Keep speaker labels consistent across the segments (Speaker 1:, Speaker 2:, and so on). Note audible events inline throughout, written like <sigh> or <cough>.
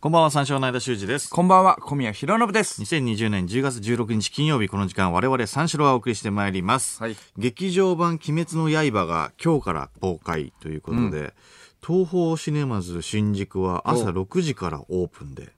Speaker 1: こんばんは、三章の間修二です。
Speaker 2: こんばんは、小宮浩信です。
Speaker 1: 2020年10月16日金曜日、この時間、我々三四郎がお送りしてまいります。
Speaker 2: はい
Speaker 1: 劇場版鬼滅の刃が今日から公開ということで、東宝シネマズ新宿は朝6時からオープンで、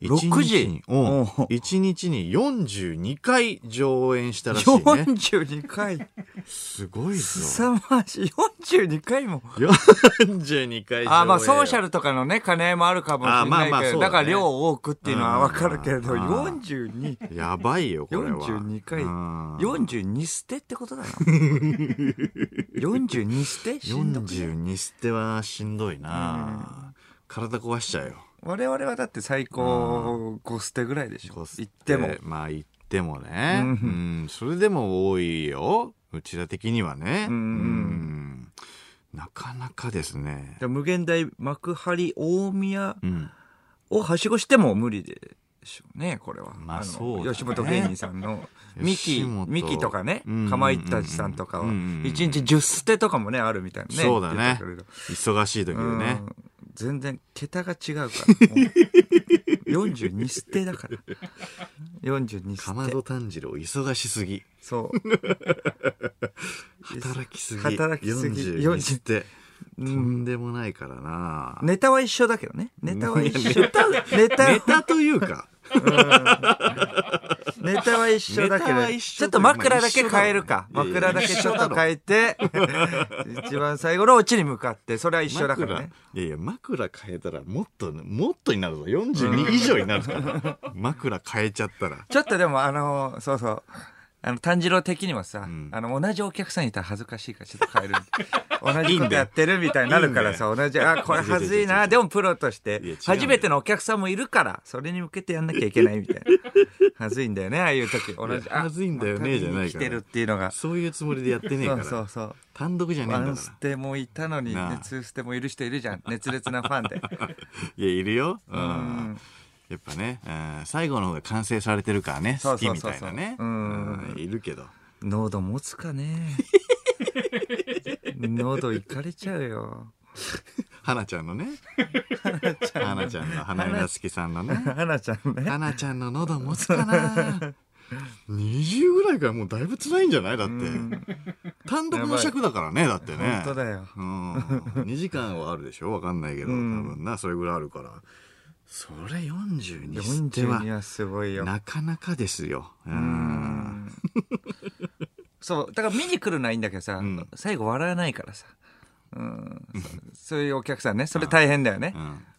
Speaker 1: 1
Speaker 2: 6
Speaker 1: 日に
Speaker 2: 時
Speaker 1: うん
Speaker 2: おう
Speaker 1: 1日に42回上演したらしいね。
Speaker 2: 42回、 <laughs>
Speaker 1: すごいぞ。
Speaker 2: 凄まじい。42回も。
Speaker 1: 42回上演。
Speaker 2: あーまあソーシャルとかのね、兼ね合いもあるかもしれ
Speaker 1: あーま
Speaker 2: な
Speaker 1: あ
Speaker 2: い
Speaker 1: まあ
Speaker 2: け
Speaker 1: そうだね
Speaker 2: ど、だから量多くっていうのはわかるけれど、
Speaker 1: うん
Speaker 2: 42、
Speaker 1: やばいよ、これは。
Speaker 2: 42回、
Speaker 1: うん
Speaker 2: 42捨てってこと
Speaker 1: <laughs>
Speaker 2: だな。42捨てしんどくない
Speaker 1: 42捨てはしんどいな、体壊しちゃうよ
Speaker 2: 我々はだって最高5捨てぐらいでしょ。
Speaker 1: 5
Speaker 2: 行
Speaker 1: 捨
Speaker 2: ってても。
Speaker 1: まあ言ってもね、う
Speaker 2: うんん
Speaker 1: それでも多いようちら的にはね
Speaker 2: うん
Speaker 1: うんなかなかですね
Speaker 2: で無限大幕張大宮
Speaker 1: うん
Speaker 2: をはしごしても無理でしょうねこれは、
Speaker 1: まあ
Speaker 2: の
Speaker 1: そうだね
Speaker 2: 吉本芸人さ
Speaker 1: <laughs>
Speaker 2: んのミ
Speaker 1: 吉
Speaker 2: キ
Speaker 1: 本
Speaker 2: ミキとかね
Speaker 1: うんうんうん
Speaker 2: かまいたちさんとかは
Speaker 1: うんうんうん
Speaker 2: 1日10捨てとかもねあるみたいなね
Speaker 1: そうだ
Speaker 2: 言っ
Speaker 1: ね
Speaker 2: てたけれど
Speaker 1: 忙しい時でね
Speaker 2: うん全然桁が違うからもう42捨てだ
Speaker 1: <laughs>
Speaker 2: から42
Speaker 1: か
Speaker 2: 捨
Speaker 1: ま
Speaker 2: て
Speaker 1: ど炭治郎忙しすぎ
Speaker 2: そう
Speaker 1: 働きすぎ
Speaker 2: 働きすぎ
Speaker 1: 42捨てと
Speaker 2: うん
Speaker 1: んでもないからな、
Speaker 2: ネタは一緒だけどねネタは一緒ネタ
Speaker 1: ネタというか
Speaker 2: ネタは一緒だけ
Speaker 1: ネタ
Speaker 2: ど、
Speaker 1: は一緒
Speaker 2: ちょっと枕だけ変えるか。
Speaker 1: まあ一緒だろうね
Speaker 2: 枕だけちょっと変えて、
Speaker 1: <laughs>
Speaker 2: 一番最後のオチに向かって、それは一緒だからね。
Speaker 1: 枕いやいや枕変えたらもっともっとになるぞ42以上になるから枕変えちゃったら
Speaker 2: ちょっとでも、あの、そうそう。あの、炭治郎的にもさ、
Speaker 1: ん
Speaker 2: あの、同じお客さんいたら恥ずかしいからちょ
Speaker 1: <laughs>
Speaker 2: っと変える。同じことやってるみたいになるからさ、同じ、あ、これ恥ずいな。でもプロとし
Speaker 1: いや違
Speaker 2: て
Speaker 1: う、
Speaker 2: 初めてのお客さんもいるから、それに向けてやんなきゃいけないみ
Speaker 1: <laughs>
Speaker 2: たいな。恥ずいんだよね、ああいう時。同
Speaker 1: い
Speaker 2: じ。
Speaker 1: や恥ずいんだよね
Speaker 2: あまた
Speaker 1: じゃないから
Speaker 2: 見に来てるっていうのが。そ
Speaker 1: そういうつもりでやってねえから
Speaker 2: うそうそう。
Speaker 1: 単独じゃねえ
Speaker 2: ワ
Speaker 1: んだ
Speaker 2: ン
Speaker 1: か
Speaker 2: ステもいたのに、
Speaker 1: なあ
Speaker 2: ね、ツーステもいる人いるじゃ
Speaker 1: <laughs>
Speaker 2: ん。熱烈なファンで。
Speaker 1: らいやいるよ、うん
Speaker 2: ん
Speaker 1: やっぱね、うん最後の方が完成されてるからね
Speaker 2: そ
Speaker 1: 好
Speaker 2: う
Speaker 1: き
Speaker 2: そう
Speaker 1: み
Speaker 2: そう
Speaker 1: た
Speaker 2: そう
Speaker 1: いなね
Speaker 2: うん
Speaker 1: うんいるけど
Speaker 2: 喉持つ
Speaker 1: <laughs>
Speaker 2: かね。喉いかれちゃうよ。
Speaker 1: 花ちゃんのね花ちゃんの花江夏樹さんのね
Speaker 2: 花ちゃんね。
Speaker 1: 花ちゃんの喉持つかな20ぐらいからもうだいぶ辛いんじゃないだって単独の尺だからねだってね
Speaker 2: 本当だよ。
Speaker 1: うん、2時間はあるでしょわかんないけど、
Speaker 2: うん
Speaker 1: 多分なそれぐらいあるからそれ42捨て
Speaker 2: 42
Speaker 1: は
Speaker 2: はすごいよ。
Speaker 1: なかなかですよう
Speaker 2: うんんそう、だから見に来るのはいいんだけどさ、
Speaker 1: ん
Speaker 2: 最後笑わないからさ。うん、そうそういうお客さんね。それ大変だよね。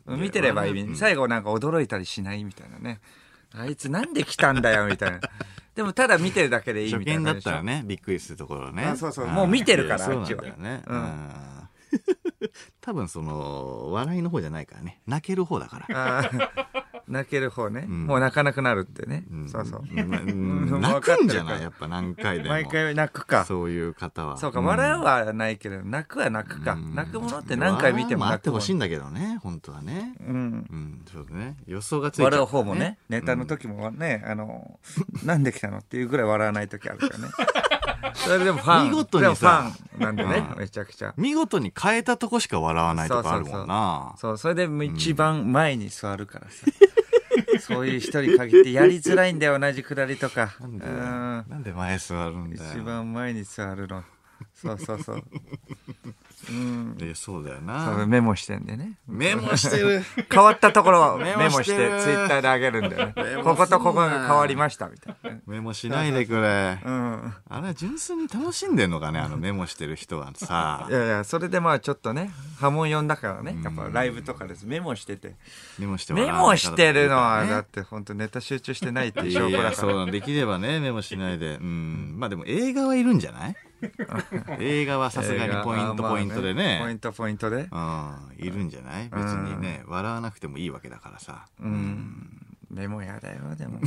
Speaker 1: うん
Speaker 2: 見てればいい、
Speaker 1: うん
Speaker 2: 最後なんか驚いたりしないみたいなねあいつなんで来たんだよみたいな <laughs> でもただ見てるだけでいい
Speaker 1: 初
Speaker 2: みたい
Speaker 1: 見
Speaker 2: な
Speaker 1: だ
Speaker 2: 感
Speaker 1: っ
Speaker 2: じで
Speaker 1: た
Speaker 2: しょ
Speaker 1: らねびっくりするところね
Speaker 2: あそうそうんもう見てるから
Speaker 1: いやいやそう
Speaker 2: あっ
Speaker 1: な
Speaker 2: ちは
Speaker 1: んだよね
Speaker 2: うん
Speaker 1: うん <laughs> 多分その笑いの方じゃないからね泣ける方だから
Speaker 2: あー泣ける方ね、
Speaker 1: ん
Speaker 2: もう泣かなくなるってね、そうそう、
Speaker 1: なうん
Speaker 2: うん
Speaker 1: 泣くんじゃ
Speaker 2: <laughs> 分かってるか
Speaker 1: な
Speaker 2: ら
Speaker 1: いやっぱ何回でも
Speaker 2: 毎回泣くかそう
Speaker 1: そういう方は
Speaker 2: か、笑うはないけど泣くは泣くか、泣くものって何回見ても
Speaker 1: あっ
Speaker 2: 泣
Speaker 1: て
Speaker 2: くも
Speaker 1: ほ
Speaker 2: の
Speaker 1: しいんだけどね本当はね
Speaker 2: うん
Speaker 1: うんそうだね予想がついちゃうから
Speaker 2: 笑う方もねネタの時もね、あの <laughs> なんで来たのっていうぐらい笑わない時あるからね
Speaker 1: <laughs>
Speaker 2: それでもファン
Speaker 1: 見事にさ
Speaker 2: でもファンなんでね、
Speaker 1: うん
Speaker 2: めちゃくちゃ
Speaker 1: 見事に変えたとこしか笑わないとかあるもんな
Speaker 2: そう、それでもう一番前に座るから <laughs> さ。そういう人に限ってやりづらいんだよ、同じくだりとか。う
Speaker 1: なんで
Speaker 2: ん。
Speaker 1: なんで前座るんだよ
Speaker 2: 一番前に座るの。そうそう <laughs> そう。うん。
Speaker 1: いやそうだよ
Speaker 2: そ
Speaker 1: な
Speaker 2: れメモしてんでね。
Speaker 1: メモしてる
Speaker 2: <laughs> 変わったところをメ
Speaker 1: メモ
Speaker 2: モ
Speaker 1: して
Speaker 2: して、ツイ
Speaker 1: る
Speaker 2: ッターであげるんだよね
Speaker 1: メモすん。な
Speaker 2: こことここが変わりました、みたいなね。
Speaker 1: メモしないでくれ
Speaker 2: うん。
Speaker 1: あれは純粋に楽しんでんのかねあのメモしてる人はさ
Speaker 2: いやいや、それでまあちょっとね、波紋呼んだからね。やっぱライブとかです。メモしてて。
Speaker 1: メモして笑
Speaker 2: メ
Speaker 1: わな
Speaker 2: モ
Speaker 1: い方
Speaker 2: し
Speaker 1: とかい
Speaker 2: て
Speaker 1: る
Speaker 2: る
Speaker 1: か
Speaker 2: の
Speaker 1: ら
Speaker 2: は、
Speaker 1: ね
Speaker 2: だって本当ネタ集中してないっていう
Speaker 1: い
Speaker 2: 証
Speaker 1: やい
Speaker 2: 拠だ
Speaker 1: や
Speaker 2: か
Speaker 1: そう
Speaker 2: ら。
Speaker 1: なんできればねメモしないでうんまあでも映画はいるんじゃ
Speaker 2: <laughs>
Speaker 1: ない映画はさすがにポイントポイントで
Speaker 2: あーまあポイ
Speaker 1: ね
Speaker 2: ントポイントで。
Speaker 1: うんいるんじゃない別にね笑わなくてもいいわけだからさ
Speaker 2: うん。メモやだよ、
Speaker 1: <laughs>
Speaker 2: でも。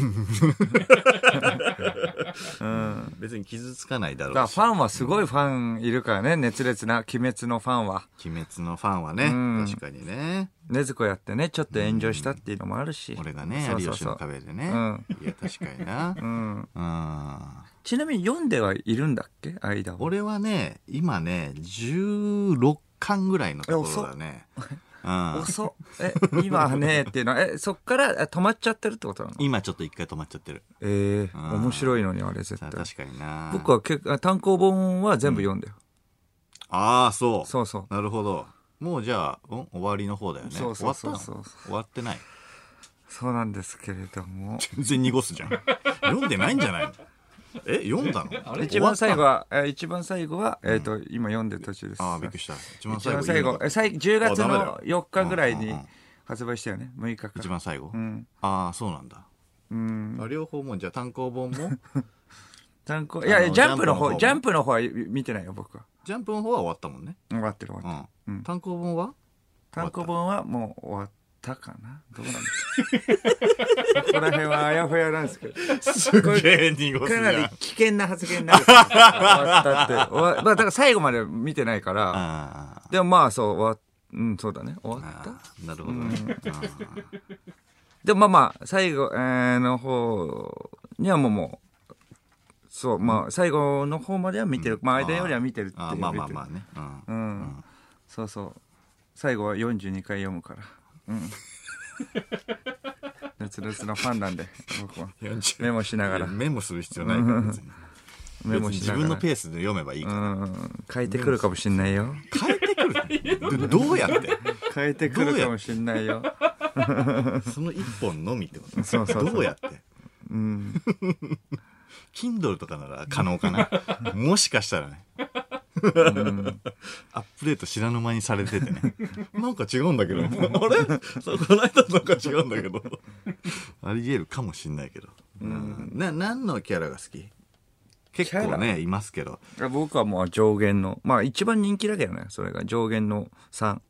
Speaker 1: 別に傷つかないだ
Speaker 2: だ
Speaker 1: ろ
Speaker 2: から
Speaker 1: うし
Speaker 2: ファンはすごいファンいるからね、熱烈な、鬼滅のファンは。
Speaker 1: 鬼滅のファンはね
Speaker 2: うん
Speaker 1: 確かにね
Speaker 2: ねずこやってね、ちょっと炎上したっていうのもあるし。
Speaker 1: 俺がね
Speaker 2: そう
Speaker 1: 有
Speaker 2: そう
Speaker 1: 吉
Speaker 2: そ
Speaker 1: の
Speaker 2: う。
Speaker 1: 壁でね
Speaker 2: うん
Speaker 1: いや確かにな
Speaker 2: うん。
Speaker 1: うん
Speaker 2: ちなみに読んではいるんだっけ間を。
Speaker 1: 俺はね今ね16巻ぐらいのところだねうん
Speaker 2: 遅っえ今ねっていうのはえそっからあ止まっちゃってるってことなの
Speaker 1: 今ちょっと一回止まっちゃってる。
Speaker 2: ええ面白いのにあれ絶
Speaker 1: さ
Speaker 2: 対
Speaker 1: あ確かにな。
Speaker 2: 僕は結構単行本は全部読んだよ、
Speaker 1: ああ、そう。
Speaker 2: そうそう
Speaker 1: なるほど。もうじゃあ、ん終わりの方だよね。
Speaker 2: そうそうそうそ
Speaker 1: 終わ
Speaker 2: う
Speaker 1: ったの終わってない。
Speaker 2: そうなんですけれども
Speaker 1: 全然濁すじゃん。読んでないんじゃないのえ、読んだ
Speaker 2: <laughs>
Speaker 1: の
Speaker 2: 一番最後。はえ一番最後は、えっと今読んでる途中です
Speaker 1: ああー、びっくりした。一番
Speaker 2: 一
Speaker 1: 最後。
Speaker 2: 番最後え最10
Speaker 1: あ
Speaker 2: 月
Speaker 1: ダメだ
Speaker 2: の
Speaker 1: よ
Speaker 2: 4日ぐらい
Speaker 1: うん
Speaker 2: に
Speaker 1: うんうん
Speaker 2: 発売したよね6日か
Speaker 1: 一
Speaker 2: ら
Speaker 1: 番最後。
Speaker 2: うん
Speaker 1: ああ、そうなんだ。
Speaker 2: うん
Speaker 1: あ両方も、じゃあ単行本
Speaker 2: <laughs>
Speaker 1: も、
Speaker 2: 単行い
Speaker 1: あ
Speaker 2: や
Speaker 1: の
Speaker 2: ジャンプの方
Speaker 1: ジ
Speaker 2: ジ
Speaker 1: ャ
Speaker 2: ャ
Speaker 1: ン
Speaker 2: ンプの方は見てないよ僕は
Speaker 1: ジャンプの方は終わったもんね。
Speaker 2: 終わってる終わってる
Speaker 1: う。
Speaker 2: うんん
Speaker 1: 単行本は
Speaker 2: 単行本はもう終わったかなどうなんです
Speaker 1: <laughs>
Speaker 2: かそこら辺はあやふやなんですけど
Speaker 1: すげえ濁す
Speaker 2: か
Speaker 1: じ
Speaker 2: な
Speaker 1: ゃ
Speaker 2: り
Speaker 1: ん。
Speaker 2: 危険な発言になる終わったって終わまあだから最後まで見てないから
Speaker 1: あー
Speaker 2: でもまあそう終わうんそうだね終わっ
Speaker 1: あ
Speaker 2: た
Speaker 1: ー、なるほどね。あー
Speaker 2: でもまあまあ最後えーの方にはもうもうそうまあ最後の方までは見てるまあ間よりは見てるっていう
Speaker 1: あーまあまあまあね。うん
Speaker 2: う。ん、そうそう最後は42回読むからうん <laughs> 熱烈なファンなんで僕はメモしながら
Speaker 1: いやメモする必要ないから別に
Speaker 2: メモし
Speaker 1: 別に自
Speaker 2: な
Speaker 1: 分
Speaker 2: が
Speaker 1: の
Speaker 2: ら
Speaker 1: ペースで読めばいいか
Speaker 2: うん変えてくるかもしんないよ
Speaker 1: ら変えて <laughs> くるどどうやって
Speaker 2: 変えてくるかもしんないよ
Speaker 1: <laughs> その一本のみってこと
Speaker 2: そうそうそう
Speaker 1: どうやって
Speaker 2: うん
Speaker 1: Kindle とかなら可能かなもしかしたらね
Speaker 2: うん
Speaker 1: アップデート知らぬ間にされてて <laughs> ねなんか違うんだけどあれそうこの間なんか違うんだけどありえるかもしんないけど、うん、な何のキャラが好き結構ねいますけど
Speaker 2: 僕はもう上限のまあ一番人気だけどねそれが上限の3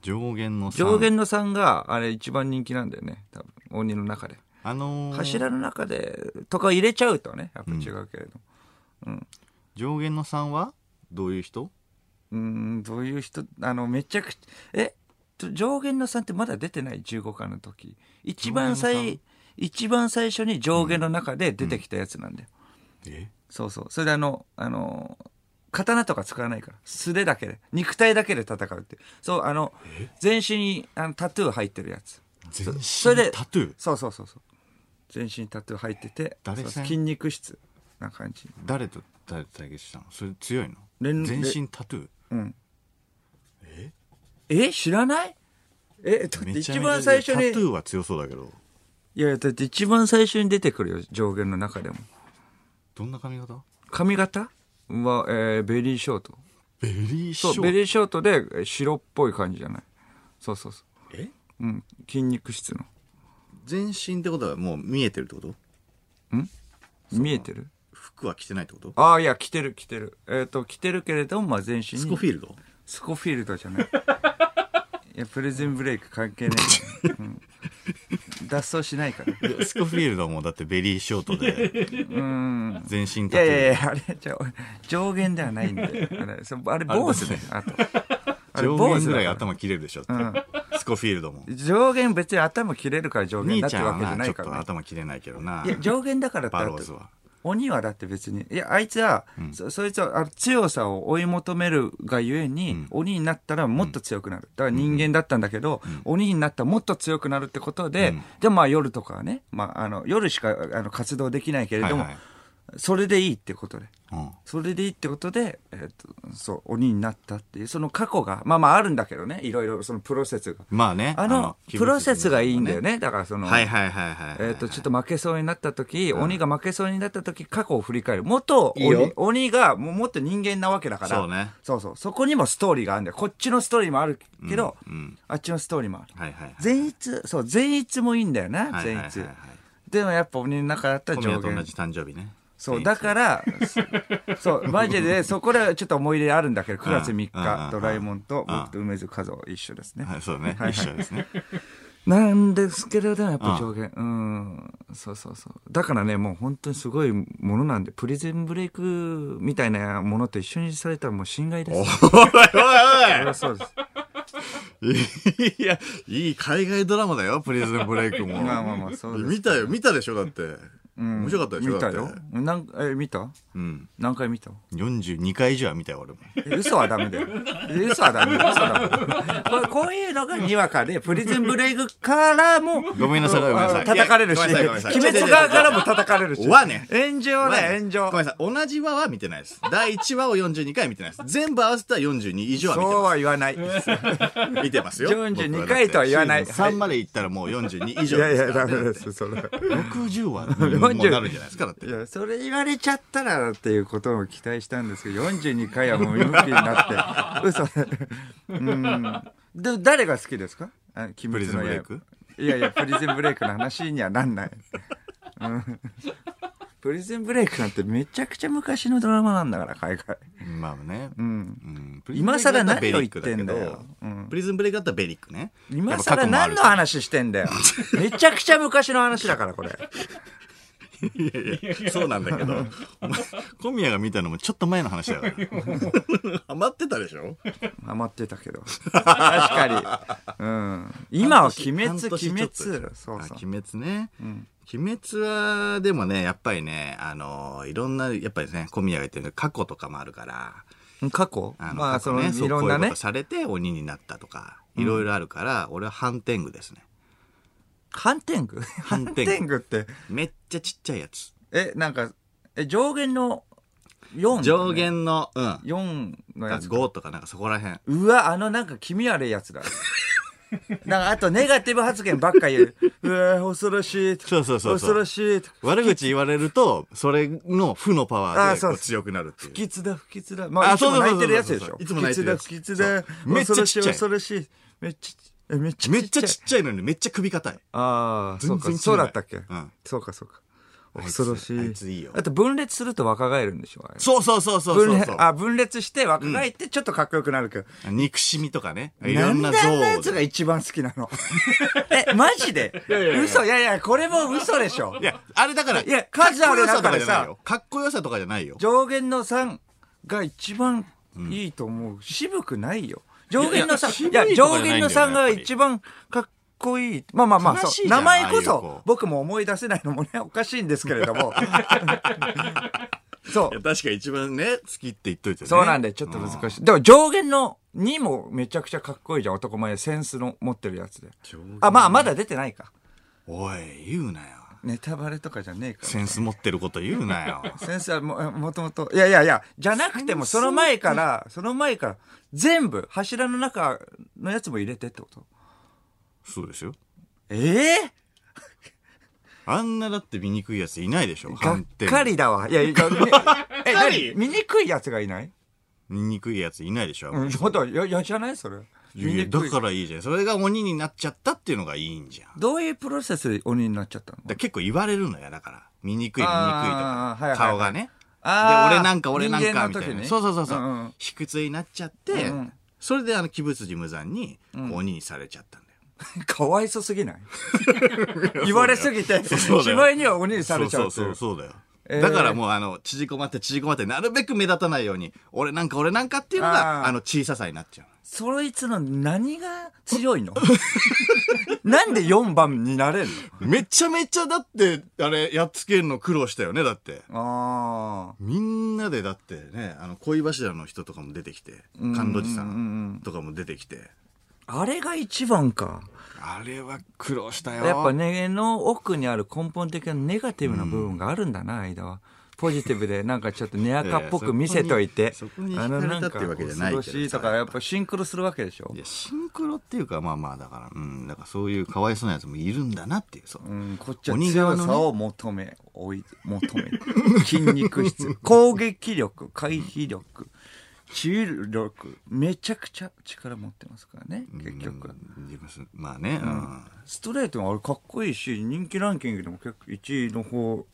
Speaker 1: 上限の3
Speaker 2: 上限の3があれ一番人気なんだよね多分鬼の中で
Speaker 1: あのー
Speaker 2: 柱の中でとか入れちゃうとねやっぱ違うけれど
Speaker 1: 上限の3はどういう人
Speaker 2: うーんどういう人あのめちゃくちゃえと上限の3ってまだ出てない15巻の時一番
Speaker 1: 上限の
Speaker 2: 最一番最初に上限の中で出てきたやつなんだよ、
Speaker 1: え
Speaker 2: そうそうそれであのあの刀とか使わないから素手だけで肉体だけで戦うっていうそうあの全身にあのタトゥー入ってるやつ
Speaker 1: 全身
Speaker 2: それで
Speaker 1: タトゥー
Speaker 2: そうそうそうそう全身にタトゥー入ってて
Speaker 1: 誰
Speaker 2: そう
Speaker 1: 戦
Speaker 2: 筋肉質な感じ
Speaker 1: 誰と誰と対決したのそれ強いの
Speaker 2: 連
Speaker 1: 全身タトゥー
Speaker 2: うんえ知らないえだって
Speaker 1: めちゃめ
Speaker 2: 一
Speaker 1: ちゃ
Speaker 2: 番最初に
Speaker 1: タトゥーは強そうだけど
Speaker 2: いやいや、だって一番最初に出てくるよ、上限の中でも。
Speaker 1: どんな髪型
Speaker 2: 髪型は、えーベリーショート。
Speaker 1: ベリーシ
Speaker 2: そ
Speaker 1: ョ
Speaker 2: う、ベ
Speaker 1: ート
Speaker 2: リーショートでえー白っぽい感じじゃない。そうそうそ
Speaker 1: え
Speaker 2: う。うん、筋肉質の。
Speaker 1: 全身ってことはもう見えてるってこと
Speaker 2: 見えてる
Speaker 1: 服は着てないってこと
Speaker 2: ああ、いや、着てる、着てる。えっ、と、着てるけれども、まあ、全身に。
Speaker 1: スコフィールド
Speaker 2: スコフィールドじゃ
Speaker 1: <laughs>
Speaker 2: ない。いや、プレゼンブレイク関係ないから、うん脱走しない
Speaker 1: <laughs>
Speaker 2: から。う
Speaker 1: スコフィールドもだってベリーショートで
Speaker 2: ーん。
Speaker 1: 全身
Speaker 2: い
Speaker 1: タト
Speaker 2: や
Speaker 1: ゥー
Speaker 2: いやいや、あれ、じゃあ上限ではないんで。あれ、そうあれ坊主ね、あと。あれ
Speaker 1: 上
Speaker 2: 坊
Speaker 1: 限
Speaker 2: 主
Speaker 1: ぐらい
Speaker 2: だから
Speaker 1: 頭切れるでしょって、
Speaker 2: ん
Speaker 1: スコフィールドも
Speaker 2: 上限別に頭切れるから上限
Speaker 1: 兄
Speaker 2: だっ
Speaker 1: ち
Speaker 2: て
Speaker 1: ゃ
Speaker 2: わ
Speaker 1: ん
Speaker 2: けじゃ
Speaker 1: はな
Speaker 2: な
Speaker 1: ちょ
Speaker 2: い
Speaker 1: っ
Speaker 2: か
Speaker 1: と
Speaker 2: ら、ね、
Speaker 1: 頭切れないけどない
Speaker 2: や上限だからって
Speaker 1: バ
Speaker 2: あ
Speaker 1: ロー
Speaker 2: って
Speaker 1: ズは
Speaker 2: 鬼はだって別にいやあいつは、そそいつはあの強さを追い求めるがゆえに、鬼になったらもっと強くなるだから人間だったんだけど、鬼になったらもっと強くなるってことで、でまあ夜とかはね、まあ、あの夜しかあの活動できないけれども、
Speaker 1: はいはい
Speaker 2: それでいいってことで。
Speaker 1: うん
Speaker 2: それでいいってことで、えー、とそう鬼になったっていうその過去がまあまああるんだけどねいろいろそのプロセスが
Speaker 1: まあね
Speaker 2: あのプロセスがいいんだよねだからその、
Speaker 1: はいはいはいはい、
Speaker 2: えー、とちょっと負けそうになった時、鬼が負けそうになった時過去を振り返る元鬼鬼がもうもっと人間なわけだから
Speaker 1: そうね
Speaker 2: そうそうそこにもストーリーがあるんだよこっちのストーリーもあるけど、
Speaker 1: うん
Speaker 2: あっちのストーリーもある
Speaker 1: はいはい
Speaker 2: 善逸そう善逸もいいんだよな
Speaker 1: はい
Speaker 2: 善逸、
Speaker 1: はいはいはい
Speaker 2: でもやっぱ鬼の中だったら
Speaker 1: 小宮
Speaker 2: 上
Speaker 1: と同
Speaker 2: 限
Speaker 1: じ誕生日ね
Speaker 2: そう、だから、そそう、マジで、そこでちょっと思い出あるんだけど、9月3
Speaker 1: うんうんうん
Speaker 2: 日、ドラえもんと
Speaker 1: うん
Speaker 2: 僕と梅津和夫一緒ですね。
Speaker 1: はい、そうだね、
Speaker 2: はい
Speaker 1: 一緒
Speaker 2: <laughs>
Speaker 1: ですね
Speaker 2: なんですけれども、やっぱ上限。うん、そうそうそう。だからね、もう本当にすごいものなんで、プリズンブレイクみたいなものと一緒にされたらもう侵害です。
Speaker 1: おい
Speaker 2: そりゃそうです。
Speaker 1: おいいやいい海外ドラマだよプリズンブレイクも
Speaker 2: <laughs> まあまあまあそうです
Speaker 1: 見たよ見たでしょだって
Speaker 2: うん
Speaker 1: 面白かったでしょ
Speaker 2: 見たよ
Speaker 1: だって
Speaker 2: なんえ見た
Speaker 1: うん。
Speaker 2: 何回見た
Speaker 1: 42回以上は見たよ、俺も。
Speaker 2: え嘘はダメだよ。え嘘はダメだよ。嘘はダメこれこういうのがにわかで、プリズンブレイクからも、
Speaker 1: ごめんなさい、ごめんなさい。
Speaker 2: 叩かれるし、
Speaker 1: いやごめん
Speaker 2: 鬼
Speaker 1: なさい
Speaker 2: 滅側からも叩かれるし。
Speaker 1: 和ね
Speaker 2: 炎上ね、炎上
Speaker 1: ご。めんなさい、同じ話は見てないです。第1話を42回見てないです。全部合わせたら42以上
Speaker 2: そう
Speaker 1: は
Speaker 2: は言わない。
Speaker 1: 見てます。見てますよ。
Speaker 2: 42回とは言わない
Speaker 1: 3まで行ったらもう42以
Speaker 2: い
Speaker 1: 上
Speaker 2: やい
Speaker 1: です
Speaker 2: や、
Speaker 1: から
Speaker 2: ダメです、それ。
Speaker 1: 60話
Speaker 2: <laughs>
Speaker 1: にもうなるんじゃないですか、だって
Speaker 2: い。や、それ言われちゃったらっていうことを期待したんですけど、42回はもう無理にな <laughs> って、嘘。うん。で、誰が好きですかあ鬼滅の
Speaker 1: プリズン
Speaker 2: 刃
Speaker 1: ブレイク
Speaker 2: いやいや、プリズンブレイクの話にはなんない。うんプリズンブレイクなんてめちゃくちゃ昔のドラマなんだから、海外。
Speaker 1: まあね。
Speaker 2: うん。
Speaker 1: うん
Speaker 2: 今更何を言ってんだよ。うん
Speaker 1: プリズンブレイクだったらベリックね。
Speaker 2: 今更何の
Speaker 1: やっ
Speaker 2: 話してんだ <laughs> よ。めちゃくちゃ昔の話だから、これ。
Speaker 1: ぱ過去もあるしいやいやそうなんだけど、
Speaker 2: <laughs>
Speaker 1: お前小宮が見たのもちょっと前の話だから。ハマってたでしょ
Speaker 2: ハマってたけど。確かに。うん。今は鬼滅、
Speaker 1: 半年
Speaker 2: 鬼滅。
Speaker 1: 半年ちょっと
Speaker 2: そ
Speaker 1: で
Speaker 2: う
Speaker 1: す
Speaker 2: そう
Speaker 1: あ。鬼滅ね。鬼滅は、でもね、やっぱりね、あの、いろんな、やっぱりね、小宮が言ってる過去とかもあるから、
Speaker 2: 過去
Speaker 1: あの
Speaker 2: まあ、
Speaker 1: 過去
Speaker 2: その、
Speaker 1: ねう
Speaker 2: いろん
Speaker 1: こう
Speaker 2: な
Speaker 1: いう
Speaker 2: ね
Speaker 1: こと。されて鬼になったとか、いろいろあるから、俺は反転具ですね。
Speaker 2: ハンテングハ
Speaker 1: 反
Speaker 2: ン
Speaker 1: 転具
Speaker 2: テングって、
Speaker 1: めっちゃちっちゃいやつ。
Speaker 2: え、なんか、え、上限の4。
Speaker 1: 上。限の、うん。
Speaker 2: 4のやつ。
Speaker 1: 5とかなんかそこら辺。
Speaker 2: うわ、あのなんか気味悪いやつだ。なんかあとネガティブ発言ばっか言う。うわ、恐ろしい。
Speaker 1: そうそうそうそう
Speaker 2: 恐ろしい。
Speaker 1: 悪口言われると、それの負のパワ
Speaker 2: あ
Speaker 1: ー
Speaker 2: あ
Speaker 1: で
Speaker 2: そ
Speaker 1: こ
Speaker 2: う
Speaker 1: う強くなるっていう。
Speaker 2: 不吉だ、不吉だ。まあ、
Speaker 1: あ
Speaker 2: いつも
Speaker 1: そうそう
Speaker 2: 泣
Speaker 1: そそ
Speaker 2: いうて
Speaker 1: う
Speaker 2: るやつでしょ。
Speaker 1: いつも泣いてるやつ
Speaker 2: 不吉だ、
Speaker 1: そう
Speaker 2: 不吉だ。
Speaker 1: めっちゃ
Speaker 2: 恐ろし
Speaker 1: ち
Speaker 2: い、
Speaker 1: っちゃい
Speaker 2: 恐ろしい。めっちゃ、えめっちゃ
Speaker 1: めっちゃち
Speaker 2: ゃい。
Speaker 1: っちゃいのにめっちゃ首硬い。
Speaker 2: ああ、そう
Speaker 1: 全然違
Speaker 2: か、
Speaker 1: う
Speaker 2: そうだったっけ
Speaker 1: うん
Speaker 2: そうか、そうか。
Speaker 1: いつ
Speaker 2: 恐ろし
Speaker 1: あ
Speaker 2: い。
Speaker 1: いついいよ
Speaker 2: あと分裂すると若返るんでしょあれ
Speaker 1: そうそうそうそう
Speaker 2: 分
Speaker 1: そう
Speaker 2: 裂
Speaker 1: そう。
Speaker 2: あ、分裂して若返ってちょっとかっこよくなるけど。
Speaker 1: 憎しみとかね。いろ
Speaker 2: なんん
Speaker 1: な
Speaker 2: で
Speaker 1: 像
Speaker 2: あんなや
Speaker 1: を
Speaker 2: つが一番好きな
Speaker 1: <laughs>
Speaker 2: のえ、マジで
Speaker 1: やいやいや
Speaker 2: 嘘いやいや、これも嘘でしょ
Speaker 1: いや、あれだから、
Speaker 2: いや数ある
Speaker 1: かっこよさと
Speaker 2: 中
Speaker 1: か
Speaker 2: で
Speaker 1: じ
Speaker 2: さ
Speaker 1: ゃないよ。かっこよさとかじゃないよ。
Speaker 2: 上限の3が一番いいと思う、渋くないよ上限の3
Speaker 1: い
Speaker 2: い
Speaker 1: や
Speaker 2: や
Speaker 1: いや
Speaker 2: 上限
Speaker 1: 渋いとこ
Speaker 2: の3が
Speaker 1: じゃないんだよね
Speaker 2: 一番かっこいいまあまあま
Speaker 1: 悲
Speaker 2: あ
Speaker 1: しいじ
Speaker 2: そう
Speaker 1: ゃん
Speaker 2: 名前こ
Speaker 1: ああいう子
Speaker 2: そ僕も思い出せないのもねおかしいんですけれど
Speaker 1: <laughs>
Speaker 2: もそ
Speaker 1: いうや確か一番ね、好きって言っといてね。
Speaker 2: そうなんでちょっと難しいでも上限の2もめちゃくちゃかっこいいじゃん男前センスの持ってるやつで
Speaker 1: うん。
Speaker 2: あまあまだ出てないか
Speaker 1: おい、言うなよ。
Speaker 2: ネタバレとかじゃねえから
Speaker 1: センス持ってること言うな <laughs> よ。
Speaker 2: 先生はももともと、いやいやいや、じゃなくても、その前から、その前から、全部、柱の中のやつも入れてってこと
Speaker 1: そうですよ。
Speaker 2: ええ
Speaker 1: あんなだって醜いやついないでしょ。
Speaker 2: が
Speaker 1: 反
Speaker 2: っ
Speaker 1: 転。
Speaker 2: かりだわ。いや、い
Speaker 1: <laughs>
Speaker 2: や、みえ、
Speaker 1: か
Speaker 2: な
Speaker 1: り
Speaker 2: 醜いやつがいない
Speaker 1: 醜いやついないでしょ。
Speaker 2: うん、ほんと、や、やじゃないそれ。
Speaker 1: いやいや
Speaker 2: 醜
Speaker 1: だからいいじゃん。それが鬼になっちゃったっていうのがいいんじゃん。だか
Speaker 2: どういうプロセスで鬼になっちゃったの
Speaker 1: ら結構言われるのよ、だから。醜い、醜いと
Speaker 2: あ
Speaker 1: か
Speaker 2: ーはいはいは。い
Speaker 1: 顔がね。で、
Speaker 2: あー
Speaker 1: 俺なんか俺なん
Speaker 2: 人間
Speaker 1: か
Speaker 2: の
Speaker 1: み
Speaker 2: 時
Speaker 1: たいな。
Speaker 2: ね
Speaker 1: そうそうそう。そう
Speaker 2: うんうん
Speaker 1: 卑屈になっちゃって
Speaker 2: うん、
Speaker 1: それであの、鬼仏寺無惨に鬼にされちゃったんだよ。
Speaker 2: かわいそす
Speaker 1: <laughs>
Speaker 2: ぎない言われすぎて、
Speaker 1: そうだよ
Speaker 2: 芝居には鬼にさ
Speaker 1: そ
Speaker 2: れ
Speaker 1: う
Speaker 2: ちゃ
Speaker 1: そうう
Speaker 2: ってい
Speaker 1: そうう。そうだよ。
Speaker 2: えー
Speaker 1: だからもうあの、縮こまって縮こまって、なるべく目立たないように、俺なんか俺なんかっていうの
Speaker 2: あ
Speaker 1: が、
Speaker 2: ー
Speaker 1: あの、小ささになっちゃう。
Speaker 2: そいつの何が強いの <laughs> なんで4番になれるの
Speaker 1: <laughs> めちゃめちゃだって、あれ、やっつけるの苦労したよね、だって。
Speaker 2: ああ。
Speaker 1: みんなでだってね、あの、恋柱の人とかも出てきて、甘露寺さんとかも出てきて、
Speaker 2: あれが一番か。
Speaker 1: あれは苦労したよ。
Speaker 2: やっぱね、の奥にある根本的なネガティブな部分があるんだな、間は。ポジティブで、なんかちょっとネアカっぽく見せといて。
Speaker 1: いやいやそこにそこに惹かれたっていうわけじゃないけどさ
Speaker 2: あのんか恐ろしいとか、やっぱシンクロするわけでしょ
Speaker 1: い。や、シンクロっていうか、まあまあ、だから、うん、だからそういうかわいそうなやつもいるんだなっていう、そう。
Speaker 2: うん、こっちは
Speaker 1: 鬼側
Speaker 2: 強
Speaker 1: のね
Speaker 2: さを求め、追い、求め。 <laughs> 筋肉質、攻撃力、回避力、治癒力、めちゃくちゃ力持ってますからね、結局。
Speaker 1: 自分まあね、うん。
Speaker 2: ストレートもあれかっこいいし人気ランキングでも結構1位の方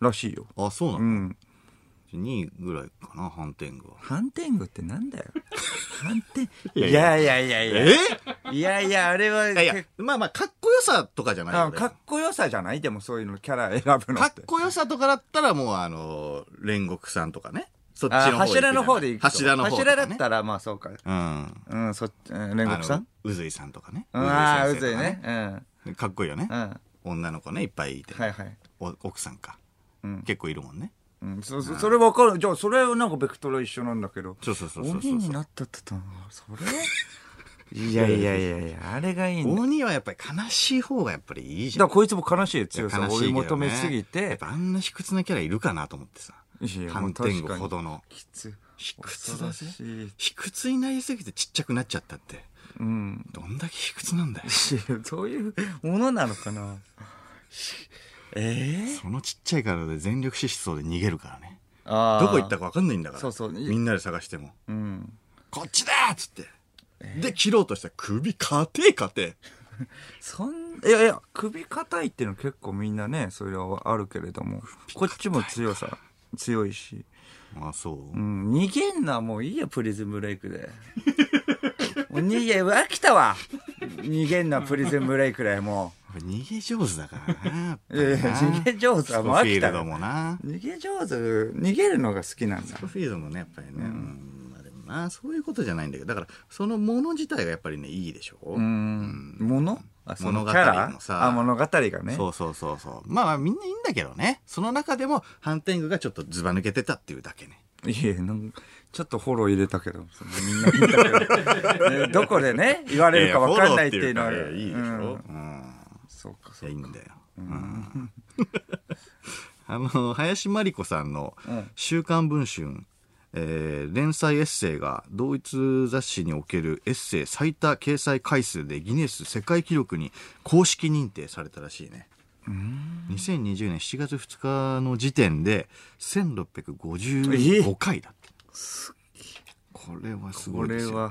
Speaker 2: らしいよ
Speaker 1: あ、そうな
Speaker 2: う
Speaker 1: の、
Speaker 2: ん
Speaker 1: 二 ?2 位ぐらいかな、反転具は。
Speaker 2: ハンテングってな
Speaker 1: <laughs>
Speaker 2: んだよハンテン
Speaker 1: い
Speaker 2: い
Speaker 1: やいや
Speaker 2: やいやいやいやいやいやあれはい
Speaker 1: やいや
Speaker 2: 結、
Speaker 1: まあまあ、かっこよさとかじゃない
Speaker 2: 構あ
Speaker 1: よね
Speaker 2: かっこよさじゃないでもそういうのキャラ選ぶの
Speaker 1: か
Speaker 2: っ
Speaker 1: ってこよさとかだったらもうあの煉獄さんとかねそっちの
Speaker 2: あ
Speaker 1: 方行くじゃない
Speaker 2: 柱の方で行くと
Speaker 1: 柱の方とか、ね、
Speaker 2: 柱だったらまあそうか
Speaker 1: うん
Speaker 2: うんそっちうん煉
Speaker 1: あ
Speaker 2: 獄さん
Speaker 1: の渦井さんとかね
Speaker 2: うんああう
Speaker 1: 先生と
Speaker 2: ずい
Speaker 1: か
Speaker 2: ねうん
Speaker 1: かっこいいよね
Speaker 2: うん
Speaker 1: 女の子ねいっぱいいて、
Speaker 2: はいはい
Speaker 1: お奥さんか、
Speaker 2: うん
Speaker 1: 結構いるもんね
Speaker 2: うん、そそそれ分かるじゃあそれはなんかベクトルは一緒なんだけど
Speaker 1: そうそうそうそうそう
Speaker 2: 鬼になったって言ったのそれいやいやいやいやあれがいいんだだか
Speaker 1: 鬼はやっぱり悲しい方がやっぱりいいじゃ
Speaker 2: ら
Speaker 1: ん
Speaker 2: こいつも悲しいよ強さ
Speaker 1: 悲
Speaker 2: を
Speaker 1: しい
Speaker 2: 追
Speaker 1: け
Speaker 2: い
Speaker 1: どね
Speaker 2: 求めすぎ
Speaker 1: やってぱあんな卑屈なキャラいるかなと思ってさ
Speaker 2: いやも
Speaker 1: 反
Speaker 2: う確かに
Speaker 1: 転後ほどの
Speaker 2: きつ
Speaker 1: 卑屈だぜ
Speaker 2: 恐ろしい
Speaker 1: 卑屈になりすぎてちっちゃくなっちゃったって
Speaker 2: うん
Speaker 1: どんだけ卑屈なんだよ
Speaker 2: そういうものなのかなええ
Speaker 1: そのちっちゃい体で全力疾走で逃げるからね
Speaker 2: あー
Speaker 1: どこ行ったか分かんないんだから
Speaker 2: そうそう
Speaker 1: みんなで探しても
Speaker 2: うん
Speaker 1: こっちだーっつって、で切ろうとしたら首かてえかてえ
Speaker 2: そんいやいや首硬いっていうの結構みんなねそれはあるけれどもこっちも強さ強いし
Speaker 1: あそう、
Speaker 2: うん、逃げんな、もういいよ、プリズムブレイク
Speaker 1: <laughs>
Speaker 2: で。もう逃げ、飽きたわ逃げんな、プリズムブレイクで、も
Speaker 1: 逃げ上手だからなやっぱ
Speaker 2: う。いやい
Speaker 1: り
Speaker 2: や
Speaker 1: な
Speaker 2: 逃げ上手はも
Speaker 1: スコフ
Speaker 2: う飽きた
Speaker 1: ィールド
Speaker 2: わ
Speaker 1: もな
Speaker 2: 逃げ上手、逃げるのが好きなんだ
Speaker 1: ス。コフィールドもねやっぱりね、うんまあでもなそういうことじゃないんだけどだからそのもの自体がやっぱりねいいでしょ、
Speaker 2: うーん。ものあ、その
Speaker 1: 物語
Speaker 2: キャラ
Speaker 1: もさ
Speaker 2: あ、物語がね。
Speaker 1: そうそうそうそうまあまあみんないいんだけどねその中でもハンテングがちょっとずば抜けてたっていうだけね
Speaker 2: いやなんか、ちょっとフォロー入れたけど、そのみんな見たけど、
Speaker 1: <laughs>
Speaker 2: ねどこでね、言われるか分かんないっていうのは。
Speaker 1: ややフォローっていうかいやいいでしょ
Speaker 2: うん、
Speaker 1: うん
Speaker 2: そうか、
Speaker 1: い
Speaker 2: そ
Speaker 1: や
Speaker 2: う
Speaker 1: いい
Speaker 2: か。
Speaker 1: んだよ、うん <laughs> あの林真理子さんの
Speaker 2: うん
Speaker 1: 「週刊文春」えー連載エッセイが同一雑誌におけるエッセイ最多掲載回数でギネス世界記録に公式認定されたらしいね2020年7月2日の時点で1655回だってこれはす
Speaker 2: こ
Speaker 1: ごいで
Speaker 2: れ
Speaker 1: すよ
Speaker 2: は。
Speaker 1: うん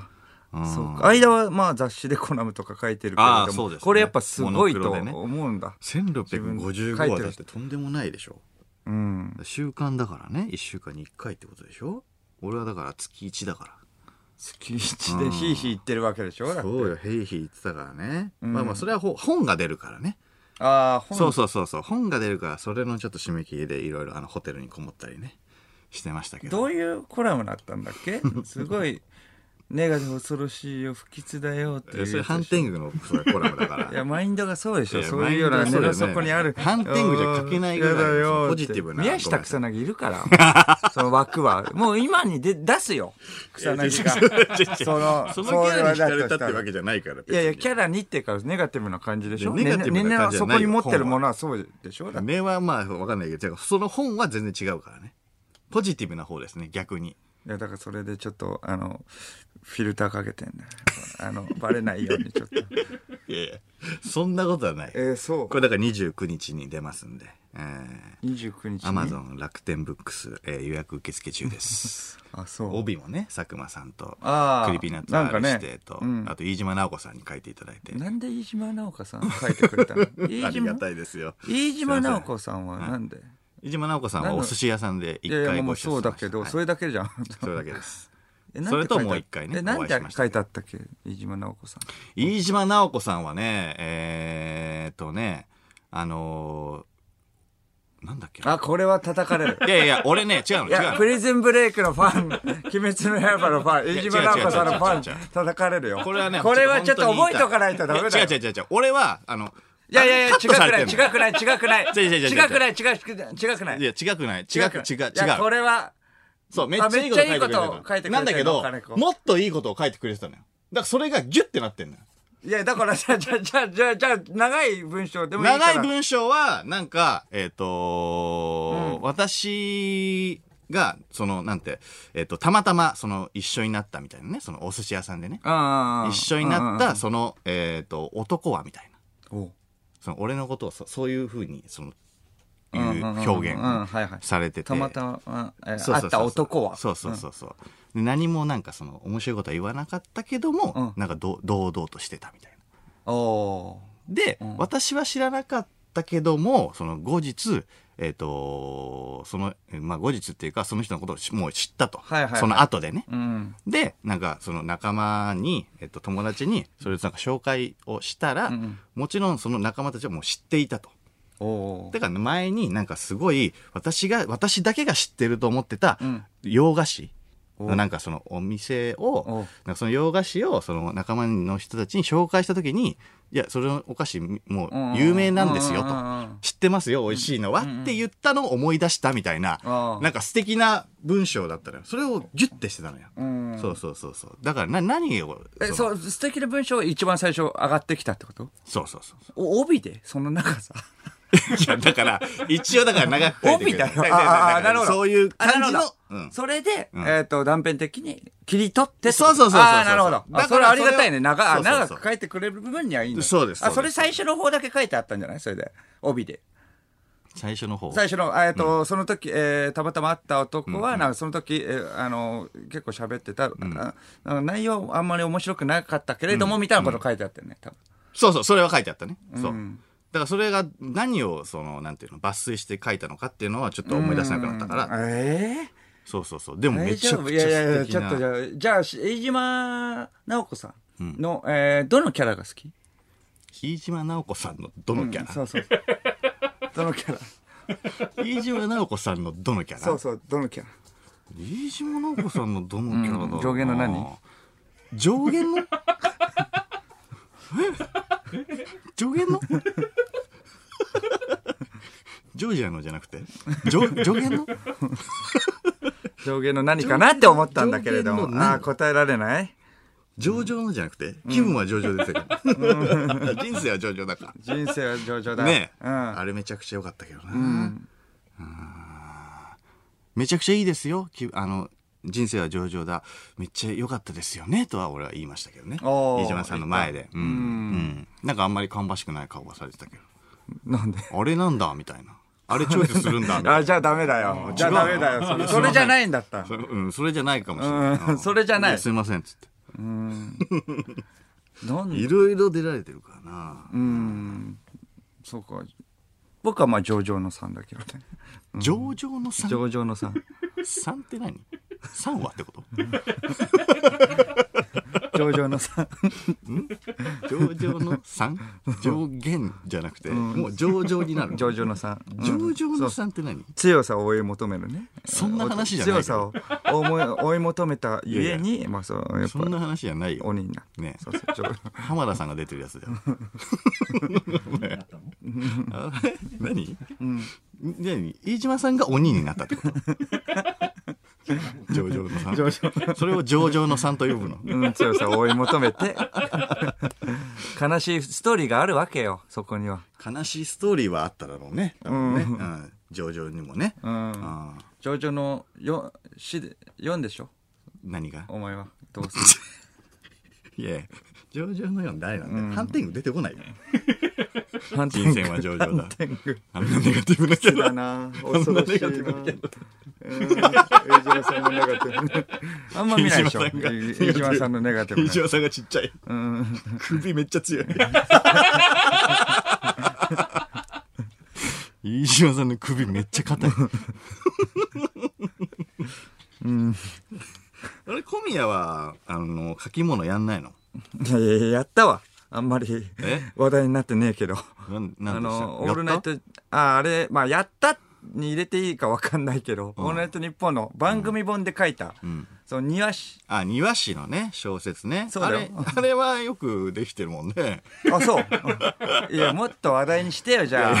Speaker 2: そうか間はまあ雑誌でコラムとか書いてるけれども
Speaker 1: あーそうですね
Speaker 2: これやっぱすごいと
Speaker 1: モノクロでね
Speaker 2: 思うんだ、
Speaker 1: 1655はだってとんでもないでしょ
Speaker 2: うん
Speaker 1: 習慣だからね1週間に1回ってことでしょ俺はだから月1だか
Speaker 2: 月一でヒーヒー言ってるわけでしょだ
Speaker 1: ら
Speaker 2: って
Speaker 1: そうよヘイヘイ言ってたからね、
Speaker 2: うん
Speaker 1: まあまあそれはほ本が出るからね
Speaker 2: ああ本
Speaker 1: そうそうそうそう本が出るからそれのちょっと締め切りでいろいろあのホテルにこもったりねしてましたけど
Speaker 2: どういうコラムだったんだっけすごい「ネガで恐ろしいよ不吉だよ」って
Speaker 1: い
Speaker 2: い
Speaker 1: や
Speaker 2: う
Speaker 1: それハンテングのそれコラムだから
Speaker 2: いやマインドがそうでしょ
Speaker 1: いや
Speaker 2: そういうような
Speaker 1: マインド
Speaker 2: 根
Speaker 1: が
Speaker 2: が
Speaker 1: そうだよね
Speaker 2: そこにある
Speaker 1: ハンテングじゃ書けないぐらいの
Speaker 2: うんやだよ
Speaker 1: ポジティブな
Speaker 2: って宮下草薙いるからその枠はもう今にで出すよ草薙がその
Speaker 1: そのキャラに惹かれたっ
Speaker 2: そうだとした
Speaker 1: て
Speaker 2: ら
Speaker 1: わけじゃないから別
Speaker 2: い
Speaker 1: に
Speaker 2: やいや、キャラにっていうか、ネガティブな感じでしょ
Speaker 1: いやネガティブな感じじゃ
Speaker 2: そ
Speaker 1: ないよ
Speaker 2: こに持ってるものはそうでしょだって
Speaker 1: 目はまあわかんないけど違うその本は全然違うからねポジティブな方ですね逆に
Speaker 2: いや、だからそれでちょっと、あの、フィルターかけてんだよ。あの、バレないようにちょ
Speaker 1: <laughs>
Speaker 2: っと。
Speaker 1: いやいやそんなことはない
Speaker 2: えー、そ
Speaker 1: これだから29日に出ますんで、え
Speaker 2: う。29日
Speaker 1: ー、
Speaker 2: に。
Speaker 1: Amazon 楽天ブックス、えー予約受付中
Speaker 2: <laughs>
Speaker 1: です。
Speaker 2: あ、そう。
Speaker 1: 帯もね、佐久間さんと、
Speaker 2: あー
Speaker 1: クリピーナッツ R
Speaker 2: なん
Speaker 1: 指
Speaker 2: か
Speaker 1: 定
Speaker 2: ね
Speaker 1: と、
Speaker 2: うん
Speaker 1: あと飯島直子さんに書いていただいて、 <laughs>
Speaker 2: なんで飯島直子さん書いてくれたの
Speaker 1: あ
Speaker 2: 飯
Speaker 1: りが
Speaker 2: 島
Speaker 1: たいですよ。
Speaker 2: 飯島直子さんはなんで
Speaker 1: 飯島直子さんはお寿司屋さんで
Speaker 2: い
Speaker 1: 一
Speaker 2: やいや、
Speaker 1: 回
Speaker 2: も
Speaker 1: ご
Speaker 2: う
Speaker 1: 一
Speaker 2: そ
Speaker 1: 緒
Speaker 2: う
Speaker 1: しま
Speaker 2: だ
Speaker 1: した。
Speaker 2: けど、
Speaker 1: <laughs> はい
Speaker 2: それだけじゃん。
Speaker 1: それだけです。
Speaker 2: えなんて
Speaker 1: それと
Speaker 2: 書いてあ
Speaker 1: もう一回ね
Speaker 2: えなん
Speaker 1: お会い
Speaker 2: て
Speaker 1: しました
Speaker 2: 書いてあったっけ飯島直子さん。
Speaker 1: 飯島直子さんはね、えー、っとね、あのーなんだっけな
Speaker 2: あ、これは叩かれる。
Speaker 1: いやいや、俺ね、違うの、違
Speaker 2: い
Speaker 1: う
Speaker 2: や、
Speaker 1: の
Speaker 2: プ。リズンブレイクの
Speaker 1: <laughs>
Speaker 2: ファン、鬼滅の刃のファン、飯島直子さんのフ
Speaker 1: 違う違う違う違う違
Speaker 2: ァン、叩かれるよ。
Speaker 1: これ
Speaker 2: <laughs>
Speaker 1: はね、
Speaker 2: ちょっと
Speaker 1: 本当に言い
Speaker 2: 覚え
Speaker 1: た
Speaker 2: とかないとダメだよ。
Speaker 1: いや違う違う違う。俺は、あの、
Speaker 2: いやいやい
Speaker 1: カ
Speaker 2: や、違
Speaker 1: ッ
Speaker 2: く
Speaker 1: トされ
Speaker 2: ない、
Speaker 1: てんの
Speaker 2: 違くない、違くない。
Speaker 1: 違う違う違う違う
Speaker 2: 違くない、違うくない、違くない。
Speaker 1: いや、違くない。違く、違う、
Speaker 2: いや、こ
Speaker 1: 違う。
Speaker 2: れは、
Speaker 1: そう、めっちゃいいこと書いてくれて
Speaker 2: あめっちゃいいことを書
Speaker 1: たなんだけど
Speaker 2: いてくれてる金、子
Speaker 1: もっといいことを書いてくれてたのよ。だからそれがギュッてなってんのよ。
Speaker 2: いや、だから、じゃあ、じゃあ、じゃあ、じゃあ、じゃあ長い文章でもいいから。
Speaker 1: 長い文章は、なんか、えっと
Speaker 2: う、ん
Speaker 1: 私が、その、なんて、えっと、たまたま、その、一緒になったみたいなね、その、お寿司屋さんでね、
Speaker 2: うん。
Speaker 1: 一緒になった、その、えっと、男はみたいな。
Speaker 2: うん。おう
Speaker 1: その、俺のことをそ、そういうふうに、その、い
Speaker 2: うん
Speaker 1: う表現
Speaker 2: うんうんうんはいはい
Speaker 1: されてて。
Speaker 2: たまたま、うんえ
Speaker 1: そうそうそう
Speaker 2: 会
Speaker 1: そう
Speaker 2: った男は。
Speaker 1: そうそうそうそう、で何もなんかその面白いことは言わなかったけども、
Speaker 2: うん
Speaker 1: なんかど堂々としてたみたいな
Speaker 2: うん。お
Speaker 1: で、
Speaker 2: ん
Speaker 1: 私は知らなかったけどもその後日えっ、とその、えまあ、後日っていうかその人のことをしもう知ったと、
Speaker 2: はいはいはい
Speaker 1: その後でね
Speaker 2: ーうん。
Speaker 1: でなんかその仲間に、えっと友達にそれをなんか紹介をしたら、
Speaker 2: うんうん
Speaker 1: もちろんその仲間たちはもう知っていたと。
Speaker 2: おう
Speaker 1: だから前になんかすごい私が私だけが知ってると思ってた
Speaker 2: うん
Speaker 1: 洋菓子
Speaker 2: お
Speaker 1: なんかそのお店
Speaker 2: お
Speaker 1: をなんかその洋菓子をその仲間の人たちに紹介した時にいやそれのお菓子もう有名なんですよ
Speaker 2: うんうん
Speaker 1: と
Speaker 2: うんうん
Speaker 1: 知ってますよ美味しいのはって言ったのを思い出したみたいな
Speaker 2: あー
Speaker 1: なんか素敵な文章だったのよそれをギュッてしてたのよ
Speaker 2: うん
Speaker 1: そうそうそうそうだからな何を
Speaker 2: え
Speaker 1: その
Speaker 2: そう素敵な文章が一番最初上がってきたってこと
Speaker 1: そうそう <laughs> そう
Speaker 2: お帯でその長
Speaker 1: <laughs>
Speaker 2: さ
Speaker 1: いや、だから、一応だから長く書いてくれた
Speaker 2: 帯
Speaker 1: <laughs>
Speaker 2: だよあーなるほど
Speaker 1: そういう
Speaker 2: あな
Speaker 1: 感
Speaker 2: る
Speaker 1: じ
Speaker 2: ほど
Speaker 1: の。うん
Speaker 2: それで、
Speaker 1: ん
Speaker 2: えっ、と断片的に切り取って
Speaker 1: そうそうそうそうそう
Speaker 2: ああなるほど
Speaker 1: だから
Speaker 2: あそれありがたい
Speaker 1: それ
Speaker 2: ね
Speaker 1: を
Speaker 2: 長あ
Speaker 1: そうそうそう
Speaker 2: 長く書いてくれる部分にはいいの
Speaker 1: そうです
Speaker 2: あそ
Speaker 1: そう
Speaker 2: れ
Speaker 1: です
Speaker 2: 最初の方だけ書いてあったんじゃないそれで帯で
Speaker 1: 最初の方。
Speaker 2: 最初の、あえっと、その時、えーたまたま会った男は、なんかその時、えーあの、結構喋ってた、ああの内容あんまり面白くなかったけれども、みたいなこと書いてあったよね、多分。
Speaker 1: そうそう、それは書いてあったね。そう。だからそれが何を、その、なんていうの、抜粋して書いたのかっていうのはちょっと思い出せなくなったから。
Speaker 2: え
Speaker 1: そうそうそう。で
Speaker 2: え
Speaker 1: もめ
Speaker 2: 大
Speaker 1: ちゃ
Speaker 2: 丈夫
Speaker 1: く
Speaker 2: い
Speaker 1: ちゃ
Speaker 2: やいやい
Speaker 1: 素
Speaker 2: や、
Speaker 1: 敵
Speaker 2: ちょっとじ
Speaker 1: な。
Speaker 2: ゃあ、じゃあ、し飯島直子さんの、えーどのキャラが好き
Speaker 1: 飯島直子さんのどのキャ
Speaker 2: そう
Speaker 1: ラ
Speaker 2: そうそう。 <laughs> どのキャラ
Speaker 1: 飯島直子さんのどのキャ
Speaker 2: <laughs> そ
Speaker 1: ラ
Speaker 2: うそう、どのキャラ
Speaker 1: 飯島直子さんのどのキャラだろう
Speaker 2: うん
Speaker 1: な
Speaker 2: 上限の何
Speaker 1: 上限のえ上限
Speaker 2: <laughs>
Speaker 1: のジョージアのじゃなくて上上限の
Speaker 2: 上下の何かなって思ったんだけれど
Speaker 1: 上下
Speaker 2: も、
Speaker 1: の何
Speaker 2: ああー、答えられない
Speaker 1: 上々のじゃなくて気分は上々でしたけど、 <laughs> 人生は上々だか
Speaker 2: 人生は上々
Speaker 1: ら
Speaker 2: だ。
Speaker 1: ねえ、
Speaker 2: うん。
Speaker 1: あれめちゃくちゃ良かったけどな、うんめちゃくちゃいいですよきあの人生は上々だめっちゃ良かったですよねとは俺は言いましたけどね
Speaker 2: おー
Speaker 1: 飯島さんの前で、うんうんなんかあんまり芳しくない顔がされてたけ
Speaker 2: なんで
Speaker 1: どあれなんだみたいなあれチョイスするんだみたい
Speaker 2: <laughs> あじゃあダメだよ。じゃあダメだよ。それそれじゃないんだった
Speaker 1: な。それ,、うん、それじゃないかもしれない、
Speaker 2: うんそれじゃない
Speaker 1: やすいませんっつって
Speaker 2: なん
Speaker 1: いろいろ出られてるからな、
Speaker 2: うん。そうか。僕はまあ上々のさんだけど <laughs> ね。
Speaker 1: 上々の3
Speaker 2: 上々のさん。
Speaker 1: 三って何三はってこと
Speaker 2: 上々のさん。
Speaker 1: 上場の三上限じゃなくて、もう上場になる
Speaker 2: 上々のさん。うん
Speaker 1: 上場の三って何
Speaker 2: 強さを追い求めるね。
Speaker 1: そんな話じゃないけ
Speaker 2: 強
Speaker 1: ど
Speaker 2: さを思い <laughs> 追い求めたゆえに、まあそう、やっ
Speaker 1: そん
Speaker 2: ぱ
Speaker 1: な話じゃないよ
Speaker 2: 鬼になる。
Speaker 1: ね
Speaker 2: そうそう、上々。
Speaker 1: 浜田さんが出てるやつだよあれ何、何飯島さんが鬼になったってこと上場の三それを上場の三と呼ぶの
Speaker 2: うん、強さを追い求めて。悲しいストーリーがあるわけよ、そこには。
Speaker 1: 悲しいストーリーはあっただろうね多分ね、うん上場にもね、
Speaker 2: うん。
Speaker 1: ああ
Speaker 2: 上々のよしで4でしょ
Speaker 1: 何が
Speaker 2: お前はどうす
Speaker 1: いやいや上々のような誰なんだよ、反転具出てこないよ
Speaker 2: るなんて
Speaker 1: <laughs> 人生は上々だ
Speaker 2: 天狗
Speaker 1: あんなネガティブなキャ
Speaker 2: だ
Speaker 1: ラ
Speaker 2: な恐ろしいな
Speaker 1: あんなネガティブなキ
Speaker 2: うん飯島さんのネガ
Speaker 1: <laughs>
Speaker 2: ティブあんま見ないでしょ
Speaker 1: 飯島さんが
Speaker 2: 飯島さんのネガティブ
Speaker 1: 飯島
Speaker 2: な
Speaker 1: さんがちっちゃい
Speaker 2: うん
Speaker 1: 首めっちゃ強い飯島さんの首めっちゃ硬いあれ小宮はあの書き物やんないの
Speaker 2: いやいやいややったわあんまり
Speaker 1: え
Speaker 2: 話題になってねえけど
Speaker 1: なんな
Speaker 2: あ
Speaker 1: んでした
Speaker 2: のオールナイト
Speaker 1: やっ
Speaker 2: ああれまあやったに入れていいかわかんないけど「オールナイトニッポン」の番組本で書いた
Speaker 1: ん
Speaker 2: その庭師
Speaker 1: たあ庭師のね小説ね
Speaker 2: そう
Speaker 1: あ
Speaker 2: だよ
Speaker 1: れあれはよくできてるもんね
Speaker 2: あ、そう。いや、もっと話題にしてよ、じゃ
Speaker 1: い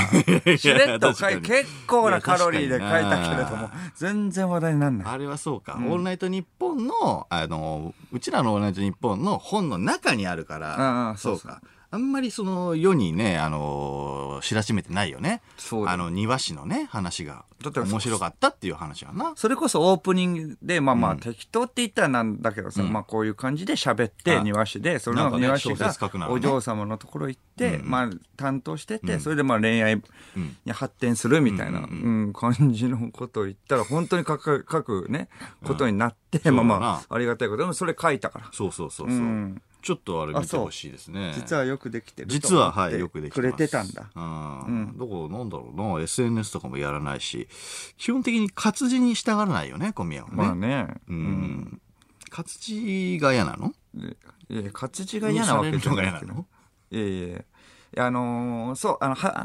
Speaker 2: あ。
Speaker 1: や
Speaker 2: しれっと
Speaker 1: 確
Speaker 2: 書
Speaker 1: か
Speaker 2: い、
Speaker 1: に
Speaker 2: 結構なカロリーで書いたけれ
Speaker 1: い
Speaker 2: ども
Speaker 1: や確か、
Speaker 2: 全然話題になんない。
Speaker 1: あれはそうか、オールナイトニッポンの、あの、うちらのオールナイトニッポンの本の中にあるか
Speaker 2: うんうん
Speaker 1: ら、
Speaker 2: そうそう
Speaker 1: か。あんまりその世にね、あの、知らしめてないよね。
Speaker 2: そうだ
Speaker 1: あの、庭師のね、話が。
Speaker 2: だって
Speaker 1: 面白かったっていう話はな。
Speaker 2: それこそオープニングで、まあまあ適当って言ったらなんだけどさ、まあこういう感じで喋って、
Speaker 1: あ
Speaker 2: 庭師で、そ
Speaker 1: なん
Speaker 2: の
Speaker 1: かね
Speaker 2: 庭師
Speaker 1: 小
Speaker 2: が
Speaker 1: 説書くならね
Speaker 2: お嬢様のところ行って、まあ担当してて、それでまあ恋愛に発展するみたいな、うん感じのことを言ったら、本当に書く、書くね、ことになって、
Speaker 1: ん
Speaker 2: まあ
Speaker 1: そうだ
Speaker 2: ま
Speaker 1: な
Speaker 2: あ、ありがたいことでもそれ書いたから。
Speaker 1: そうそうそうそう、
Speaker 2: ん
Speaker 1: ちょっとあれ見てほしいですね。
Speaker 2: 実はよくできてると思って
Speaker 1: 実ははいよくできて
Speaker 2: く
Speaker 1: ま
Speaker 2: れ
Speaker 1: す
Speaker 2: てたんだ
Speaker 1: うん、どこなんだろうな SNS とかもやらないし基本的に活字に従わないよね小宮はね、
Speaker 2: まあね。
Speaker 1: うん活字が嫌なの
Speaker 2: でいやいや活字が嫌なわけじゃない
Speaker 1: に
Speaker 2: け
Speaker 1: されるのが嫌な
Speaker 2: ど
Speaker 1: の。
Speaker 2: いやいやいや。あのーそう、あの、は、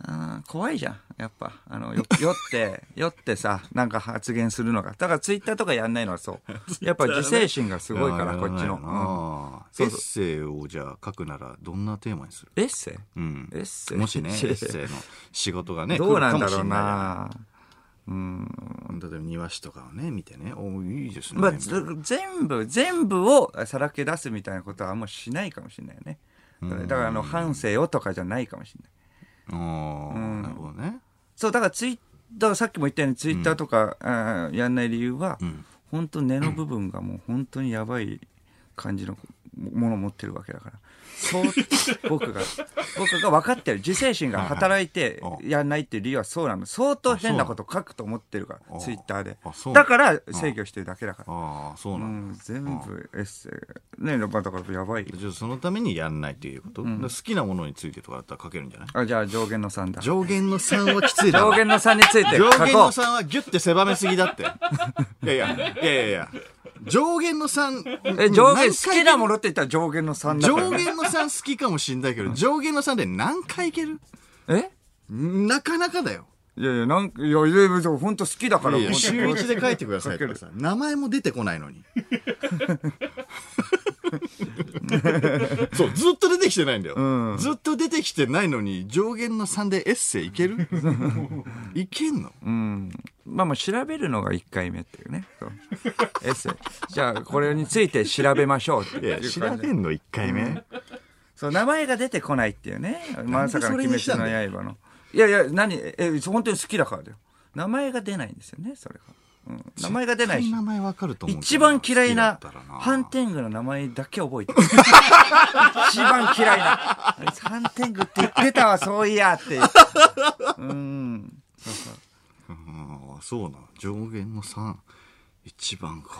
Speaker 2: あー怖いじゃん。やっぱ、
Speaker 1: <laughs>
Speaker 2: あの、よ、酔って、酔ってさ、なんか発言するのが。だからツイッターとかやんないのはそう。やっぱ自制心がすごいから、こっちの。
Speaker 1: のエ
Speaker 2: そう
Speaker 1: ッ
Speaker 2: そう
Speaker 1: セイをじゃあ書くならどんなテーマにする
Speaker 2: うんエッセイ
Speaker 1: うん
Speaker 2: エッセイ
Speaker 1: も
Speaker 2: <laughs>
Speaker 1: しねエッセイの仕事がね
Speaker 2: どうなんだろ
Speaker 1: 来る
Speaker 2: う
Speaker 1: かもしんいから
Speaker 2: な。うん。
Speaker 1: 例えば庭師とかをね見てねおーいいですね、
Speaker 2: まあ、
Speaker 1: みたいな
Speaker 2: ず全部、全部をさらけ出すみたいなことはあんましないかもしれないよね。だからだから、あの、反省をとかじゃないかもしれない。
Speaker 1: あー
Speaker 2: うん
Speaker 1: なるほどね
Speaker 2: そう、だからツイッだからさっきも言ったようにツイッターとか、あーやんない理由は、
Speaker 1: ん
Speaker 2: 本当根の部分がもう本当にやばい感じのものを持ってるわけだから。
Speaker 1: <laughs>
Speaker 2: そう、僕が、僕が分かってる。自制心が働いて
Speaker 1: はいはい
Speaker 2: やんないっていう理由はそうなの。相当変なこと書くと思ってるか
Speaker 1: あ
Speaker 2: ら、ツイッターで
Speaker 1: あそう。
Speaker 2: だから制御してるだけだから。
Speaker 1: ああそう
Speaker 2: う
Speaker 1: なんだ、
Speaker 2: ん、全部エッセイ。ねまあだからやばい。
Speaker 1: じゃあそのためにやんないっていうこと、だから好きなものについてとかだったら書けるんじゃない
Speaker 2: あ、じゃあ上限の3だ。上
Speaker 1: 上限の3はきついだろ
Speaker 2: 限の3について書
Speaker 1: 上限
Speaker 2: こ
Speaker 1: の
Speaker 2: う。
Speaker 1: 3はギュッて狭めすぎだって
Speaker 2: <laughs>
Speaker 1: いやいやいやいやいや上限の3
Speaker 2: え、上限、好きなものって言ったら上限の3だか
Speaker 1: <laughs>
Speaker 2: ら。
Speaker 1: 上限の3好きかもしんないけど上限の3で何回いける
Speaker 2: え
Speaker 1: なかなかだよ
Speaker 2: いやいや、なんか、いや、いやいや、本当好きだから。
Speaker 1: いやいや
Speaker 2: 本当
Speaker 1: 週一で書いてくださいとかさ名前も出てこないのにそうずっと出てきてないんだよ、ずっと出てきてないのに上限の3でエッセイいけ <laughs> るいけんの
Speaker 2: うん。まあまあ、調べるのが1回目っていうね。そうエッセイ。じゃあ、これについて調べましょうって
Speaker 1: い
Speaker 2: いう
Speaker 1: や
Speaker 2: 感じ
Speaker 1: 調べんの1回目、
Speaker 2: そう、名前が出てこないっていうね。まさかの
Speaker 1: それ
Speaker 2: 鬼
Speaker 1: に
Speaker 2: 滅
Speaker 1: したんだよ
Speaker 2: の刃の。いやいや、何、え、本当に好きだからだよ。名前が出ないんですよね、それが。うん、名前が出ない
Speaker 1: 絶
Speaker 2: し
Speaker 1: 対。名前わかると思うけど
Speaker 2: 一番嫌いな
Speaker 1: 好きだったら
Speaker 2: ハンテングの名前だけ覚えてる <laughs> 一番嫌いなあいつハンテングって言ってたわそういやっていううんそ
Speaker 1: う
Speaker 2: う
Speaker 1: んそうなの上限の3一番か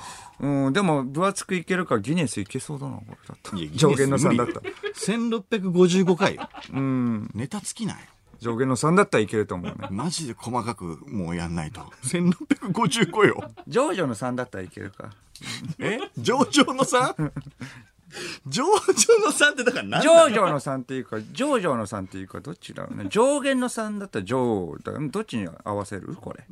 Speaker 2: そううんでも分厚くいけるからギネスいけそうだなこれだったら上限の3だったら
Speaker 1: 1655回よ
Speaker 2: うん
Speaker 1: ネタ尽きない
Speaker 2: 上限の3だったらいけると思うね
Speaker 1: マジで細かくもうやんないと1655よ
Speaker 2: 上女の3だったらいけるか
Speaker 1: え上場の 3? 上場の3ってだから何
Speaker 2: 上女の3っていうか上女の3っていうかどっちだろうね上限の3だったら上だどっちに合わせるこれ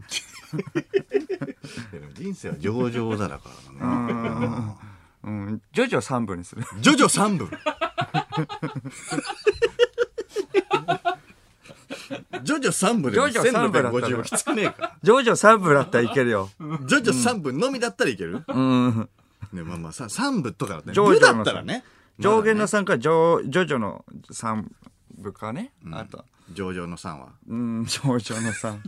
Speaker 1: 人生は上場だらからな
Speaker 2: うん上女3分にする
Speaker 1: ジョジョ3部ジョジョ3部でも
Speaker 2: ジョジョ三部だったら
Speaker 1: 1655きつくねえか
Speaker 2: 上女3分だったらいけるよ
Speaker 1: ジョジョ3部のみだったらいける、
Speaker 2: うん
Speaker 1: ねまあまあさ3部とかだった
Speaker 2: ジョ
Speaker 1: ら
Speaker 2: ジョ
Speaker 1: 部
Speaker 2: の
Speaker 1: だったらね
Speaker 2: 上限の
Speaker 1: まだね
Speaker 2: 3か上ジョジョの3部かね、あと
Speaker 1: 上場の3は、
Speaker 2: うん上々の3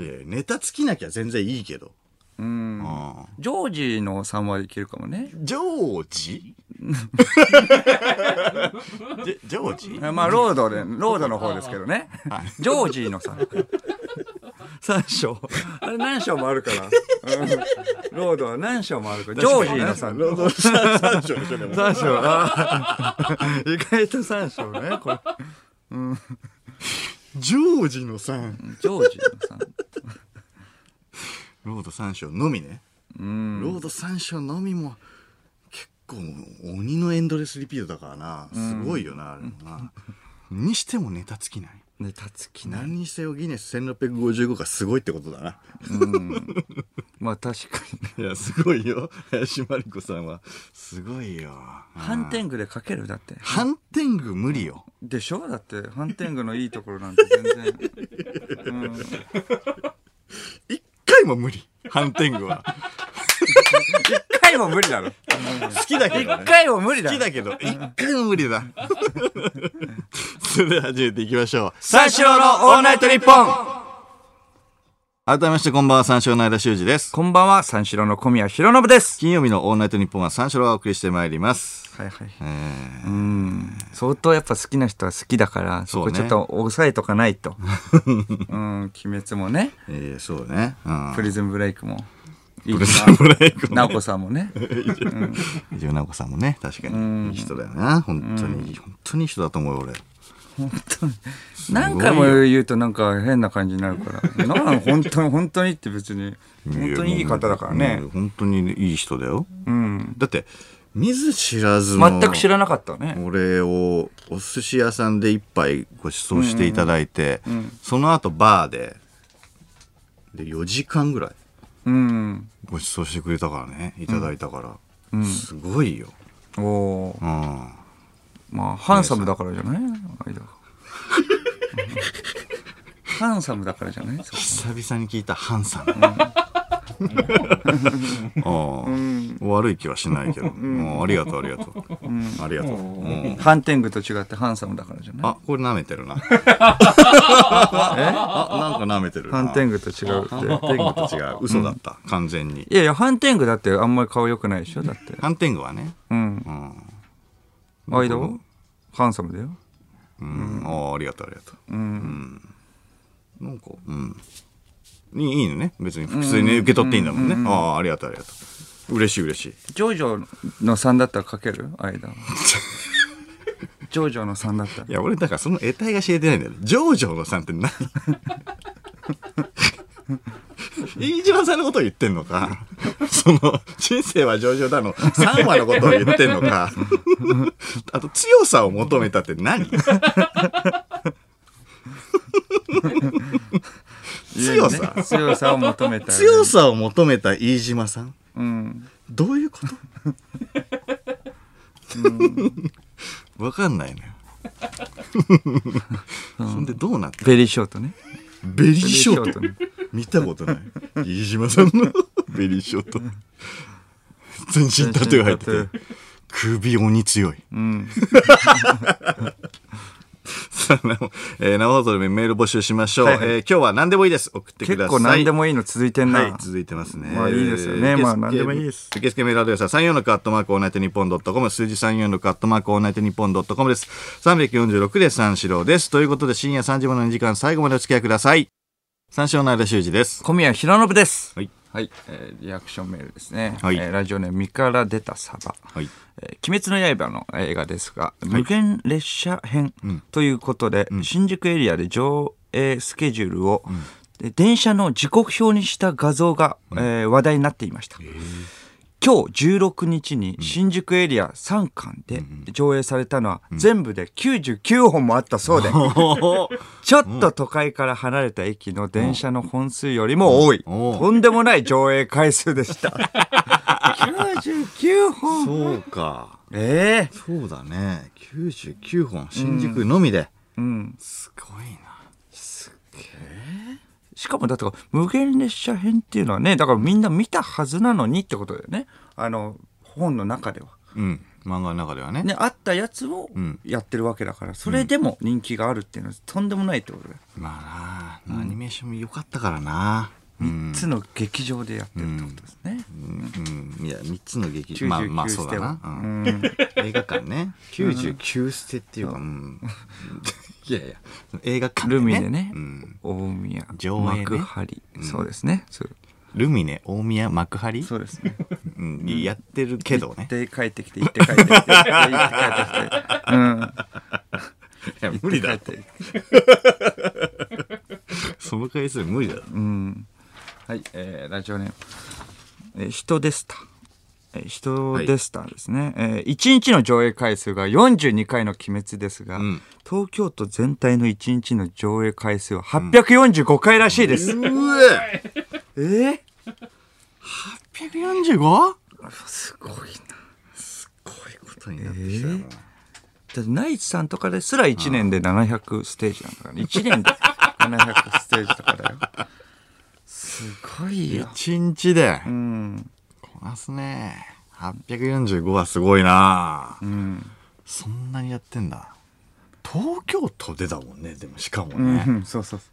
Speaker 1: いやネタ尽きなきゃ全然いいけど
Speaker 2: うん
Speaker 1: ああ
Speaker 2: ジョージの3はいけるかもね
Speaker 1: ジョー <laughs> ジジョジョージ
Speaker 2: あまあロードでロードの方ですけどねジョージの3 <laughs> 三章あれ何章もあるから、うんロードは何章もあるからジョージの3
Speaker 1: 労働者三章でしょでも
Speaker 2: 三章あー意外と3章ねこれ
Speaker 1: ジョージの3
Speaker 2: ジョージの3
Speaker 1: ロード3章のみね
Speaker 2: うん
Speaker 1: ロード3章のみも結構鬼のエンドレスリピートだからなすごいよなあれもな <laughs> にしてもネタ尽きない
Speaker 2: ネタつき
Speaker 1: 何にせよギネス1655がすごいってことだな
Speaker 2: まあ確かに
Speaker 1: いやすごいよ林真理子さんはすごいよ
Speaker 2: ハンテングで書けるだって
Speaker 1: ハンテング無理よ
Speaker 2: でしょだってハンテングのいいところなんて全然うん
Speaker 1: 一回も無理ハンテングは
Speaker 2: 一回も無理だろ
Speaker 1: 好きだけど
Speaker 2: 一
Speaker 1: ね
Speaker 2: 回も無理だ
Speaker 1: 好き
Speaker 2: ろ
Speaker 1: だけど一回も無理だそれでは始めていきましょう
Speaker 2: 三四郎のオールナイトニッポン
Speaker 1: 改めましてこんばんは三四郎の間修二です
Speaker 2: こんばんは三四郎の小宮浩信です
Speaker 1: 金曜日の「オールナイトニッポン」は三四郎がお送りしてまいります
Speaker 2: はいはい
Speaker 1: えー
Speaker 2: うん相当やっぱ好きな人は好きだからそ
Speaker 1: そう
Speaker 2: こ
Speaker 1: ね
Speaker 2: ちょっと抑えとかな
Speaker 1: <laughs>
Speaker 2: いとうん「鬼滅」もね
Speaker 1: えーそうねうん
Speaker 2: 「プリズムブレイク」も
Speaker 1: プリズムブレイク
Speaker 2: 直子さんもね
Speaker 1: 伊集院直子さんもね確かにいい人だよな本当に本当にいい人だと思うよ俺ごいよ
Speaker 2: 何回も言うとなんか変な感じになる <laughs> からなん本当に本当にって別に本当にいい方だから
Speaker 1: やもう
Speaker 2: ね
Speaker 1: うん本当にいい人だよ
Speaker 2: うん
Speaker 1: だって見ず知らずの
Speaker 2: 全く知らなかったね。
Speaker 1: 俺をお寿司屋さんで一杯ご馳走していただいて、その後バーでで4時間ぐらい
Speaker 2: うん。
Speaker 1: ご馳走してくれたからねいただいたから、すごいよ、
Speaker 2: おおー。
Speaker 1: うん、
Speaker 2: まあ、ハンサムだからじゃない間 <laughs> がハンサムだからじゃないそこ
Speaker 1: 久々に聞いたハンサム、 <laughs> うん悪い気はしないけど、うんありがとうありがとう、ありがとう、うん
Speaker 2: ハンテングと違ってハンサムだからじゃない
Speaker 1: あこれ舐めてるな <laughs> あなんか舐めてるな
Speaker 2: ハンテングと違うって。
Speaker 1: テングと違う嘘だった、完全に
Speaker 2: いやいや、ハンテングだってあんまり顔良くないでしょだって。
Speaker 1: ハンテングはね
Speaker 2: うん。
Speaker 1: うん、
Speaker 2: 間はハンサムだよ。
Speaker 1: うんああありがとうありがとう
Speaker 2: うん。
Speaker 1: なんかうんいいいいのね別に普通に受け取っていいんだもんね、ああありがとうありがとう嬉しい嬉しい
Speaker 2: ジョジョの3だったら書ける間。ジョジョの3だったら
Speaker 1: い。や、俺、だからその得体が知れてないんだよ。ジョージョのさんって <laughs> 何飯島さんのことを言ってんのか、その、人生は上々だの、3話のことを言ってんの <laughs> か、あと、強さを求めたって何強さ、
Speaker 2: 家にね強さを求めたい、
Speaker 1: 強さを求めた飯島さん
Speaker 2: うん。
Speaker 1: どういうことわかんないのよ。そんでどうなった
Speaker 2: ベリーショートね。
Speaker 1: ベリーショート
Speaker 2: ベリーシ
Speaker 1: 見たことない飯島さんのベリーショート全身タトゥー入っ
Speaker 2: 全身
Speaker 1: て
Speaker 2: タ
Speaker 1: て首鬼強い
Speaker 2: うん。
Speaker 1: <laughs> さあ、なえー生放送でメール募集しましょう、
Speaker 2: はいはい
Speaker 1: えー今日は何でもいいです送ってくださ
Speaker 2: 結
Speaker 1: い
Speaker 2: 構何でもいいの続いてんな。
Speaker 1: はい、続いてますね。
Speaker 2: まあいいですよねまあ
Speaker 1: 受付
Speaker 2: 何でもいいです
Speaker 1: 受付メールアドレスは34のカットマークオールナイトニッポンドットコム、数字34のカットマークオールナイトニッポンドットコムです。346で三四郎です。ということで深夜3時までの2時間、最後までお付き合いください。三四郎の間修二です。
Speaker 2: 小宮浩信です。
Speaker 1: はい。
Speaker 2: えーリアクションメールですね。
Speaker 1: はい
Speaker 2: えーラジオネーム、ミから出たサバ。
Speaker 1: はい。
Speaker 2: えー鬼滅の刃の映画ですが、無限列車編ということで、新宿エリアで上映スケジュールを、で電車の時刻表にした画像が、えー話題になっていました。今日16日に新宿エリア3巻で上映されたのは全部で99本もあったそうで、ちょっと都会から離れた駅の電車の本数よりも多い、
Speaker 1: おう
Speaker 2: とんでもない上映回数で <laughs> した。99本
Speaker 1: <laughs> そうか。
Speaker 2: <laughs> ええ
Speaker 1: そうだね。99本、新宿のみで。
Speaker 2: うん。
Speaker 1: すごいな。
Speaker 2: しかもだって無限列車編っていうのはね、だからみんな見たはずなのにってことだよね。あの、本の中では。
Speaker 1: うん。漫画の中ではね。
Speaker 2: ね、あったやつを
Speaker 1: ん
Speaker 2: やってるわけだから、それでも人気があるっていうのはとんでもないってことだよ。
Speaker 1: まあな、アニメーションも良かったからな。うん
Speaker 2: いつの劇場でやってるってことですね。
Speaker 1: うん、いや3つの劇
Speaker 2: 99
Speaker 1: まあまあそうだな、
Speaker 2: ステ
Speaker 1: うん映画館 <laughs> ね99捨てっていうか、うん、 <laughs> いやいや映画館、ね、
Speaker 2: ルミネね
Speaker 1: <laughs> うん、
Speaker 2: 大宮、
Speaker 1: 上映ね
Speaker 2: 幕張、そうですね。そう
Speaker 1: ルミネ大宮幕張
Speaker 2: そうですね。
Speaker 1: うん、やってるけどね
Speaker 2: で、帰ってきて、行って帰ってきて、行って帰ってきて。うん。
Speaker 1: <laughs> いや <laughs> 無理だってその回数無理だ <laughs> ろ
Speaker 2: うん。はい、えーラジオネーム。えー人でした。えー人でしたですね。え1日の上映回数が42回の鬼滅ですが、
Speaker 1: ん
Speaker 2: 東京都全体の1日の上映回数は845回らしいです。
Speaker 1: うえ
Speaker 2: え
Speaker 1: 145?
Speaker 2: すごい
Speaker 1: こう
Speaker 2: な。
Speaker 1: いうことになってきたよな、
Speaker 2: だってナイツさんとかですら1年で700ステージなんだから、1年で700ステージとかだよ。 <laughs> すごいよ。
Speaker 1: 1日で
Speaker 2: うん。
Speaker 1: こなすね845はすごいな
Speaker 2: うん。
Speaker 1: そんなにやってんだ東京都でだもんねでもしかも
Speaker 2: う
Speaker 1: ね、
Speaker 2: ん、そうそうそう。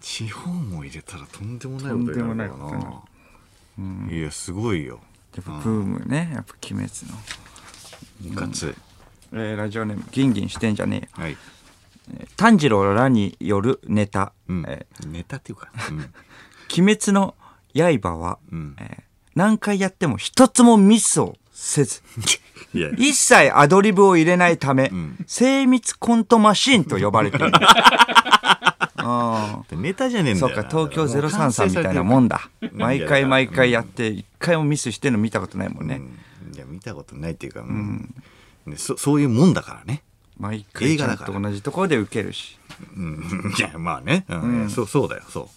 Speaker 1: 地方も入れたらとんでもないことになる
Speaker 2: とんでもないことになる
Speaker 1: かな、いやすごいよ
Speaker 2: やっぱブームね、やっぱ鬼滅の。
Speaker 1: ムカつい、
Speaker 2: えーラジオネームギンギンしてんじゃねえよ
Speaker 1: はい、
Speaker 2: えー炭治郎らによるネタ「
Speaker 1: うん
Speaker 2: え
Speaker 1: ネタ <laughs> っていうか、
Speaker 2: ー鬼滅の刃は」
Speaker 1: うん
Speaker 2: えー何回やっても一つもミスをせず
Speaker 1: うん、いや
Speaker 2: 一切アドリブを入れないため、
Speaker 1: ん
Speaker 2: 精密コントマシンと呼ばれてい <laughs> るあー
Speaker 1: ネタじゃねえんだ
Speaker 2: そ
Speaker 1: よ
Speaker 2: う
Speaker 1: な
Speaker 2: か東京03さんみたいなもんだ毎回毎回やって一回もミスしてるの見たことないもん
Speaker 1: ね
Speaker 2: ね、
Speaker 1: いや見たことないっていうか、うんねそそういうもんだからね。
Speaker 2: 毎回ちゃんと同じところで受けるし
Speaker 1: うん、いやまあね、うんそうそうだよそう。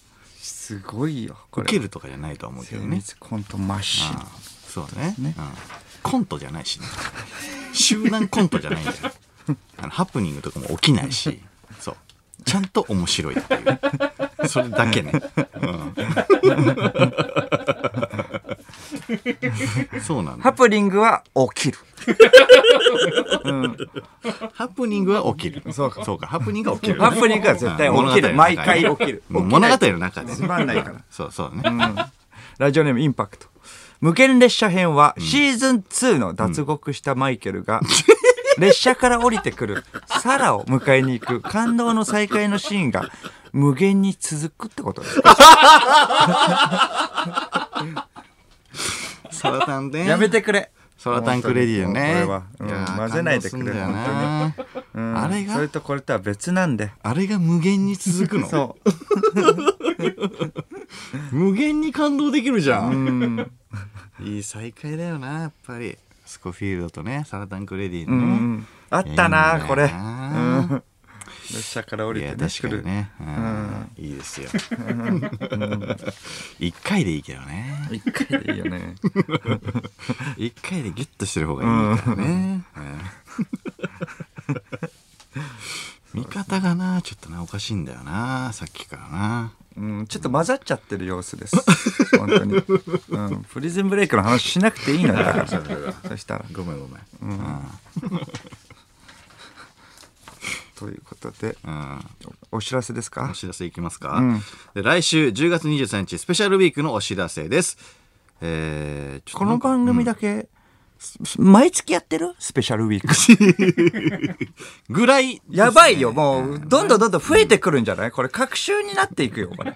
Speaker 2: すごいよこれ
Speaker 1: 受けるとかじゃないとは思うけど
Speaker 2: 精
Speaker 1: ね。
Speaker 2: 密コントマシン
Speaker 1: ああそうねうん、コントじゃないし、
Speaker 2: <laughs>
Speaker 1: ね、集団コントじゃないんだよあのハプニングとかも起きないしそうちゃんと面白いっていうそれだけね、うん、そうなんだ
Speaker 2: ハプニングは起きる
Speaker 1: ハプニングは起きるそうかそうかハプニングは起きる
Speaker 2: ハプニングは絶対起きる
Speaker 1: うん
Speaker 2: 毎回起きる
Speaker 1: 物語の中でうん物語の中で
Speaker 2: つまんないから
Speaker 1: そうそうね、
Speaker 2: <laughs> ラジオネームインパクト無限列車編はシーズン2の脱獄したマイケル <laughs> が、列車から降りてくるサラを迎えに行く感動の再会のシーンが無限に続くってことですか
Speaker 1: サラタンで
Speaker 2: やめてくれ
Speaker 1: ソラタンクレディよね。
Speaker 2: 本当にこれはうん
Speaker 1: やー
Speaker 2: 混ぜないでくれ
Speaker 1: 感動すんだよな
Speaker 2: うん
Speaker 1: あれが
Speaker 2: それとこれとは別なんで
Speaker 1: あれが無限に続くの。
Speaker 2: そう
Speaker 1: 無限に感動できるじゃ。
Speaker 2: うんん
Speaker 1: いい再会だよな、やっぱり。スコフィールドとね、サラタンクレディ
Speaker 2: う
Speaker 1: ね。
Speaker 2: んあったなこれ
Speaker 1: いいんだよな
Speaker 2: うん列車から降り
Speaker 1: いや、
Speaker 2: てね
Speaker 1: 確か
Speaker 2: 来
Speaker 1: に
Speaker 2: る
Speaker 1: ね。うんいいですよ。一回でいいけどね。
Speaker 2: 一回でいいよね
Speaker 1: 一回でギュッとしてる方がいいからね。うん見方がな、ちょっとな、おかしいんだよな、さっきからな。
Speaker 2: うん、ちょっと混ざっちゃってる様子 <laughs> です。本当に。うん、プリズンブレイクの話しなくていいのよだ <laughs> から。そしたら、
Speaker 1: ごめんごめん。うん
Speaker 2: ということで、
Speaker 1: うん
Speaker 2: お知らせですか
Speaker 1: お。知らせいきますか、で来週10月23日スペシャルウィークのお知らせですえー、ちょっと
Speaker 2: この番組だけ、すす毎月やってるスペシャルウィーク。
Speaker 1: ぐらいですね、
Speaker 2: <laughs> やばいよ、もう、どんどんどんどん増えてくるんじゃないこれ、隔週になっていくよ、こ <laughs> れ。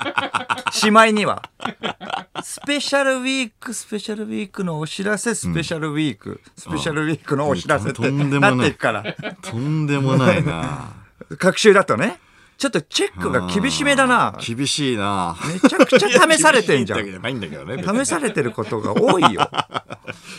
Speaker 2: しまいには。スペシャルウィーク、スペシャルウィークのお知らせ、スペシャルウィーク、スペシャルウィークのお知らせっ
Speaker 1: と
Speaker 2: て
Speaker 1: んでもない
Speaker 2: なっていくから。
Speaker 1: とんでもない
Speaker 2: <laughs>
Speaker 1: な
Speaker 2: 隔週だとね。ちょっとチェックが厳しめだな。
Speaker 1: 厳しいな
Speaker 2: めちゃくちゃ試されてんじゃ
Speaker 1: いや厳しいわけ
Speaker 2: ん。
Speaker 1: じゃないんだけどね
Speaker 2: 試されてることが多いよ。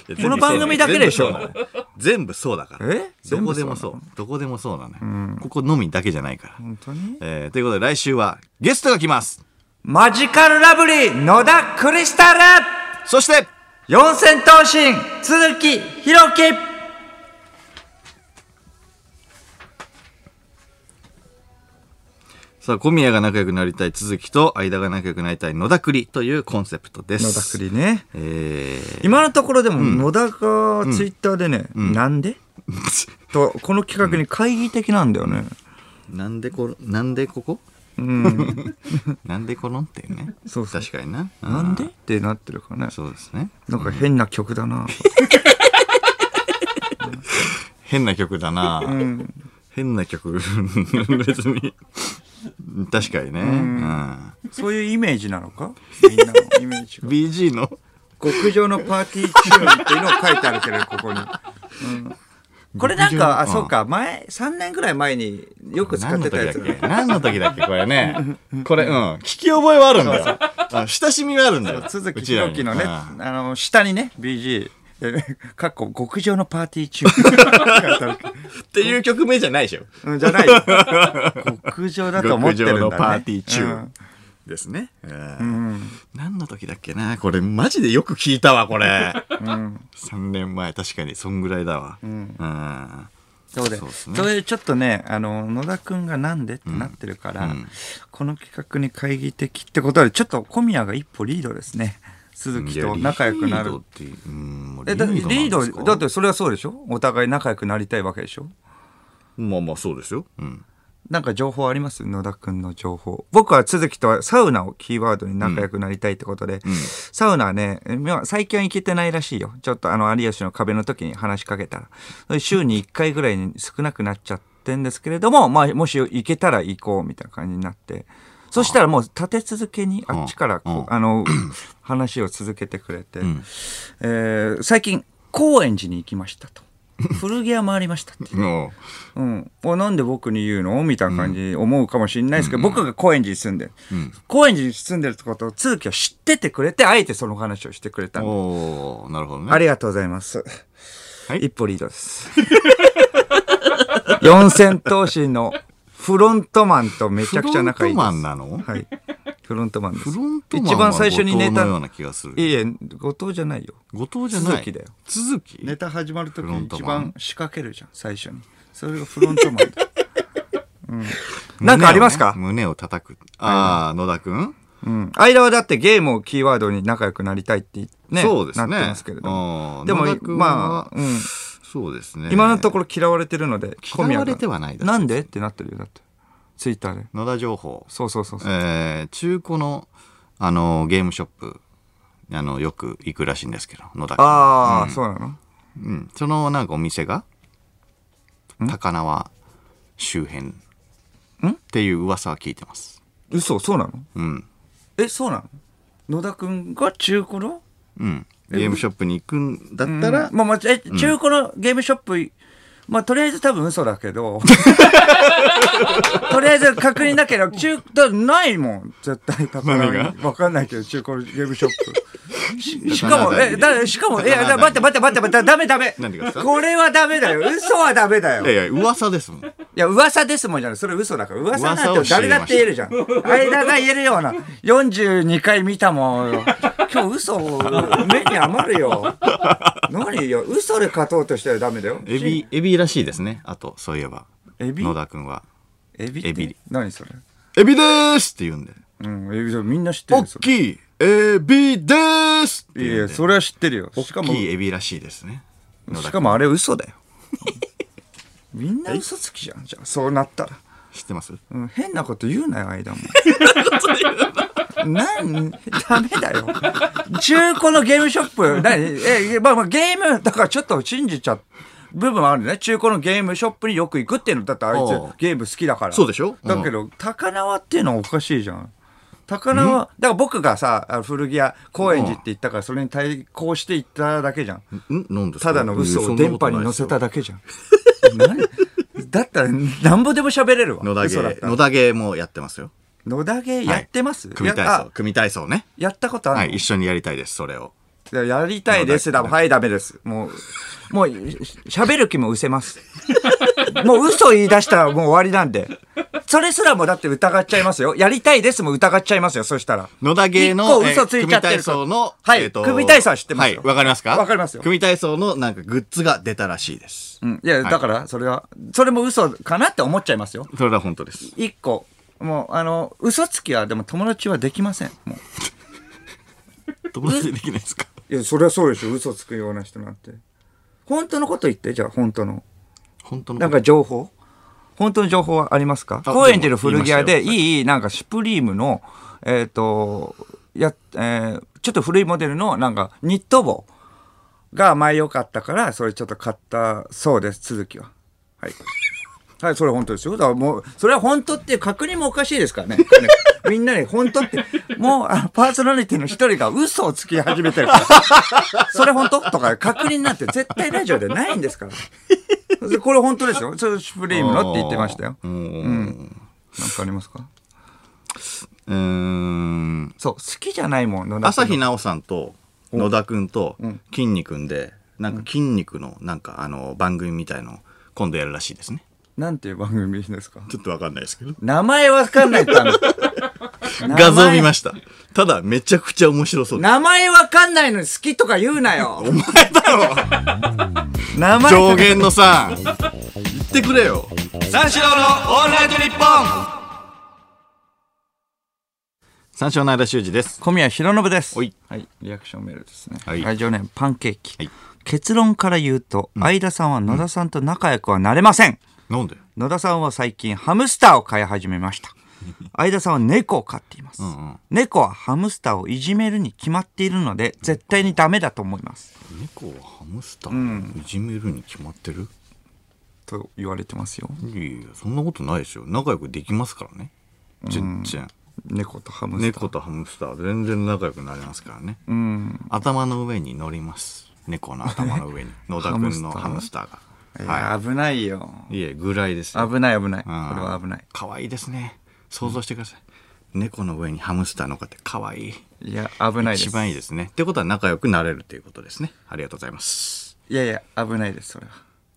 Speaker 1: 別に
Speaker 2: この番組だけでしょ
Speaker 1: 全部そうだ全部そうだから
Speaker 2: え
Speaker 1: どこでも
Speaker 2: 全部
Speaker 1: そうどこでもそうだね、ここのみだけじゃないから、
Speaker 2: 本当に
Speaker 1: えーということで来週はゲストが来ます
Speaker 2: マジカルラブリー野田クリスタル
Speaker 1: そして
Speaker 2: 四千頭身鈴木ひろき
Speaker 1: さあ小宮が仲良くなりたい続きと間が仲良くなりたい野田栗というコンセプトです
Speaker 2: 野田クリね。
Speaker 1: えー
Speaker 2: 今のところでも野田がツイッターでね、なんでと、この企画に懐疑的なんだよね。
Speaker 1: <laughs> なんでこ、なんでここ
Speaker 2: うん。
Speaker 1: <laughs> なんでこのっていうね。
Speaker 2: そうそう
Speaker 1: 確かにな。うん
Speaker 2: なんでってなってるからね。
Speaker 1: そうですね。
Speaker 2: なんか変な曲だな。
Speaker 1: 変な曲だな、
Speaker 2: うん。
Speaker 1: 変な曲。 <laughs> 別に。確かにね。うん
Speaker 2: そういうイメージなのか <laughs> みんなのイメージが。
Speaker 1: BG の
Speaker 2: 極上のパーティーチューンっていうのを書いてあるけど、ここに。これなんか、あ、そうか、前、3年ぐらい前によく使っ
Speaker 1: 何の
Speaker 2: て
Speaker 1: 時
Speaker 2: た
Speaker 1: だ
Speaker 2: や
Speaker 1: っ
Speaker 2: つ
Speaker 1: け
Speaker 2: ね。
Speaker 1: 何の時だっけこれね。これ、うん。聞き覚えはあるんだよ。あ親しみはあるんだよ。
Speaker 2: 鈴木
Speaker 1: うち
Speaker 2: ひ
Speaker 1: ら
Speaker 2: ろ
Speaker 1: に
Speaker 2: きのね、
Speaker 1: うん
Speaker 2: あの、下にね、BG、えーかっこ、極上のパーティーチ
Speaker 1: <laughs>
Speaker 2: ューン
Speaker 1: っていう曲名じゃないでしょ。
Speaker 2: うん。じゃないよ。極上だと思ってるんだ、ね。
Speaker 1: 極上のパーティーチューンですね。うん何の時だっけなこれマジでよく聞いたわ、これ。3年前、確かに、そんぐらいだわ。うん
Speaker 2: そうで
Speaker 1: そうですね
Speaker 2: それでちょっとね、あの、野田くんがなんでってなってるから、この企画に懐疑的ってことで、ちょっと小宮が一歩リードですね。鈴木と仲良くない
Speaker 1: や
Speaker 2: る。
Speaker 1: リードってうんもう
Speaker 2: えだリード
Speaker 1: なんですか
Speaker 2: だってそれはそうでしょお互い仲良くなりたいわけでしょ
Speaker 1: まあまあそうですよ、うん、
Speaker 2: なんか情報あります野田くんの情報。僕は鈴木とはサウナをキーワードに仲良くなりたいってことで、サウナはね、えまあ最近は行けてないらしいよ。ちょっとあの、有吉の壁の時に話しかけたら。週に1回ぐらいに少なくなっちゃってんですけれども、まあ、もし行けたら行こうみたいな感じになって。そしたらもう立て続けにあっちからこう、あの、 <clears throat> 話を続けてくれて、えー最近、高円寺に行きましたと。古着屋回りましたって。
Speaker 1: も
Speaker 2: うん、おなんで僕に言うのみたいな感じに思うかもしれないですけど、僕が高円寺に住んでる、高円寺に住んでるってことを通気を知っててくれてあえてその話をしてくれた
Speaker 1: う、
Speaker 2: んで
Speaker 1: おーなるほどね。
Speaker 2: ありがとうございます、
Speaker 1: はい
Speaker 2: 一歩リードです四千頭身のフロントマンとめちゃくちゃ仲いいです
Speaker 1: フロントマンなの
Speaker 2: はいフロントマンです
Speaker 1: フロントマン
Speaker 2: 一番最初にネ
Speaker 1: 寝た
Speaker 2: タ
Speaker 1: ような気がする。
Speaker 2: いえいえ後藤じゃないよ
Speaker 1: 後藤じゃない。
Speaker 2: 都築だよ
Speaker 1: 都築
Speaker 2: ネタ始まるとき
Speaker 1: フロ
Speaker 2: に
Speaker 1: ント
Speaker 2: 一
Speaker 1: マン
Speaker 2: 番仕掛けるじゃん、最初に。それがフロ
Speaker 1: <laughs>
Speaker 2: ントマンだ。うん、なんかありますか、
Speaker 1: 胸をね胸を叩く。ああ、野田くん
Speaker 2: うん。間はだってゲームをキーワードに仲良くなりたいってね、
Speaker 1: そうですね。
Speaker 2: なってますけれども。
Speaker 1: も
Speaker 2: でも
Speaker 1: 野田、君
Speaker 2: ま
Speaker 1: は
Speaker 2: あ、うん、
Speaker 1: そうですね。
Speaker 2: 今のところ嫌われてるので、小宮
Speaker 1: 嫌
Speaker 2: が
Speaker 1: われてはないだろ
Speaker 2: なんでってなってるよ、だって。ツイッターで。
Speaker 1: 野田情報。
Speaker 2: そうそうそうそう。
Speaker 1: えー中古の、あの、ゲームショップ、あの、よく行くらしいんですけど、野田君
Speaker 2: ああ、そうなの
Speaker 1: うん。その、なんかお店が、高輪周辺。っていう噂は聞いてます。
Speaker 2: 嘘、そうなの
Speaker 1: うん。
Speaker 2: え、そうなの野田くんが中古の
Speaker 1: うん。ゲームショップに行くんだったら、
Speaker 2: まあまあ、え中古のゲームショップ、まあ、とりあえず多分嘘だけ
Speaker 1: <laughs>
Speaker 2: ど。とりあえず確認だけど、中、だないもん。絶対高
Speaker 1: <laughs> 何
Speaker 2: 輪
Speaker 1: が
Speaker 2: に。わかんないけど、中古のゲームショッ
Speaker 1: <laughs>
Speaker 2: プ。ししか
Speaker 1: 高
Speaker 2: も、
Speaker 1: 輪台
Speaker 2: え、だ、しかも、いや、だ
Speaker 1: 高
Speaker 2: 待
Speaker 1: 輪台
Speaker 2: って待って待って待って、ダメダメ
Speaker 1: 何がです。か
Speaker 2: これはダメだよ。嘘はダメだよ。
Speaker 1: いやいや、噂ですもん。
Speaker 2: いや、噂ですもんじゃない。それ嘘だから。噂なん
Speaker 1: 噂
Speaker 2: て
Speaker 1: を知りました
Speaker 2: 誰だって言えるじゃん。間が言えるような。42回見たもん。今日嘘、目に余るよ。何よ。嘘で勝とうとしたらダメだよ。
Speaker 1: エビ、エビらしいですね。あと、そういえば。
Speaker 2: エビ
Speaker 1: 野田くんは。
Speaker 2: エビって
Speaker 1: エビ
Speaker 2: 何それ
Speaker 1: エビでーすって言うんで。
Speaker 2: うん、エビそれみんな知って
Speaker 1: 大
Speaker 2: るそれ
Speaker 1: きいエビでーすって
Speaker 2: い
Speaker 1: 言
Speaker 2: や
Speaker 1: うん
Speaker 2: いや、
Speaker 1: で。
Speaker 2: それは知ってるよ。しか
Speaker 1: 大
Speaker 2: も、
Speaker 1: きい
Speaker 2: し
Speaker 1: エビらしいですね。野田
Speaker 2: か
Speaker 1: 君
Speaker 2: もあれ嘘だよ。みんな嘘つきじゃん。じゃあ、そうなったら。
Speaker 1: 知ってます
Speaker 2: うん、変なこと言うなよ、間も。なん、ダメだよ。中古のゲームショップ、なえ、まあまあゲーム、だからちょっと信じちゃう部分はあるね。中古のゲームショップによく行くっていうの、だってあいつ
Speaker 1: おう
Speaker 2: ゲーム好きだから。
Speaker 1: そうでしょうん
Speaker 2: だけど、高輪っていうのはおかしいじゃん。高輪、だから僕がさ、あの古着屋、高円寺って言ったから、それに対抗して行っただけじゃん。
Speaker 1: んなんですか
Speaker 2: ただの嘘を電波に乗せた
Speaker 1: だ
Speaker 2: だけじゃん。何 <laughs> だったら、なんぼでも喋れるわ。
Speaker 1: 野田
Speaker 2: 嘘だっ
Speaker 1: 芸
Speaker 2: たら
Speaker 1: 野田芸もやってますよ
Speaker 2: 野田芸やってます、
Speaker 1: はい組体
Speaker 2: や
Speaker 1: 操
Speaker 2: あ
Speaker 1: 組体操ね
Speaker 2: やったことある
Speaker 1: は
Speaker 2: の
Speaker 1: い一緒にやりたいですそれを
Speaker 2: いややりたいですだもんはい、ダメです。もう、もう、喋る気も失せます。 <laughs> もう嘘言い出したらもう終わりなんで。それすらもだって疑っちゃいますよ。やりたいですも疑っちゃいますよ、そしたら。
Speaker 1: 野田芸
Speaker 2: 一個
Speaker 1: の
Speaker 2: 嘘ついちゃってる
Speaker 1: えー組体操の
Speaker 2: はい
Speaker 1: えーと
Speaker 2: 組体操は知ってますよ
Speaker 1: はいわかりますか
Speaker 2: わかりますよ
Speaker 1: 組体操のなんかグッズが出たらしいです
Speaker 2: うん。いや、だから、それは、それも嘘かなって思っちゃいますよ。
Speaker 1: それは本当です
Speaker 2: 一個。もう、あの、嘘つきはでも友達はできません。も
Speaker 1: 友達できないですか
Speaker 2: う。いや、それはそうでしょ。嘘つくような人なんて。本当のこと言って、じゃあ、本当の。
Speaker 1: 本当の
Speaker 2: なんか情報本当の情報はありますか
Speaker 1: あ
Speaker 2: 高円寺の古着屋で
Speaker 1: でも
Speaker 2: いい、なんかシュプリームの、えっ、と、や、えーちょっと古いモデルのなんかニット帽が前良かったから、それちょっと買ったそうです、続きは。はい。はい、それは本当ですよ。だからもう、それは本当っていう確認もおかしいですか
Speaker 1: <laughs>
Speaker 2: らね。みんなに本当って、もう、あのパーソナリティの一人が嘘をつき始めてるから。それ本当とか確認なんて絶対ラジオでないんですから。でこれ本当ですよ。それシュプリームのって言ってましたよ。
Speaker 1: う
Speaker 2: なん
Speaker 1: ん
Speaker 2: かありますか
Speaker 1: うーん
Speaker 2: そう、好きじゃないもん。野田
Speaker 1: 朝
Speaker 2: 君
Speaker 1: 日奈央さんと野田くんと筋肉んでなんか筋肉のなんかあの番組みたいの今度やるらしいですね
Speaker 2: なんていう番組ですか
Speaker 1: ちょっとわかんないですけど
Speaker 2: 名前わかんないってある
Speaker 1: 画像見ま
Speaker 2: し
Speaker 1: したただめちゃくちゃ面白そうです
Speaker 2: 名前わかんないのに好きとか言うなよ。
Speaker 1: お前だろ
Speaker 2: 名前
Speaker 1: 上限のさ言ってくれよ
Speaker 2: 三四郎のオールナイトニッポン
Speaker 1: 三章の間修二です
Speaker 2: 小宮浩信です。
Speaker 1: おい
Speaker 2: はい。リアクションメールですね。
Speaker 1: はい
Speaker 2: ラジオネームパンケーキ。
Speaker 1: はい
Speaker 2: 結論から言うと、相田さんは野田さんと仲良くはなれません。
Speaker 1: なんで
Speaker 2: 野田さんは最近ハムスターを飼い始めました相田さんは猫を飼っています、
Speaker 1: んうん
Speaker 2: 猫はハムスターをいじめるに決まっているので絶対にダメだと思います
Speaker 1: 猫はハムスターをいじめるに決まってる、
Speaker 2: と言われてますよ
Speaker 1: いやいやそんなことないですよ仲良くできますからね全然、
Speaker 2: 猫とハムスター
Speaker 1: 猫とハムスターは全然仲良くなれますからね、
Speaker 2: <laughs>
Speaker 1: 頭の上に乗ります猫の頭の上に野田君のハムスターが
Speaker 2: いや危ないよ。
Speaker 1: いえぐらいですよ
Speaker 2: 危ない危ない。こ
Speaker 1: う
Speaker 2: れ
Speaker 1: ん
Speaker 2: は危ない。
Speaker 1: 可愛いですね想像してください、猫の上にハムスター乗っかって可愛い
Speaker 2: いや、危ないです。
Speaker 1: 一番いいですねってことは仲良くなれるということですねありがとうございます
Speaker 2: いやいや、危ないです、それ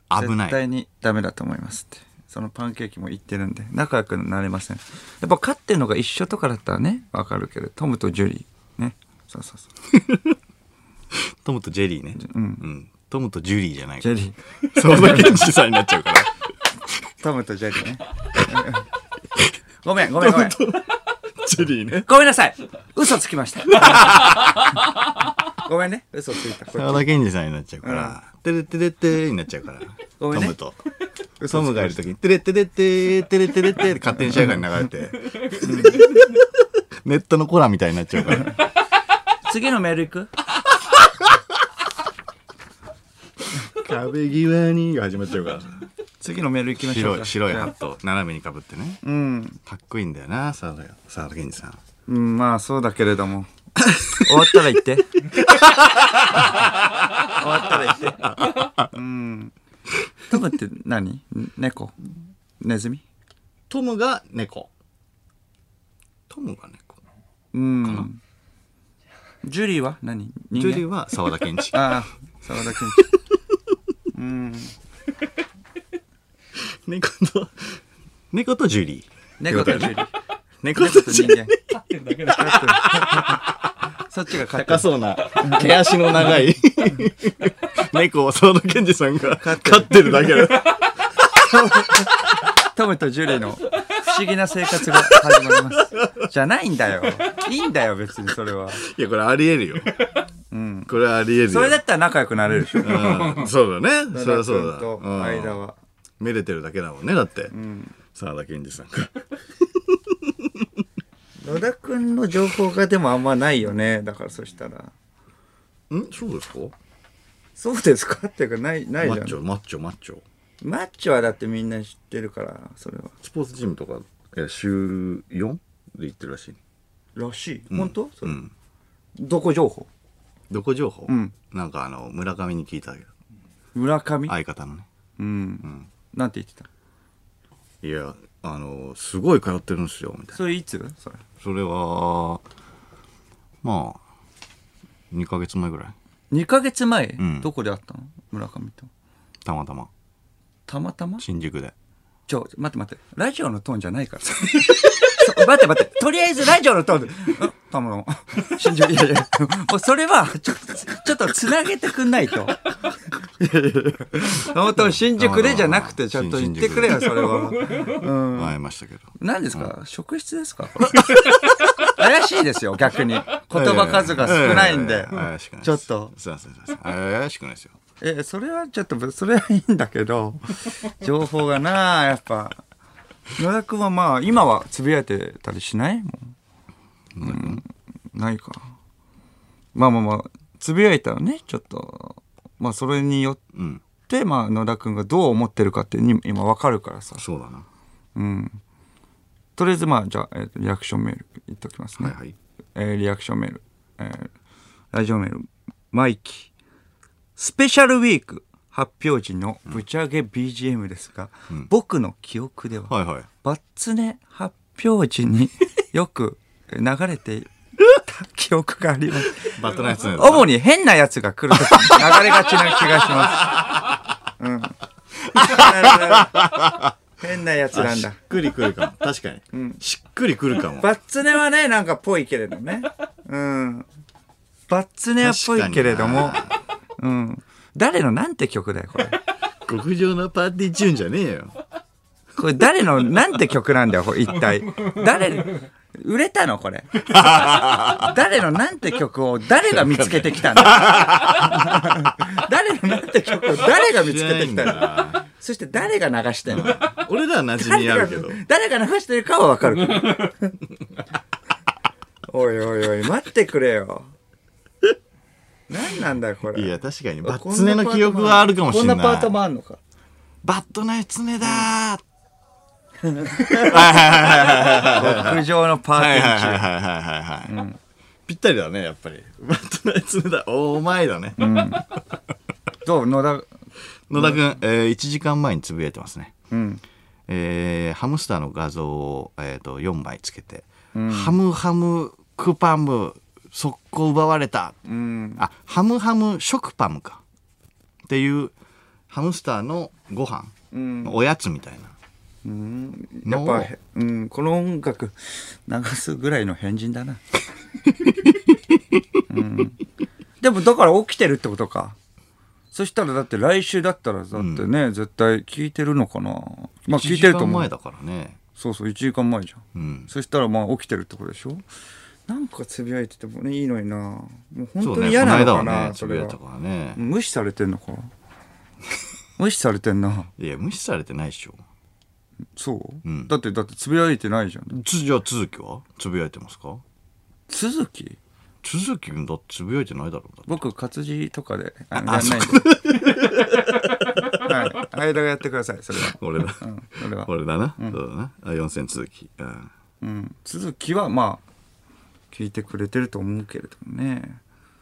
Speaker 2: は。
Speaker 1: 危ない
Speaker 2: 絶対にダメだと思いますって。そのパンケーキも言ってるんで、仲良くなれません。やっぱ飼ってるのが一緒とかだったらね、わかるけど、トムとジュリー。ね。そうそうそう。
Speaker 1: トムとジェリーねうん、トムとジュリーじゃない
Speaker 2: ジ
Speaker 1: か
Speaker 2: ェリー。
Speaker 1: らそんなケンジさんになっちゃうから
Speaker 2: <laughs> トムとジェリーね。 <laughs> ごめん、ごめん、ごめん。
Speaker 1: ジェリーね
Speaker 2: ごめんなさい。嘘つ
Speaker 1: <laughs>
Speaker 2: きました。ごめんね。嘘ついた。これ
Speaker 1: 沢田健二さんになっちゃうから、てれてれてーになっちゃうから、
Speaker 2: ごめん
Speaker 1: ト
Speaker 2: ね
Speaker 1: ムとトムがいる時にてれてれてーてれてれてーって勝手に社会に流れてネットのコラみたいになっちゃうから
Speaker 2: 次のメール行く
Speaker 1: 壁際にが始まっちゃうから
Speaker 2: 次のメール行きましょ
Speaker 1: 白
Speaker 2: うか。
Speaker 1: い白いハット斜めにかぶってね
Speaker 2: うん。
Speaker 1: かっこいいんだよな沢田沢田健二さん
Speaker 2: うん、まあそうだけれど
Speaker 1: <laughs>
Speaker 2: も。終わったら言って。終わったら言って。うん。トムって何猫ネズミ
Speaker 1: トムが猫トムが猫
Speaker 2: うん。ジュリーは何人間
Speaker 1: ジュリーは沢田健二
Speaker 2: ああ、沢田健二。うん。
Speaker 1: <laughs> 猫と猫とジュリー <laughs>
Speaker 2: 猫とジュリー。
Speaker 1: 猫
Speaker 2: 猫
Speaker 1: と
Speaker 2: と
Speaker 1: ジ
Speaker 2: 人
Speaker 1: ュリー
Speaker 2: 間。
Speaker 3: 飼ってるだけだから
Speaker 2: そっちが勝手
Speaker 1: 高そうな毛足の長い猫を沢田健二さんが飼ってるだけだ
Speaker 2: トムとジュリーの不思議な生活が始まります。じゃないんだよ。いいんだよ、別にそれは。
Speaker 1: いやこれありえるよ
Speaker 2: うん。
Speaker 1: これありえるよ
Speaker 2: それだったら仲良くなれるでしょ。
Speaker 1: うんそうだねそりゃそうだ
Speaker 2: 君と間
Speaker 1: うん
Speaker 2: は。
Speaker 1: めでてるだけだもんねだって
Speaker 2: うん。
Speaker 1: 沢田健二さんが
Speaker 2: 野田くんの情報がでもあんまないよね。だからそしたら。
Speaker 1: んそうですか
Speaker 2: そうですかっていうか、ない、ない
Speaker 1: マ
Speaker 2: じゃ
Speaker 1: ッチョ
Speaker 2: ん。
Speaker 1: マッチョマッチョ
Speaker 2: マッチョはだってみんな知ってるから、それは。
Speaker 1: スポーツジムとかえー週 4? で行ってるらしいね
Speaker 2: らしい。本当そうれ
Speaker 1: ん
Speaker 2: どこ情報
Speaker 1: どこ情報、
Speaker 2: うん
Speaker 1: なんかあの村上に聞いたけど
Speaker 2: 村上
Speaker 1: 相方のね
Speaker 2: うん。なんて言ってた
Speaker 1: いやあのすごい通ってるんですよみたいな
Speaker 2: それいつそれ。
Speaker 1: それはまあ2ヶ月前ぐらい
Speaker 2: 2ヶ月前
Speaker 1: うん
Speaker 2: どこで会ったの村上と。
Speaker 1: たまたま
Speaker 2: たまたま
Speaker 1: 新宿で
Speaker 2: ちょ、待って待って。ラジオのトーンじゃないから。 <laughs> そう待って待って。とりあえずラジオのトーンで。あたまの。新宿、いやいや。もうそれは、ちょっと、ちょっとつなげてくんないと。いやいやいや本当、新宿でじゃなくて、ちゃんと言ってくれよ、それ <laughs> は。うん。
Speaker 1: 会いましたけど、
Speaker 2: 何ですか、職質ですかこ <laughs> れ怪しいですよ、逆に。言葉数が少ないん
Speaker 1: いや
Speaker 2: で
Speaker 1: いやいや。怪しくないです
Speaker 2: ちょっと。
Speaker 1: すいませんすいません怪しくないですよ
Speaker 2: え、それはちょっと、それはいいんだけど、情報がなあ、やっぱ。野田君はまあ、今はつぶやいてたりしないもう、うん、ないか。まあまあまあ、つぶやいたらね、ちょっと、まあそれによっ
Speaker 1: うん
Speaker 2: て、まあ野田君がどう思ってるかってに今わかるからさ。
Speaker 1: そうだな
Speaker 2: うん。とりあえずまあ、じゃあ、えーとリアクションメール言っておきますね。
Speaker 1: はいはい
Speaker 2: えーリアクションメール、えーラジオメール、マイキー。スペシャルウィーク発表時のぶち上げ BGM ですが、僕の記憶では、
Speaker 1: はいはい
Speaker 2: バッツネ発表時によく流れていた記憶があります。
Speaker 1: バットのやつね
Speaker 2: 主に変なやつが来るときに流れがちな気がします。うん。 <laughs> なるほどなるほど変なやつなん
Speaker 1: し
Speaker 2: だ
Speaker 1: っ。くりくるかも確かに、しっくりくるかも
Speaker 2: バッツネはね、なんかぽいけれどね。うん。バッツネはぽいけれども
Speaker 1: 確。
Speaker 2: うん。誰のなんて曲だよ、これ。
Speaker 1: 極上のパーティーチューンじゃねえよ
Speaker 2: これ誰のなんて曲なんだよ、これ一体。誰、売れたのこれ。誰のなんて曲を誰が見つけてきたんだ誰のなんて曲を誰が見つけてきた
Speaker 1: 知ら
Speaker 2: んだ
Speaker 1: ないんだ
Speaker 2: そして誰が流してんの
Speaker 1: 俺らは馴染みある
Speaker 2: <laughs>
Speaker 1: けど
Speaker 2: 誰が流してるかはわかるけど
Speaker 1: <laughs>
Speaker 2: おいおいおい待ってくれよ何なんだよこれ
Speaker 1: いや確かに
Speaker 2: こんな
Speaker 1: バッツネの記憶はあるかもしれない
Speaker 2: こんなパートもあんの
Speaker 1: <laughs>
Speaker 2: か
Speaker 1: バットのツネだー
Speaker 2: 極上のパーテ
Speaker 1: はい
Speaker 2: ィ
Speaker 1: はいは
Speaker 2: ー
Speaker 1: い
Speaker 2: 中
Speaker 1: はいはいはいはいぴったりだねやっぱりバットのツネだお前だね
Speaker 2: どう野田
Speaker 1: 野田君、えー、1時間前につぶやいてますね。
Speaker 2: うん。
Speaker 1: えーハムスターの画像を、えー、と4枚つけて、
Speaker 2: うん
Speaker 1: ハムハムクパム速攻奪われた
Speaker 2: うん。
Speaker 1: あハムハム食パムかっていうハムスターのご飯、
Speaker 2: うん。
Speaker 1: おやつみたいな
Speaker 2: うんやっぱ、へうん、この音楽流すぐらいの変人
Speaker 1: <laughs>
Speaker 2: だな。うんでもだから起きてるってことか。そしたらだって来週だったらだってね、絶対聞いてるのかな。まあ聞いてると
Speaker 1: 1時間
Speaker 2: 思
Speaker 1: 前
Speaker 2: う。
Speaker 1: だからね、
Speaker 2: そうそう、1時間前じゃ
Speaker 1: う
Speaker 2: ん。
Speaker 1: ん、
Speaker 2: そしたらまあ起きてるってことでしょなんかつぶやいててもね、いいのにな。もう本
Speaker 1: そう
Speaker 2: 当に
Speaker 1: ね
Speaker 2: 嫌
Speaker 1: この
Speaker 2: なの
Speaker 1: 間
Speaker 2: か
Speaker 1: は
Speaker 2: な、
Speaker 1: ねつ
Speaker 2: そ
Speaker 1: ぶ
Speaker 2: れ
Speaker 1: やい
Speaker 2: は
Speaker 1: た。からね
Speaker 2: 無視されてんのか無視されてんな。
Speaker 1: いや無視されてないでしょ
Speaker 2: そう、
Speaker 1: うん
Speaker 2: だって、だってつぶやいてないじゃん。
Speaker 1: つじゃあ続きはつぶやいてますか
Speaker 2: 続き
Speaker 1: 続きだってつぶやいてないだろうだって
Speaker 2: 僕活字とかであのやんないんではい間がやってくださいそれは
Speaker 1: 俺だ
Speaker 2: うんそれは
Speaker 1: 俺だな、そうだなあ4000続き、うん
Speaker 2: うん続きはまあ聞いてくれてると思うけれどもね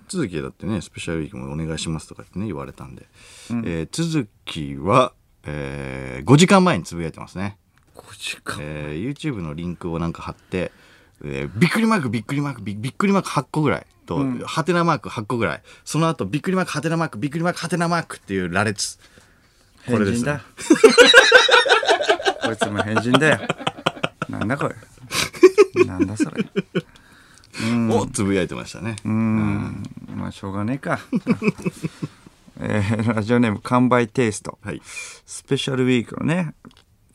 Speaker 1: 続きだってねスペシャルウィークもお願いしますとかってね言われたんで、えー続きは、え5時間前につぶやいてますね、
Speaker 2: 5時間
Speaker 1: えー YouTube のリンクをなんか貼って、えーびっくりマークびっくりマークびびっくりマーク8個ぐらいと、はてなマーク8個ぐらいその後びっくりマークはてなマークびっくりマークはてなマークっていう羅列これ
Speaker 2: 変
Speaker 1: です
Speaker 2: 人だ
Speaker 1: <laughs>
Speaker 2: こいつも変人だよなんだこれなんだそれ
Speaker 1: をつぶやいてましたね、
Speaker 2: うんまあしょうがねえかえーラジオネーム完売テイスト
Speaker 1: はい
Speaker 2: スペシャルウィークのね、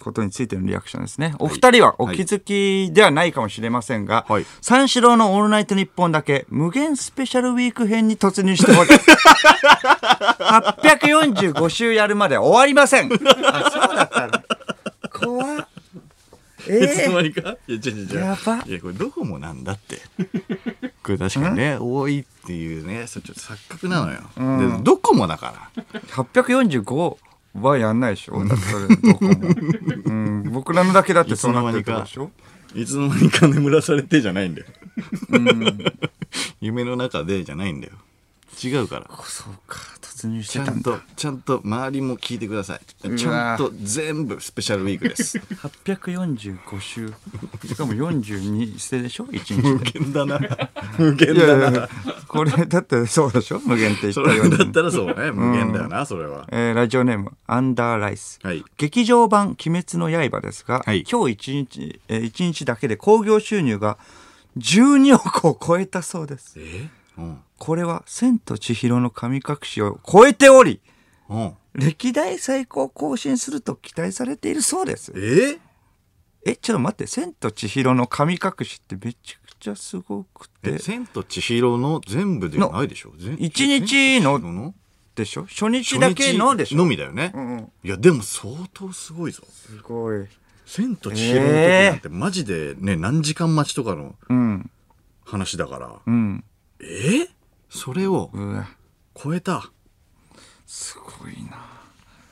Speaker 2: ことについてのリアクションですね。お二人はお気づきではないかもしれませんが、
Speaker 1: はい
Speaker 2: 三四郎のオールナイトニッポンだけ無限スペシャルウィーク編に突入しており、845週やるまで終わりません。あ、そうだったの。怖っえ
Speaker 1: いつの間
Speaker 2: ー
Speaker 1: にかいや、違う違う違う
Speaker 2: やば
Speaker 1: いや、これどこもなんだって。これ確かにね、多いっていうね、それちょっと錯覚なのよ。でどこもだから。
Speaker 2: 845はやんないでしょだってそれどこも、うん、僕らのだけだってそうなってるってことでしょ
Speaker 1: いつの間にか眠らされてじゃないんだよ。夢の中でじゃないんだよ。違うから。
Speaker 2: <laughs> そうか突入し
Speaker 1: ち
Speaker 2: て
Speaker 1: ゃ
Speaker 2: たん
Speaker 1: ん
Speaker 2: だ
Speaker 1: と、ちゃんと周りも聞いてください。ちゃんと全部スペシャルウィーク
Speaker 2: <laughs>
Speaker 1: です。
Speaker 2: 845週しかも42捨てでしょ1
Speaker 1: 無
Speaker 2: 日
Speaker 1: 限だな。無限
Speaker 2: でいやい
Speaker 1: だ
Speaker 2: やい
Speaker 1: な
Speaker 2: や。これだってそうでしょ無限って言っ
Speaker 1: そ
Speaker 2: たよ
Speaker 1: れ
Speaker 2: う
Speaker 1: だっ
Speaker 2: に、
Speaker 1: たらそうね。無限だよな、それは。
Speaker 2: えーラジオネームアンダーライス、
Speaker 1: はい
Speaker 2: 劇場版「鬼滅の刃」ですが、
Speaker 1: はい
Speaker 2: 今日1日、えー、1日だけで興行収入が12億を超えたそうです
Speaker 1: えうん。
Speaker 2: これは「千と千尋の神隠し」を超えており
Speaker 1: うん。
Speaker 2: 歴代最高を更新すると期待されているそうです
Speaker 1: え
Speaker 2: えちょっと待って「千と千尋の神隠し」ってめちゃくちゃすごく
Speaker 1: え
Speaker 2: て
Speaker 1: 千と千尋の全部ではないでしょ全
Speaker 2: 一日の
Speaker 1: 千と千尋の
Speaker 2: でしょ初日だけのでしょ
Speaker 1: のみだよね、
Speaker 2: うんうん
Speaker 1: いやでも相当すごいぞ
Speaker 2: すごい
Speaker 1: 千と千尋の時なんてマジでね何時間待ちとかの
Speaker 2: うん
Speaker 1: 話だから、
Speaker 2: うん
Speaker 1: えーそれを
Speaker 2: うわ
Speaker 1: 超えた
Speaker 2: すごいな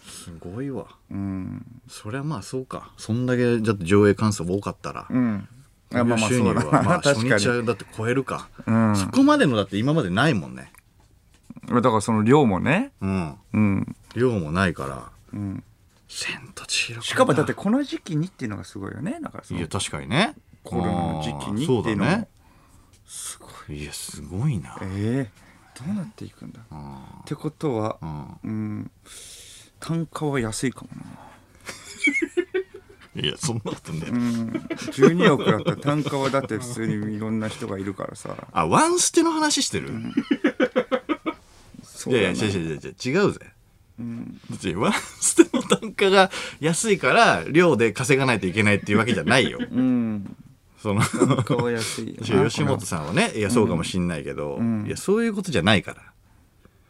Speaker 1: すごいわ
Speaker 2: うん
Speaker 1: そりゃまあそうかそんだけだって上映感想多かったら、
Speaker 2: うん
Speaker 1: 興行収入はまあ初
Speaker 2: <laughs> 確か
Speaker 1: 日
Speaker 2: に、
Speaker 1: はだって超えるか、
Speaker 2: うん、
Speaker 1: そこまでのだって今までないもんね
Speaker 2: だからその量もね
Speaker 1: うん
Speaker 2: うん、
Speaker 1: 量もないから
Speaker 2: うん、
Speaker 1: 千と千尋
Speaker 2: しかもだってこの時期にっていうのがすごいよねだからそ
Speaker 1: い
Speaker 2: の
Speaker 1: や確かにね
Speaker 2: コロナの時期に
Speaker 1: あー
Speaker 2: っていうのも
Speaker 1: そうだね
Speaker 2: すごい
Speaker 1: いやすごいな、
Speaker 2: ええどうなっていくんだってことは
Speaker 1: うん
Speaker 2: うん単価は安いかもな
Speaker 1: うん、いやそんなことね、
Speaker 2: うん12億だったら単価はだって普通にいろんな人がいるからさ
Speaker 1: あワンステの話してる、
Speaker 2: そ
Speaker 1: いう
Speaker 2: だ
Speaker 1: やい
Speaker 2: な
Speaker 1: や違う違う違う違う違うぜ
Speaker 2: うん
Speaker 1: だってワンステの単価が安いから量で稼がないといけないっていうわけじゃない <laughs> よ
Speaker 2: うん
Speaker 1: その
Speaker 2: 顔安いよ
Speaker 1: 違 <laughs> う吉本さんはねいやそうかもしんないけど、
Speaker 2: ん
Speaker 1: いやそういうことじゃないから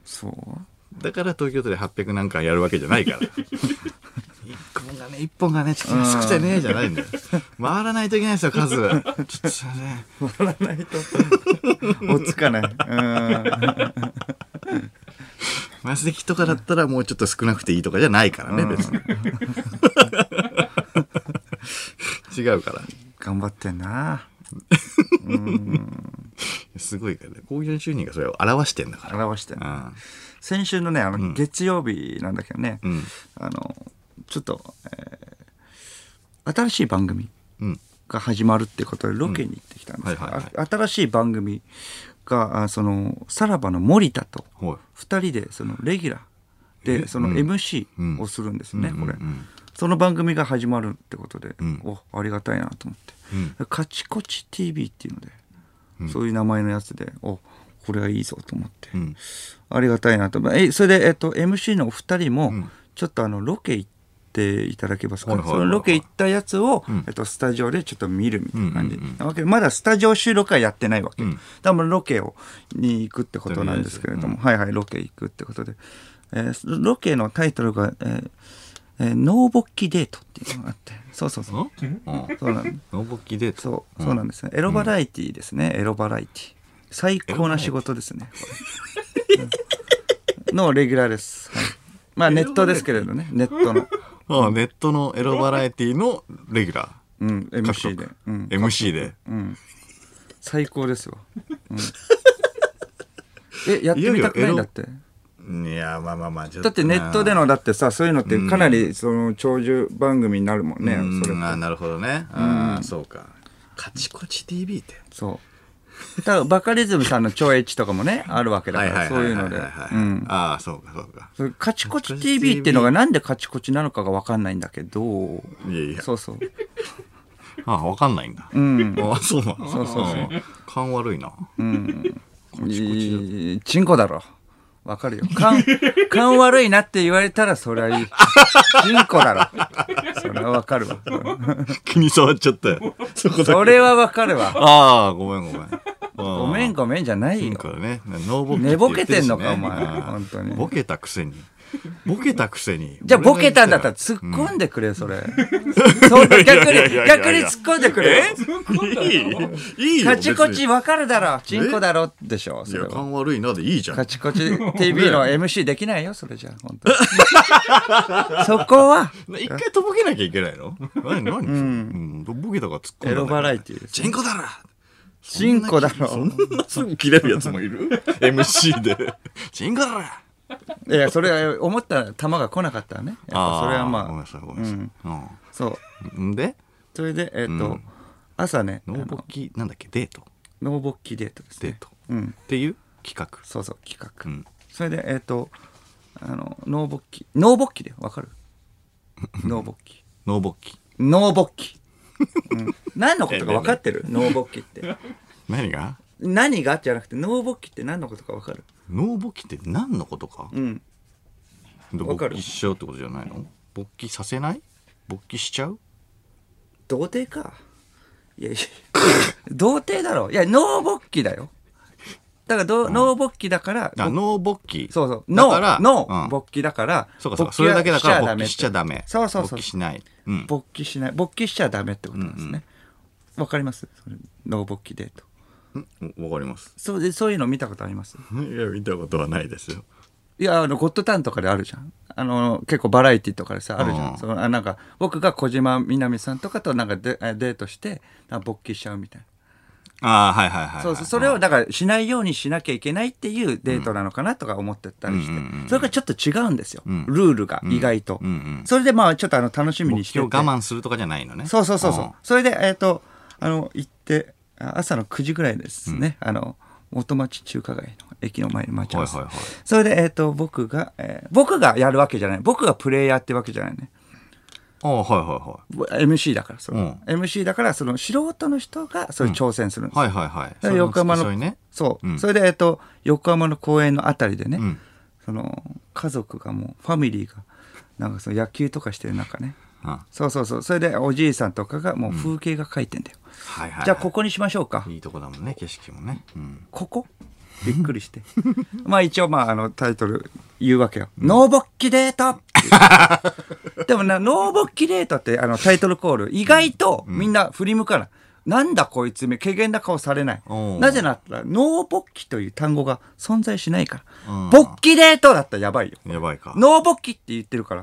Speaker 2: そう
Speaker 1: だから東京都で800何回やるわけじゃないから一本がね <laughs> 一本がねちょっと安くてねじゃないんだよ <laughs> 回らないといけないですよ <laughs> 数ちょっとすいません
Speaker 2: 笑わないと落ちかないうん
Speaker 1: マセキとかだったらもうちょっと少なくていいとかじゃないからね、別に。違うから。
Speaker 2: 頑張ってんな
Speaker 1: すごいからね。興行収入がそれを表してんだから。
Speaker 2: 表してんな
Speaker 1: うん
Speaker 2: 先週のね、あの、
Speaker 1: ん
Speaker 2: 月曜日なんだけどね、
Speaker 1: うん
Speaker 2: あの、ちょっと、えー新しい番組
Speaker 1: うん
Speaker 2: が始まるってことでロケに行ってきたんですけど、
Speaker 1: うんはいはい
Speaker 2: あ新しい番組が、あその、さらばの森田と
Speaker 1: ほい
Speaker 2: 二人で、その、レギュラーで、その MC をするんですよね、
Speaker 1: うん
Speaker 2: これ。
Speaker 1: うんうん
Speaker 2: その番組が始まるってことで、
Speaker 1: ん
Speaker 2: おありがたいなと思って、カチコチ TV っていうので、そういう名前のやつでおこれはいいぞと思って、
Speaker 1: ん
Speaker 2: ありがたいなと思ってえそれで、えっと、MC のお二人も、
Speaker 1: ん
Speaker 2: ちょっとあのロケ行っていただけますか、
Speaker 1: はいはいはい
Speaker 2: そ
Speaker 1: はい
Speaker 2: のロケ行ったやつを、
Speaker 1: ん
Speaker 2: えっと、スタジオでちょっと見るみたいな感じ、
Speaker 1: うんうんうん
Speaker 2: なわけでまだスタジオ収録はやってないわけ、
Speaker 1: うん
Speaker 2: 多分ロケをに行くってことなんですけれども、はいはいロケ行くってことで、えーロケのタイトルが、えーえー、ノーボッキデートっていうのがあってそうそうそう
Speaker 1: うん
Speaker 2: そうなん
Speaker 1: のぼきデート
Speaker 2: そうそうなんですねエロバラエティーですね、エロバラエティー最高な仕事ですねこれうんのレギュラーです、はい、まあネットですけれどねネットの、
Speaker 1: ああネットのエロバラエティのレギュラ
Speaker 2: うん、
Speaker 1: ー
Speaker 2: MC で
Speaker 1: 獲、得
Speaker 2: うん、
Speaker 1: MC で
Speaker 2: うん、最高ですよ、うん、えやってみたくないんだって
Speaker 1: いやまあまあまあちょと
Speaker 2: だってネットでのだってさそういうのってかなりその長寿番組になるもんね、
Speaker 1: うん
Speaker 2: それ
Speaker 1: ああなるほどねああそうかカチコチ TV って
Speaker 2: そうだからバカリズムさんの超エッチとかもねあるわけだ
Speaker 1: は
Speaker 2: か
Speaker 1: いは
Speaker 2: ら
Speaker 1: い
Speaker 2: そう
Speaker 1: はいいうはい
Speaker 2: の
Speaker 1: は
Speaker 2: で
Speaker 1: いはい
Speaker 2: うん
Speaker 1: ああそうかそうか
Speaker 2: それカチコ
Speaker 1: カチ
Speaker 2: チ
Speaker 1: コチ
Speaker 2: TV っていうのがなんでカチコチなのかが分かんないんだけど
Speaker 1: いやいや
Speaker 2: そ
Speaker 1: <laughs>
Speaker 2: うそう
Speaker 1: ああわかんないんだ
Speaker 2: うん
Speaker 1: ああそうなの
Speaker 2: そうそうそう
Speaker 1: 勘悪いな <laughs>
Speaker 2: うんいいチンコだろわかるよ
Speaker 1: <laughs>
Speaker 2: 勘勘悪いなって言われたらそりゃいいチンコだろそれはわかるわ
Speaker 1: 気に触っちゃったよそこだけ
Speaker 2: それはわかるわ
Speaker 1: ああごめんごめん
Speaker 2: ごめんごめんじゃないよ
Speaker 1: からねノーボケ
Speaker 2: 寝ぼけてんのか
Speaker 1: って言ってるしね
Speaker 2: お前本当に
Speaker 1: ボケたくせにボケたくせに
Speaker 2: じゃあボケたんだったら突っ込んでくれよそ
Speaker 1: <laughs>
Speaker 2: れ、そんな逆
Speaker 1: いやいやい
Speaker 2: に
Speaker 1: やいや
Speaker 2: 逆に突っ込んでくれよ
Speaker 1: いいいいよ
Speaker 2: カチコチ
Speaker 1: 別
Speaker 2: わかるだろチンコだろでしょ
Speaker 1: に
Speaker 2: そ
Speaker 1: い
Speaker 2: れ
Speaker 1: や
Speaker 2: は
Speaker 1: 勘悪いなでいいじゃん
Speaker 2: <laughs> カチコチ TV <laughs> の MC できないよそれじゃあ本当に <laughs> そこは
Speaker 1: 一回とぼけなきゃいけないの何何それうんとぼけたから突っ込んだ
Speaker 2: エロバラエティです
Speaker 1: チンコだろ
Speaker 2: チンコだ
Speaker 1: そ
Speaker 2: ろ
Speaker 1: んなすぐ切れるやつもいる
Speaker 2: <laughs>
Speaker 1: MC でチンコだろ
Speaker 2: いやそれは思った球が来なかったらねやっぱそれは
Speaker 1: ーごめん
Speaker 2: ま
Speaker 1: な
Speaker 2: あ
Speaker 1: さいごめんなさい
Speaker 2: そう
Speaker 1: うんんで
Speaker 2: それでえっ、と、朝ねあ
Speaker 1: ノーボ
Speaker 2: の
Speaker 1: キなんだっけデート
Speaker 2: ノーボッキデートですね
Speaker 1: デート
Speaker 2: うん
Speaker 1: っていう企画
Speaker 2: そうそう企画、
Speaker 1: うん
Speaker 2: それでえっ、とあのノーボッキノーボッキでわ
Speaker 1: <laughs>
Speaker 2: かるノーボッキ
Speaker 1: ノーボキ
Speaker 2: ノーボッキ、うん、何のことか分かってるノーボッキって
Speaker 1: 何が
Speaker 2: 何がじゃなくてノーボッキって何のことか分かる
Speaker 1: ノーボキって何のことか
Speaker 2: うん
Speaker 1: で
Speaker 2: わか
Speaker 1: 勃
Speaker 2: る
Speaker 1: 起しちゃうってことじゃないの勃起させない勃起しちゃう
Speaker 2: 童貞かいやいや <laughs> 童貞だろいやノーボッキだよだからど、ノーボッキだから
Speaker 1: あノー勃起
Speaker 2: そうそう。
Speaker 1: だ
Speaker 2: の
Speaker 1: から
Speaker 2: の、
Speaker 1: うん
Speaker 2: 勃起だから。
Speaker 1: そうかそうかそれだけだから勃
Speaker 2: 勃
Speaker 1: 起
Speaker 2: 起
Speaker 1: しちゃダメ
Speaker 2: そうそう
Speaker 1: 勃
Speaker 2: そう
Speaker 1: 起しないうん
Speaker 2: 勃起しない。勃起しちゃダメってことなんですね。わ、かりますそれノー勃起デート。
Speaker 1: うんわかります
Speaker 2: そうでそういうの見たことあります
Speaker 1: いや見たことはないですよ
Speaker 2: いや、あの、ゴッドタンとかであるじゃん。あの、結構バラエティとかでさ、あるじゃん。
Speaker 1: うん
Speaker 2: そのあなんか、僕が小島みなみさんとかとなんかデデートして、なんか勃起しちゃうみたいな。
Speaker 1: ああはいはいはいはい
Speaker 2: そうそう、それをだからしないようにしなきゃいけないっていうデートなのかなとか思ってたりして、
Speaker 1: うんうんうんうん
Speaker 2: それがちょっと違うんですよ。
Speaker 1: ん
Speaker 2: ルールが意外と。
Speaker 1: うんうん
Speaker 2: それでまあちょっとあの楽しみに
Speaker 1: 勃
Speaker 2: して
Speaker 1: 起
Speaker 2: て。
Speaker 1: を我慢するとかじゃないのね
Speaker 2: そうそうそうそう。
Speaker 1: ん
Speaker 2: それで、えっ、と、あの、行って、あ朝の9時ぐらいですね。あの、元町中華街の駅の前に待ち合わせ。
Speaker 1: はいはいはい
Speaker 2: それで、えっ、と、僕が、えー僕がやるわけじゃない。僕がプレイヤーってわけじゃないね。
Speaker 1: ああはいは
Speaker 2: MC だから、その、
Speaker 1: う
Speaker 2: MC だから、その素人の人が、それ挑戦するんです。
Speaker 1: いはいはいはいはい
Speaker 2: で横浜
Speaker 1: それも付き添い
Speaker 2: の
Speaker 1: ね、
Speaker 2: そう、
Speaker 1: うん
Speaker 2: それで、えっ、と、横浜の公園のあたりでね、
Speaker 1: うん
Speaker 2: その、家族がもう、ファミリーが、なんかその野球とかしてる中ね、
Speaker 1: うんはい
Speaker 2: そうそうそう。それでおじいさんとかがもう風景が描いてんだよ。
Speaker 1: はいはい
Speaker 2: じゃあここにしましょうか。
Speaker 1: いいとこだもんね景色もねうん
Speaker 2: ここびっくりして。 <laughs> まあ一応まああのタイトル言うわけよ。ノーボッキデー <laughs> トでもな、ノーボッキデートってあのタイトルコール、意外とみんな振り向かない。なんだこいつめ、軽減な顔されない
Speaker 1: お。う
Speaker 2: なぜなら、ノーボッキという単語が存在しないから。
Speaker 1: うん
Speaker 2: ボッキデートだったらやばいよ。
Speaker 1: やばいか
Speaker 2: ノーボッキって言ってるから、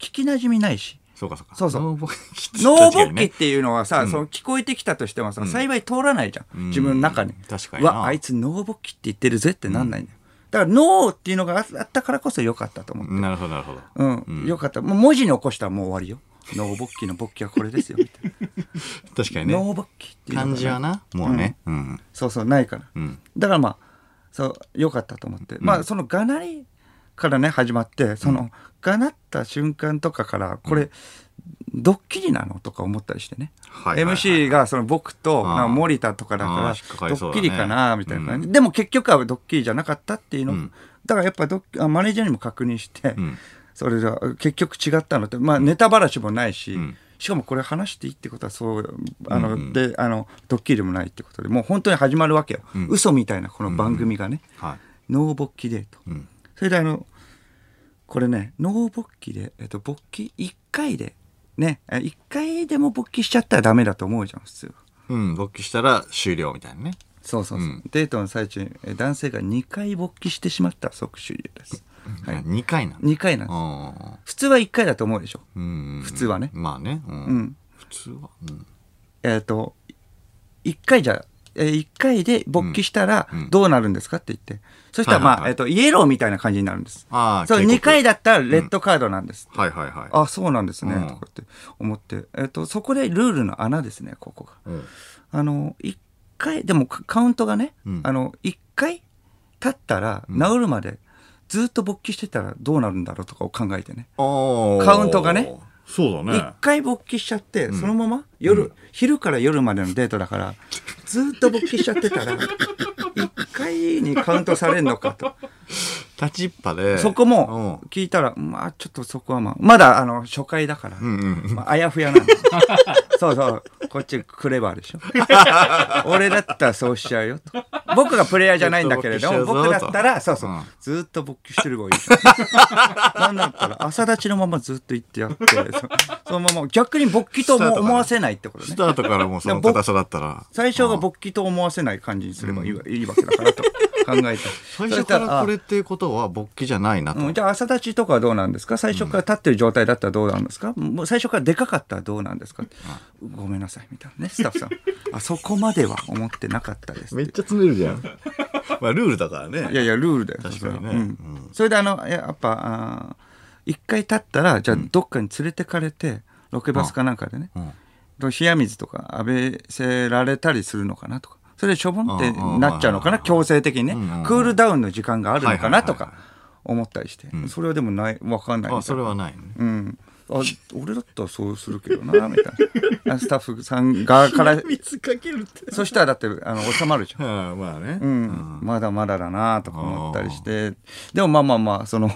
Speaker 2: 聞き馴染みないし。
Speaker 1: そうかそうか
Speaker 2: そうそう
Speaker 1: ノーボッキって
Speaker 2: ノーボ
Speaker 1: 確かに
Speaker 2: ッケ
Speaker 1: ね
Speaker 2: っていうのはさ、その聞こえてきたとしてもさ、幸い通らないじゃん。
Speaker 1: ん
Speaker 2: 自分の中に。
Speaker 1: 確かにな
Speaker 2: うわ、あいつノーボッケって言ってるぜってなんないんだよ。だから脳っていうのがああったからこそ良かったと思って。
Speaker 1: なるほどなるほど
Speaker 2: うん、よかった。もう文字に起こしたらもう終わりよ。ノーボッキーのボッキーはこ
Speaker 1: <laughs>
Speaker 2: れですよ。みたい
Speaker 1: 確かに
Speaker 2: な
Speaker 1: ね
Speaker 2: ノーボッキーっていうのが
Speaker 1: 漢字はなもうねうん
Speaker 2: そうそう、ないから。
Speaker 1: うん
Speaker 2: だからまあ、そう、良かったと思って。まあ、そのがなりからね、始まって、その、がなった瞬間とかから、これ、ドッキリなのとか思ったりしてね。
Speaker 1: はい
Speaker 2: MC がその僕
Speaker 1: あー
Speaker 2: とまあ森田とかだ
Speaker 1: あー引
Speaker 2: か
Speaker 1: っからか
Speaker 2: ド
Speaker 1: りそう
Speaker 2: ッ
Speaker 1: だね
Speaker 2: キリかなみたいな、でも結局はドッキリじゃなかったっていうの、
Speaker 1: ん
Speaker 2: だからやっぱドッキあマネージャーにも確認して、
Speaker 1: ん
Speaker 2: それじゃ結局違ったのって、まあ、ネタばらしもないし、
Speaker 1: ん
Speaker 2: しかもこれ話していいってことはそうあの、
Speaker 1: うんうん
Speaker 2: であのドッキリでもないってことでもう本当に始まるわけよ、嘘みたいなこの番組がね、
Speaker 1: はい
Speaker 2: ノーボッキデート、
Speaker 1: うん
Speaker 2: それであのこれねノー勃起で、えっと、勃起1回でねえ1回でも勃起しちゃったらダメだと思うじゃん普通
Speaker 1: うん勃起したら終了みたいなね
Speaker 2: そうそうそう、
Speaker 1: うん
Speaker 2: デートの最中にえ男性が2回勃起してしまったら即終了です、はい、
Speaker 1: 2回なの
Speaker 2: 2回なんです
Speaker 1: あ
Speaker 2: 普通は1回だと思うでしょ
Speaker 1: ーうん
Speaker 2: 普通はね
Speaker 1: まあねう
Speaker 2: うんん
Speaker 1: 普通はうん
Speaker 2: えっ、と1回じゃえ1回で勃起したら
Speaker 1: うん
Speaker 2: どうなるんですかって言って、そしたらまあ、
Speaker 1: はいはいはい
Speaker 2: えっとイエローみたいな感じになるんです
Speaker 1: ああ
Speaker 2: そう
Speaker 1: 警告
Speaker 2: 2回だったらレッドカードなんです、
Speaker 1: はいはいはい
Speaker 2: あそうなんですね、
Speaker 1: うん
Speaker 2: とかって思って、えっとそこでルールの穴ですねここが
Speaker 1: うん
Speaker 2: あの1回でもカカウントがね、
Speaker 1: うん
Speaker 2: あの1回経ったら
Speaker 1: ん
Speaker 2: 治るまでずっと勃起してたらどうなるんだろうとかを考えてね
Speaker 1: あー
Speaker 2: カウントがね
Speaker 1: そうだ
Speaker 2: 1
Speaker 1: ね
Speaker 2: 回勃起しちゃって、そのまま夜、昼から夜までのデートだからずっと勃起しちゃってたら1回にカウントされるのかと
Speaker 1: 立ちっぱで
Speaker 2: そこも聞いたらまあちょっとそこはまあまだあの初回だから、
Speaker 1: うんうんうん
Speaker 2: まああやふやなんだ
Speaker 1: <laughs>
Speaker 2: そうそうこっちクレバーでしょ <laughs> 俺だったらそうしちゃうよと僕がプレイヤーじゃないんだけれども
Speaker 1: ずっと
Speaker 2: 僕
Speaker 1: 勃起
Speaker 2: だ
Speaker 1: しちゃうぞと
Speaker 2: ったらそうそう、
Speaker 1: うん
Speaker 2: ずーっと勃起してればいいじ
Speaker 1: <laughs>
Speaker 2: ゃんなんだったら朝立ちのままずっと行ってやってそそのまま逆に勃起とも思わせないってことね
Speaker 1: スタートからもうその硬さだった
Speaker 2: <laughs>
Speaker 1: ら
Speaker 2: 最初が勃起と思わせない感じにすればいい,、いいわけだからと考えた
Speaker 1: <laughs> 最初からこれっていうことは勃起じゃないなと、
Speaker 2: うん、じゃあ朝立ちとかはどうなんですか最初から立ってる状態だったらどうなんですか、もう最初からでかかったらどうなんですか、ごめんなさいみたいなね
Speaker 1: <laughs>
Speaker 2: スタッフさんあそこまでは思ってなかったです
Speaker 1: めっちゃ詰めるじゃん <laughs> まあルールだからね
Speaker 2: いやいやルールだよ
Speaker 1: 確かにね
Speaker 2: それはうんそれであのやっぱあー一回立ったらじゃあどっかに連れてかれて、ロケバスかなんかでね、
Speaker 1: うん
Speaker 2: 冷や水とか浴びせられたりするのかなとかそれで処分って
Speaker 1: うんうんうん
Speaker 2: なっちゃうのかな強制的にね、
Speaker 1: うんうん
Speaker 2: クールダウンの時間があるのかなと
Speaker 1: はい
Speaker 2: か
Speaker 1: はいは
Speaker 2: 思ったりして、それはでもないわかんないみたいな
Speaker 1: あそれはないね
Speaker 2: うん、あ俺だったらそうするけどなみたい
Speaker 1: <laughs>
Speaker 2: なあスタッフさん側から
Speaker 1: 水かけるって
Speaker 2: そしたらだってあの収まるじゃん。
Speaker 1: はあまあね、
Speaker 2: うんまだまだだなとか思ったりしてでもまあまあまあその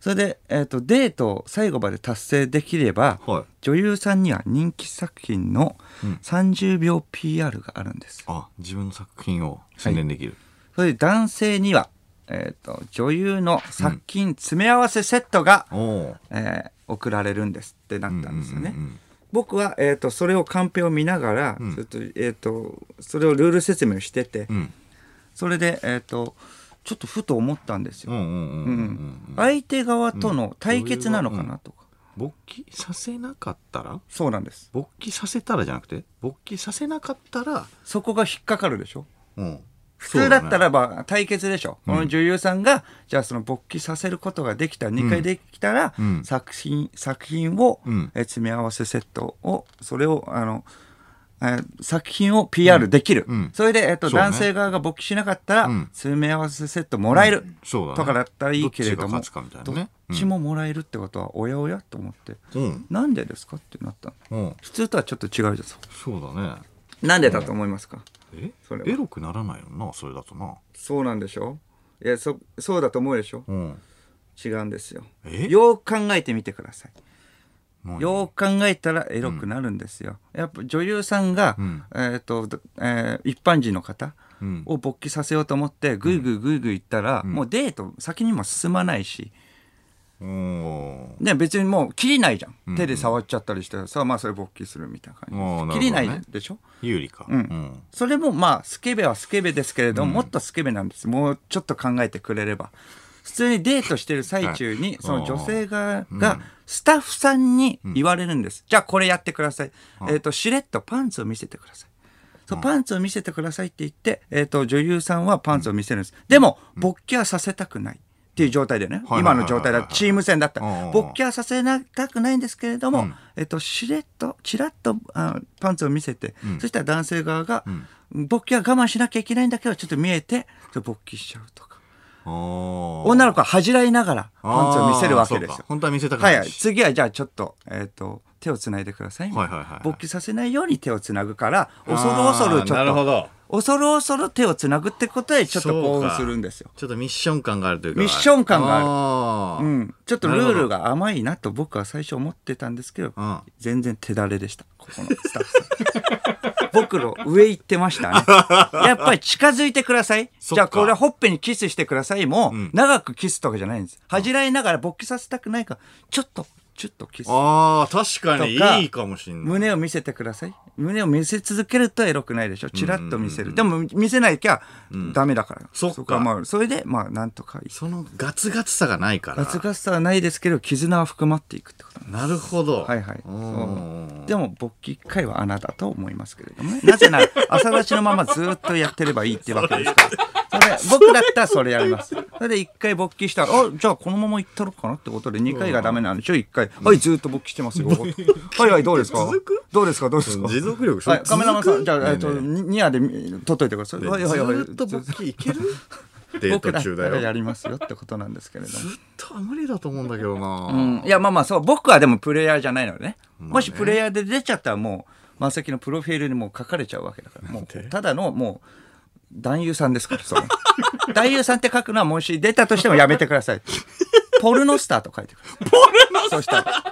Speaker 2: それで、えー、とデートを最後まで達成できれば、
Speaker 1: はい
Speaker 2: 女優さんには人気作品の30秒 PR があるんです、
Speaker 1: あ自分の作品を宣伝できる、
Speaker 2: それで男性には、えー、と女優の作品詰め合わせセットが、
Speaker 1: おお
Speaker 2: えー送られるんですってなったんですよね、
Speaker 1: うんうん
Speaker 2: 僕は、えー、とそれをカンペを見ながら、
Speaker 1: ん
Speaker 2: それとえー、とそれをルール説明をしてて、
Speaker 1: うんうん
Speaker 2: それで、えー、とちょっとふと思ったんです
Speaker 1: う
Speaker 2: よ、
Speaker 1: んうんうんうんうん
Speaker 2: 相手側との対決なのかなとか、
Speaker 1: 勃起させなかったら
Speaker 2: そうなんです
Speaker 1: 勃起させたらじゃなくて勃起させなかったら、
Speaker 2: そこが引っかかるでしょ
Speaker 1: うん、
Speaker 2: 普通だった
Speaker 1: ら
Speaker 2: らば対決でしょ、この女優さんがじゃあその勃起させることができた2回できたら、
Speaker 1: うん
Speaker 2: 作品作品を、
Speaker 1: うん
Speaker 2: えー詰め合わせセットをそれをあのえー作品を PR できる、
Speaker 1: うんうん
Speaker 2: それで、えっと
Speaker 1: そうね
Speaker 2: 男性側が勃起しなかったら、
Speaker 1: うん
Speaker 2: 詰め合わせセットもらえる、
Speaker 1: そうだ、ね、
Speaker 2: とかだったらいいけれど
Speaker 1: ど
Speaker 2: も
Speaker 1: っちが勝つかみたいなね
Speaker 2: どっちももらえるってことはおやおやと思って、
Speaker 1: うん
Speaker 2: なんでですかってなったの
Speaker 1: うん
Speaker 2: 普通とはちょっと違うじゃんそ
Speaker 1: そうだね
Speaker 2: うなんでだと思いますか、
Speaker 1: え
Speaker 2: それは
Speaker 1: エロくならないよなそれだとな
Speaker 2: そうなんでしょいやそそうだと思うでしょ
Speaker 1: うん
Speaker 2: 違うんですよ
Speaker 1: え
Speaker 2: よく考えてみてください
Speaker 1: 何
Speaker 2: よく考えたらエロくなるんですよ、やっぱ女優さんが、
Speaker 1: うん
Speaker 2: えーとえー一般人の方
Speaker 1: うん
Speaker 2: を勃起させようと思ってグイグイグイグイ行ったら、もうデート先にも進まないし、
Speaker 1: うん
Speaker 2: ね、別にもう切りないじゃん、
Speaker 1: ん
Speaker 2: 手で触っちゃったりしてさあまあそれ勃起するみたいな
Speaker 1: あー
Speaker 2: 感
Speaker 1: なるほどね
Speaker 2: じ切りないでしょ
Speaker 1: 有利か
Speaker 2: うん
Speaker 1: うん
Speaker 2: それもまあスケベはスケベですけれども、もっとスケベなんですもうちょっと考えてくれれば普通にデートしてる最中にその女性ががスタッフさんに言われるんです、じゃあこれやってください、えっとしれっとパンツを見せてくださいそうパンツを見せてくださいって言って、えっと女優さんはパンツを見せるんです、でも勃起はさせたくないっていう状態でね、
Speaker 1: はいはいは
Speaker 2: 今
Speaker 1: いはい
Speaker 2: の状態だとチーム戦だった
Speaker 1: うんうんうん
Speaker 2: 勃起はさせなたくないんですけれども、
Speaker 1: うん
Speaker 2: えっとしれっとちらっとあパンツを見せて、
Speaker 1: うん
Speaker 2: そしたら男性側が、
Speaker 1: ん
Speaker 2: 勃起は我慢しなきゃいけないんだけどちょっと見えてそれ勃起しちゃうとか
Speaker 1: 女
Speaker 2: 女の子は恥じらいながらパンツを見せるわけですよ。
Speaker 1: 本当は見せたくな
Speaker 2: はいいはい、次はじゃあちょっと,、えー、と手をつないでください,、
Speaker 1: はいはいはい
Speaker 2: 勃起させないように手をつなぐから恐る恐るち
Speaker 1: あーなる
Speaker 2: ょ
Speaker 1: ほ
Speaker 2: っと
Speaker 1: ど
Speaker 2: 恐る恐る手をつなぐってことでちょっと興
Speaker 1: そう
Speaker 2: 奮
Speaker 1: か
Speaker 2: するんですよ。
Speaker 1: ちょっとミッション感があるというか
Speaker 2: ミッション感がある
Speaker 1: あ
Speaker 2: う
Speaker 1: る
Speaker 2: ん、ちょっとルールが甘いなと僕は最初思ってたんですけど、
Speaker 1: うん
Speaker 2: 全然手だれでしたここのスタッフさん <laughs> 僕の上行ってましたねやっぱり近づいてください
Speaker 1: そっか
Speaker 2: じゃあこれはほっぺにキスしてくださいも、
Speaker 1: うん
Speaker 2: 長くキスとかじゃないんです恥じらいながら勃起させたくないからちょっとちょっとキス
Speaker 1: あー確か
Speaker 2: とか
Speaker 1: にいいかもしんない
Speaker 2: 胸を見せてください胸を見せ続けるとエロくないでしょチラッと見せる、でも見せないきゃダメだから、
Speaker 1: そっか
Speaker 2: こはまあそれでまあなんとか
Speaker 1: そのガツガツさがないから
Speaker 2: 恥ずかしさはないですけど絆は深まっていくってことなんです
Speaker 1: なるほど
Speaker 2: はいはい
Speaker 1: うん
Speaker 2: でも勃起1回は穴だと思いますけれどもねなぜなら朝立ちのままずっとやってればいいってわけですからそれ僕だったらそれやりますそれで1回勃起したらあじゃあこのままいったろうかなってことで2回がダメなんでしょ1回はいずっと勃起してますよはいはいどうですか
Speaker 1: 続く
Speaker 2: どうですかどうですか
Speaker 1: 持続力そ
Speaker 2: は
Speaker 1: れ
Speaker 2: い、カメラマンさ
Speaker 1: 続
Speaker 2: ん、
Speaker 1: く
Speaker 2: じゃあ、え
Speaker 1: ね
Speaker 2: っ
Speaker 1: え
Speaker 2: と、
Speaker 1: ね
Speaker 2: ニニアで見撮っといてください。
Speaker 1: え
Speaker 2: はいはいはい。
Speaker 1: ずーっと
Speaker 2: <laughs> ず
Speaker 1: 僕いけるデー
Speaker 2: 僕
Speaker 1: ト
Speaker 2: だった
Speaker 1: 中だ
Speaker 2: らや
Speaker 1: よ
Speaker 2: りますよってことなんですけれども。
Speaker 1: ずっとは無理だと思うんだけどな
Speaker 2: うん、いや、まあまあ、そう、僕はでもプレイヤーじゃないのでね。
Speaker 1: あね
Speaker 2: もしプレイヤーで出ちゃったら、もう、マセキのプロフィールにもう書かれちゃうわけだから。もう、ただの、もう、男優さんですから、その男優さんって書くのは、もし出たとしてもやめてください。ポルノスターと書いてください。ポルノスターそしたら。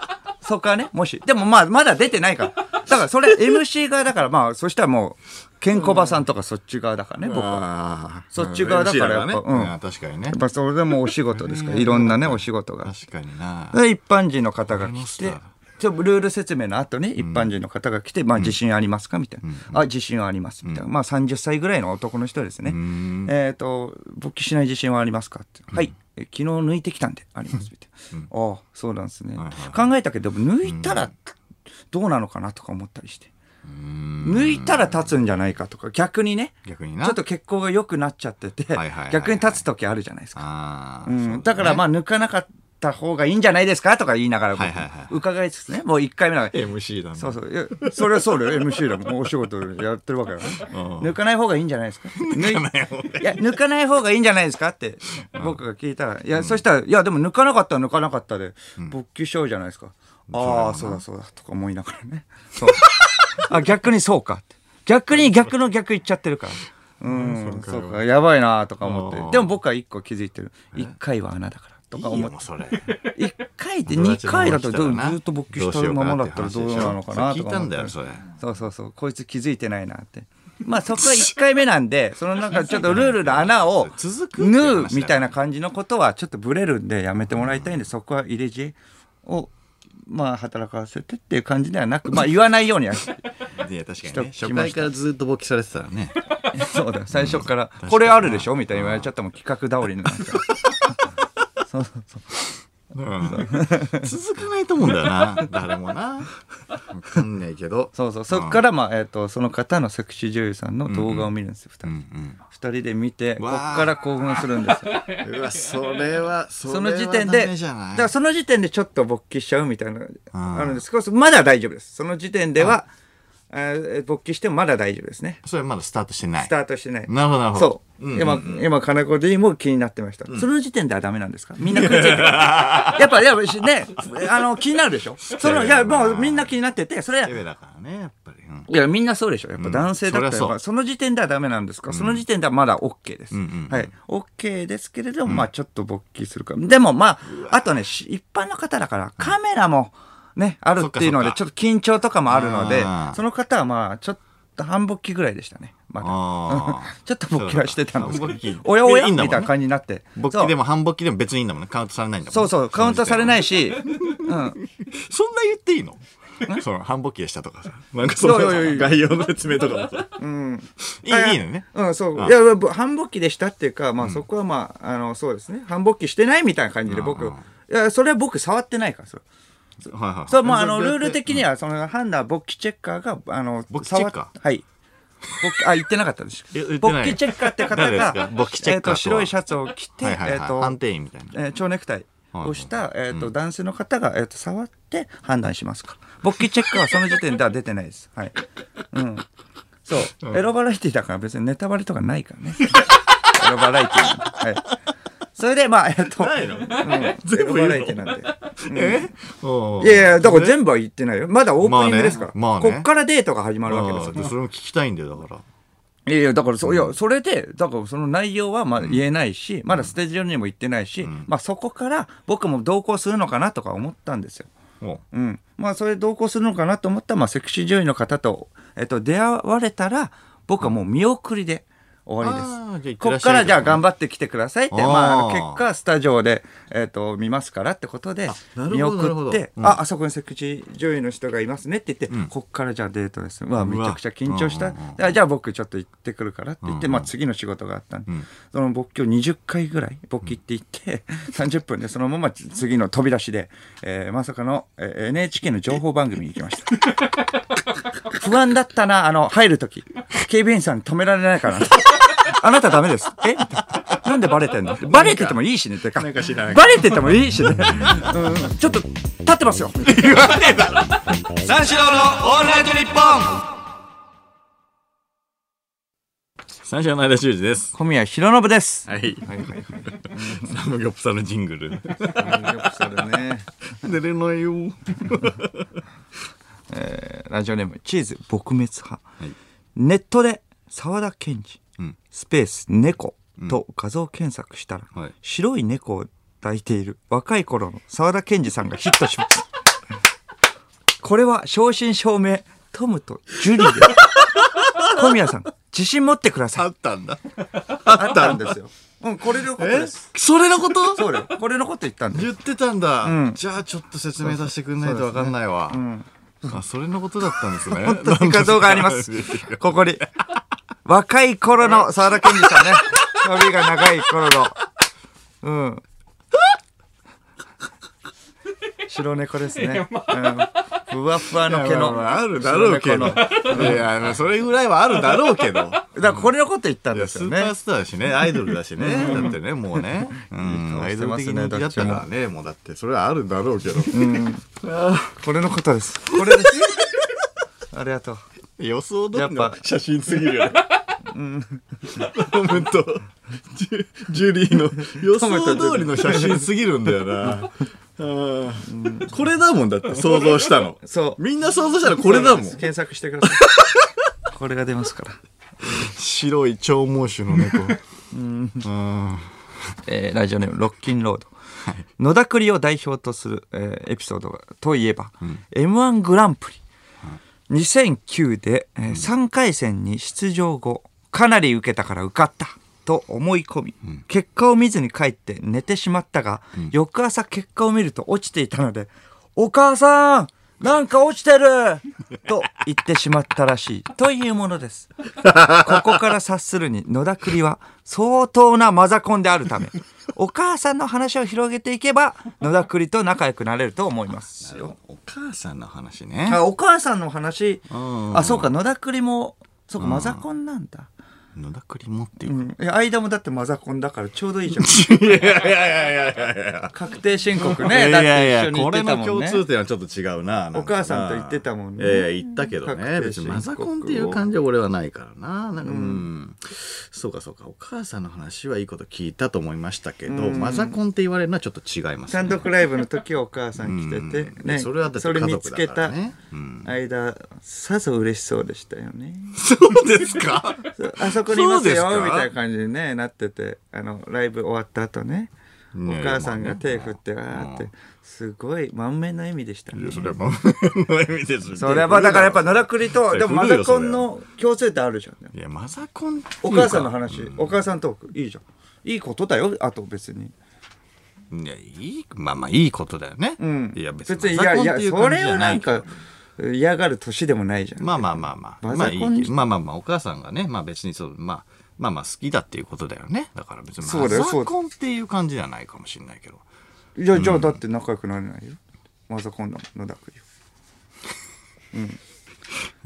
Speaker 2: そこはね、もし。でもまあ、まだ出てないから。だから、それ、MC 側だから、まあ、そしたらもう、ケンコバさんとかそっち側だからね、僕は。
Speaker 1: あー
Speaker 2: そっち側だからやっ
Speaker 1: MC
Speaker 2: ぱ
Speaker 1: だね
Speaker 2: うん
Speaker 1: うん確かにね
Speaker 2: やっぱそれでもお仕事ですから、いろんなね、お仕事が。
Speaker 1: 確かにな
Speaker 2: で一般人の方が
Speaker 1: わかりま
Speaker 2: 来
Speaker 1: してた、
Speaker 2: ちょっとルール説明の後に一般人の方が来て、まあ自信ありますかみたいな。あ、自信はあります。みたいな。まあ30歳ぐらいの男の人ですね。
Speaker 1: ん
Speaker 2: えっと、勃起しない自信はありますかって。はい。え昨日抜いてきたんで、あります。みたいな。ああ、そうなんですね
Speaker 1: はい。
Speaker 2: 考えたけど、抜いたらどうなのかなとか思ったりして。
Speaker 1: うん
Speaker 2: 抜いたら立つんじゃないかとか、逆にね。
Speaker 1: 逆に
Speaker 2: ち
Speaker 1: な
Speaker 2: ょっと血行が良くなっちゃってて
Speaker 1: はいはいはいは、い
Speaker 2: 逆に立つ時あるじゃないですか。
Speaker 1: ああ、
Speaker 2: うん
Speaker 1: そうね
Speaker 2: だからまあ抜かなかった方がいいんじゃないですかとか言いながら、
Speaker 1: はいはいはい
Speaker 2: 伺いつつねもう1回目だから
Speaker 1: MC だね
Speaker 2: そうそういやそれはそうだよ MC だもんお仕事やってるわけだから
Speaker 1: うん
Speaker 2: 抜かない方がいいんじゃないです <laughs> か抜いいや抜かない方がいいんじゃないですかって僕が聞いたらいや、そしたらいやでも抜かなかったら抜かなかったで勃起しようじゃないですか、ああそうだそうだとか思いながらねそうあ逆にそうかって逆に逆の逆言っちゃってるからうん、そうか、やばいなとか思って
Speaker 1: あ。ー
Speaker 2: でも僕は一個気づいてる。一回は穴だからとか
Speaker 1: いい
Speaker 2: 思
Speaker 1: よ
Speaker 2: っ
Speaker 1: もう
Speaker 2: て。
Speaker 1: それ
Speaker 2: 一回で二回だとず
Speaker 1: 友達
Speaker 2: っと勃起したままだったらどうなのかな
Speaker 1: 聞
Speaker 2: と
Speaker 1: い
Speaker 2: か
Speaker 1: た
Speaker 2: 思
Speaker 1: ん
Speaker 2: っ
Speaker 1: だよ
Speaker 2: て。
Speaker 1: それ
Speaker 2: そうそうそう、こいつ気づいてないなって。まあそこは一回目なんで、そのなんかちょっとルールの穴を
Speaker 1: 続くって話だよ
Speaker 2: 縫うみたいな感じのことはちょっとブレるんでやめてもらいたいんで、そこは入れ知恵を。まあ働かせてっていう感じではなく、まあ言わないようには
Speaker 1: いや確かにね
Speaker 2: 人来ました
Speaker 1: 初回からずっと勃起されてたらね
Speaker 2: <laughs> そうだよ最初から「これあるでしょ?」みたいに言われちゃっても企画倒りになっ
Speaker 1: <laughs>
Speaker 2: ちゃう
Speaker 1: 続かないと思うんだよな誰もな分かんないけど
Speaker 2: そうそうそこから、まあえー、とその方のセクシー女優さんの動画を見るんですよ、
Speaker 1: う
Speaker 2: 2人
Speaker 1: ん
Speaker 2: 二人で見てこ
Speaker 1: わ
Speaker 2: っ
Speaker 1: ー
Speaker 2: から興奮するんですよ
Speaker 1: うんうわそれはそ
Speaker 2: そ
Speaker 1: れ
Speaker 2: の
Speaker 1: は
Speaker 2: 時点
Speaker 1: ダ
Speaker 2: で
Speaker 1: メじゃ
Speaker 2: だ
Speaker 1: ない
Speaker 2: からその時点でちょっと勃起しちゃうみたいなのがあるんですけどまだ大丈夫ですその時点では、えー勃起してもまだ大丈夫ですね
Speaker 1: それまだスタートしてない
Speaker 2: スタートしてない
Speaker 1: なるほどなるほど
Speaker 2: そう、今今金子 D も気になってました、その時点ではダメなんです <laughs> かみんな食いついてくるやっぱやっぱしねあの気になるでしょそのいやもうみんな気になっててそれ
Speaker 1: レベルだからねやっぱりうん
Speaker 2: いや、みんなそうでしょ。やっぱ男性だったら、
Speaker 1: そりゃそう
Speaker 2: やっぱその時点ではダメなんですか、その時点ではまだ OK です。
Speaker 1: うんうんうん
Speaker 2: はい。OK ですけれども、まあちょっと勃起するか。でもまあ、あとね、し一般の方だからカメラもね、あるっていうの
Speaker 1: そ
Speaker 2: で、
Speaker 1: っか
Speaker 2: ちょっと緊張とかもあるので
Speaker 1: あ、ー
Speaker 2: その方はまあ、ちょっと半勃起ぐらいでしたね。まだ。
Speaker 1: あ
Speaker 2: <laughs>
Speaker 1: あ
Speaker 2: ちょっと勃起はしてたんです
Speaker 1: そうだ
Speaker 2: け
Speaker 1: 半勃、
Speaker 2: ど
Speaker 1: 起
Speaker 2: おやおや
Speaker 1: いいん
Speaker 2: み
Speaker 1: だもんね
Speaker 2: たいな感じになって。
Speaker 1: 勃起でも半勃起でも別にいいんだもんねカウントされないんだもんね
Speaker 2: そうそうそう、カウントされないし、
Speaker 1: そんな言っていいのその半勃起でしたとかさなんかその
Speaker 2: いやいやいやいや
Speaker 1: 概要の説明とかもさ
Speaker 2: うん。
Speaker 1: いいいいのね
Speaker 2: うん、そう。
Speaker 1: あ
Speaker 2: いや、ぶ繁忙期でしたっていうか、まあそこはまあ、あの、そうですね。繁忙期してないみたいな感じで僕、
Speaker 1: うん
Speaker 2: い
Speaker 1: うん
Speaker 2: や、それは僕触ってないから、それ。
Speaker 1: はいはい
Speaker 2: それはもうあの、ルール
Speaker 1: 的
Speaker 2: 的には、その判断、勃起チェッカーが、あの、
Speaker 1: 勃起チェッカー
Speaker 2: 触っはい。ボッケあ、言ってなかったでし
Speaker 1: え言ってない
Speaker 2: ょ。ボッケチェッカーって方
Speaker 1: 誰ですか
Speaker 2: が、
Speaker 1: ボッケチェッカーとは
Speaker 2: えっと、白いシャツを着て、
Speaker 1: はいはいは
Speaker 2: え
Speaker 1: い
Speaker 2: っ
Speaker 1: 判
Speaker 2: と、
Speaker 1: 定員みたいな
Speaker 2: えー蝶ネクタイをした、えっと、男性の方が、えっと、触って判断しますから。ボッケチェッカーはその時点では出てないです。はい。うん。そう。エロバラエティだから別にネタバレとかないからね。 <laughs> エロバラエティなんで。はい。それで、まあ、えっと、
Speaker 1: ないの
Speaker 2: うん、エ
Speaker 1: 全
Speaker 2: ロ
Speaker 1: 部言
Speaker 2: バ
Speaker 1: うの
Speaker 2: ラエティなんで。
Speaker 1: えおう
Speaker 2: いやいや、だから全部は言ってないよ。まだオープニングですから。
Speaker 1: まあねまあね
Speaker 2: こっからデートが始まるわけ
Speaker 1: あ
Speaker 2: です
Speaker 1: あ
Speaker 2: よ
Speaker 1: で。それも聞きたいんだよだから
Speaker 2: いやいや、だからそ、ういや、それで、だからその内容はまだ言えないし、まだステージ上にも行ってないし、まあそこから僕も同行するのかなとか思ったんですよ。
Speaker 1: おう
Speaker 2: うん。まあそれ同行するのかなと思ったら、まあセクシー女優の方と、えっと、出会われたら、僕はもう見送りで終わりです。
Speaker 1: あーじゃあ行って
Speaker 2: こ
Speaker 1: ら
Speaker 2: っ
Speaker 1: っしゃ
Speaker 2: か
Speaker 1: い
Speaker 2: らじゃあ頑張ってきてくださいって、
Speaker 1: あー
Speaker 2: まあ結果スタジオで、えっと、見ますからってことで、
Speaker 1: な
Speaker 2: 見
Speaker 1: るほどなるほ
Speaker 2: 送
Speaker 1: ど
Speaker 2: って、
Speaker 1: うん
Speaker 2: あ、あそこにセクシー女優の人がいますねって言って、こっからじゃあデートです。まあめちゃくちゃ緊張した。
Speaker 1: うんうんうん
Speaker 2: あじゃあ僕ちょっと行ってくるからって言って、
Speaker 1: うんうん
Speaker 2: まあ次の仕事があったんで、
Speaker 1: ん
Speaker 2: その勃起を20回ぐらい勃起って言って、30分 <laughs> でそのまま次の飛び出しで、えーまさかの、えー NHK の情報番組に行き
Speaker 1: <laughs>
Speaker 2: ました。不安だったな、あの、入るとき。警備員さんに止められない <laughs> からな。あなたダメです。えみたいななんでバレてんのバレててもいいしね、てか。
Speaker 1: なんか知らない
Speaker 2: バレててもいいし
Speaker 1: <laughs>
Speaker 2: ね。うん、ちょっと、立ってますよ。
Speaker 1: 三四郎のオールナイトニッポン三四郎の間修二です
Speaker 2: 小宮弘信です。
Speaker 1: はい
Speaker 2: はいはいはい。
Speaker 1: サムギョプサルジングル
Speaker 2: ね。
Speaker 1: 出れないよ
Speaker 2: ラジオネームチーズ撲滅派、
Speaker 1: い
Speaker 2: ネットで沢田研二、
Speaker 1: うん
Speaker 2: スペース猫と画像検索したら、
Speaker 1: はい
Speaker 2: 白い猫を抱いている若い頃の沢田研二さんがヒットしました <laughs> これは正真正銘トムとジュリーです小宮さん自信持ってください
Speaker 1: あったんだ
Speaker 2: あったんですよ、うん、これのこと
Speaker 1: え
Speaker 2: です
Speaker 1: それのこと
Speaker 2: そうだよこれのこと言ったんです
Speaker 1: 言ってたんだ、
Speaker 2: うん
Speaker 1: じゃあちょっと説明させてくれないとわかんないわあそれのことだったんですね
Speaker 2: 本当に画像があります。ここに。若い頃の沢田健二さんね。髪が長い頃の。うん。白猫ですね。うん、ふわふわの毛の。
Speaker 1: まあまああるだろうけど。
Speaker 2: 白猫
Speaker 1: いや、まあそれぐらいはあるだろうけ
Speaker 2: <laughs>
Speaker 1: ど。
Speaker 2: のだからこれのこと言ったん
Speaker 1: い
Speaker 2: で
Speaker 1: や
Speaker 2: す
Speaker 1: ス
Speaker 2: よ
Speaker 1: ー
Speaker 2: ね
Speaker 1: パ。ースターだしね、アイドルだしね、だってね、もうね、うん、ア
Speaker 2: い
Speaker 1: イド
Speaker 2: い顔して
Speaker 1: ル
Speaker 2: ますね
Speaker 1: 的な人気だったからね、もうだって、それはあるだろうけど、
Speaker 2: これのことです。これです。ありがとう。
Speaker 1: 予想通り
Speaker 2: やっ
Speaker 1: の
Speaker 2: ぱ
Speaker 1: 写真すぎるよね。トムとジュジュリーの予
Speaker 2: トムとジュリー
Speaker 1: 想通りの写真すぎるんだ
Speaker 2: <laughs>
Speaker 1: よな。あーこれだもんだって想像したの。
Speaker 2: そう
Speaker 1: みんな想像したらこれだもん。
Speaker 2: 検索してください。これが出ますから。
Speaker 1: 白い長毛種の
Speaker 2: <laughs>
Speaker 1: 猫。うん。
Speaker 2: えーラジオネームロッキンロード、野田栗を代表とする、えーエピソードがといえば、m 1グランプリ2009で、え3回戦に出場後かなり受けたから受かったと思い込み、結果を見ずに帰って寝てしまったが、翌朝結果を見ると落ちていたので「お母さんなんか落ちてる!」と言ってしまったらしいというものです。ここから察するに野田栗は相当なマザコンであるため、お母さんの話を広げていけば野田栗と仲良くなれると思いますよ。
Speaker 1: お母さんの話ね。
Speaker 2: あ、お母さんの話、
Speaker 1: うん
Speaker 2: あ、そうか、野田栗も、そうか、マザコンなんだ。
Speaker 1: 野田栗もっていうう。
Speaker 2: ん。いや間もだってマザコンだからちょうどいいじゃん。
Speaker 1: <laughs> いやいやいやいやいやいや。
Speaker 2: 確定申告
Speaker 1: いや
Speaker 2: ね。
Speaker 1: い
Speaker 2: だっ
Speaker 1: や
Speaker 2: て
Speaker 1: い
Speaker 2: 一緒
Speaker 1: や
Speaker 2: に行
Speaker 1: こ
Speaker 2: って
Speaker 1: れ
Speaker 2: た
Speaker 1: の
Speaker 2: もん
Speaker 1: 共
Speaker 2: ね。
Speaker 1: 通点はちょっと違うななんかな
Speaker 2: お母さんと言ってたもんね
Speaker 1: いやいや言ったけど
Speaker 2: 確定
Speaker 1: ね
Speaker 2: 申告
Speaker 1: 別にマザコンっていう感じは俺はないからななんかうん、そうかそうかお母さんの話はいいこと聞いたと思いましたけど、マザコンって言われるのはちょっと違います
Speaker 2: 単
Speaker 1: ね
Speaker 2: 独ライブの時はお母さん来てて、
Speaker 1: うん
Speaker 2: ね、
Speaker 1: それはだって
Speaker 2: それ
Speaker 1: 家
Speaker 2: 見
Speaker 1: 族
Speaker 2: つ
Speaker 1: だ
Speaker 2: け
Speaker 1: から
Speaker 2: た
Speaker 1: ね
Speaker 2: 間、さぞ嬉しそうでしたよね。
Speaker 1: そうです <laughs> か
Speaker 2: あそこにいますよ
Speaker 1: そうですか
Speaker 2: みたいな感じに、ね、なっててあのライブ終わった後ねお
Speaker 1: ねえ
Speaker 2: 母さんが手振ってわ
Speaker 1: まあね
Speaker 2: ーってすごい満面の笑みでした
Speaker 1: い
Speaker 2: ね
Speaker 1: やそれはまあ <laughs> の意味です
Speaker 2: それはまあだからやっぱ野良栗
Speaker 1: そ
Speaker 2: と
Speaker 1: れ
Speaker 2: でもマ
Speaker 1: 古い
Speaker 2: ザ
Speaker 1: よ
Speaker 2: コンの共通点あるじゃん
Speaker 1: いやマザコンっていうか
Speaker 2: お母さんの話お母さんトークいいじゃんいいことだよあと別に
Speaker 1: いやいいまあまあいいことだよね、
Speaker 2: うん
Speaker 1: いや別
Speaker 2: 別
Speaker 1: に
Speaker 2: にい
Speaker 1: マザ
Speaker 2: や
Speaker 1: コンっていう
Speaker 2: いやそ
Speaker 1: 感じ
Speaker 2: れ
Speaker 1: じゃ
Speaker 2: を
Speaker 1: な
Speaker 2: ないん
Speaker 1: から
Speaker 2: か嫌がる年でもないじゃん
Speaker 1: まあまあまあまあ。
Speaker 2: マ
Speaker 1: まあ
Speaker 2: ザ
Speaker 1: いい
Speaker 2: コン
Speaker 1: けどまあまあまあ、お母さんがね、まあ別にそう、まあ、まあまあ好きだっていうことだよね。だから別に、
Speaker 2: そうだよ
Speaker 1: マ
Speaker 2: そ
Speaker 1: ザ
Speaker 2: うだ
Speaker 1: コンっていう感じじゃないかもしれないけど。
Speaker 2: いやじゃあだって仲良くなれないよマザコンだもん野良栗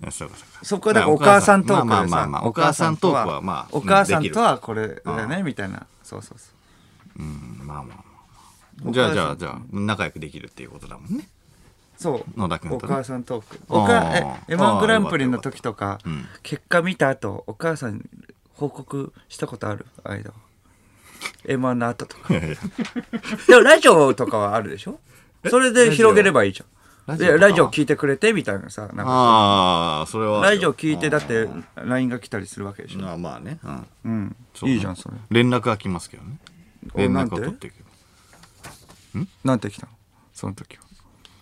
Speaker 2: は
Speaker 1: あそうかそうか
Speaker 2: そこはだからお母さんトークで
Speaker 1: まあ
Speaker 2: さ、
Speaker 1: まあまあまあお母さんトークはまあ
Speaker 2: お母さ
Speaker 1: で
Speaker 2: ん
Speaker 1: きる
Speaker 2: とはこれだね、みたいな。そうそうそ
Speaker 1: う
Speaker 2: う。
Speaker 1: んまあまあまあじゃあじゃあじゃあ仲良くできるっていうことだもん
Speaker 2: <laughs>
Speaker 1: ね
Speaker 2: そう。
Speaker 1: 野田君
Speaker 2: お
Speaker 1: とね
Speaker 2: 母さんトーク。おかえ
Speaker 1: あー
Speaker 2: M1 グランプリの時とか
Speaker 1: たよかった、
Speaker 2: 結果見た後、お母さんに報告したことある間は。M1 の後とか。
Speaker 1: いやいや
Speaker 2: でもラジオとかはあるでしょそれで広げればいいじゃ
Speaker 1: ラ
Speaker 2: ん。
Speaker 1: ジオ
Speaker 2: でラジオ聞いてくれてみたいなさ、なんか
Speaker 1: ああそれは
Speaker 2: ラジオ聞いてだっ
Speaker 1: あ
Speaker 2: て LINE が来たりするわけでしょ。
Speaker 1: ーあまあね、うん、
Speaker 2: うん。
Speaker 1: そう
Speaker 2: いいじゃん、それ。
Speaker 1: 連絡は来ますけどね
Speaker 2: お
Speaker 1: 連
Speaker 2: なん
Speaker 1: 絡は
Speaker 2: て
Speaker 1: 取っていく
Speaker 2: なんて来たのその時は。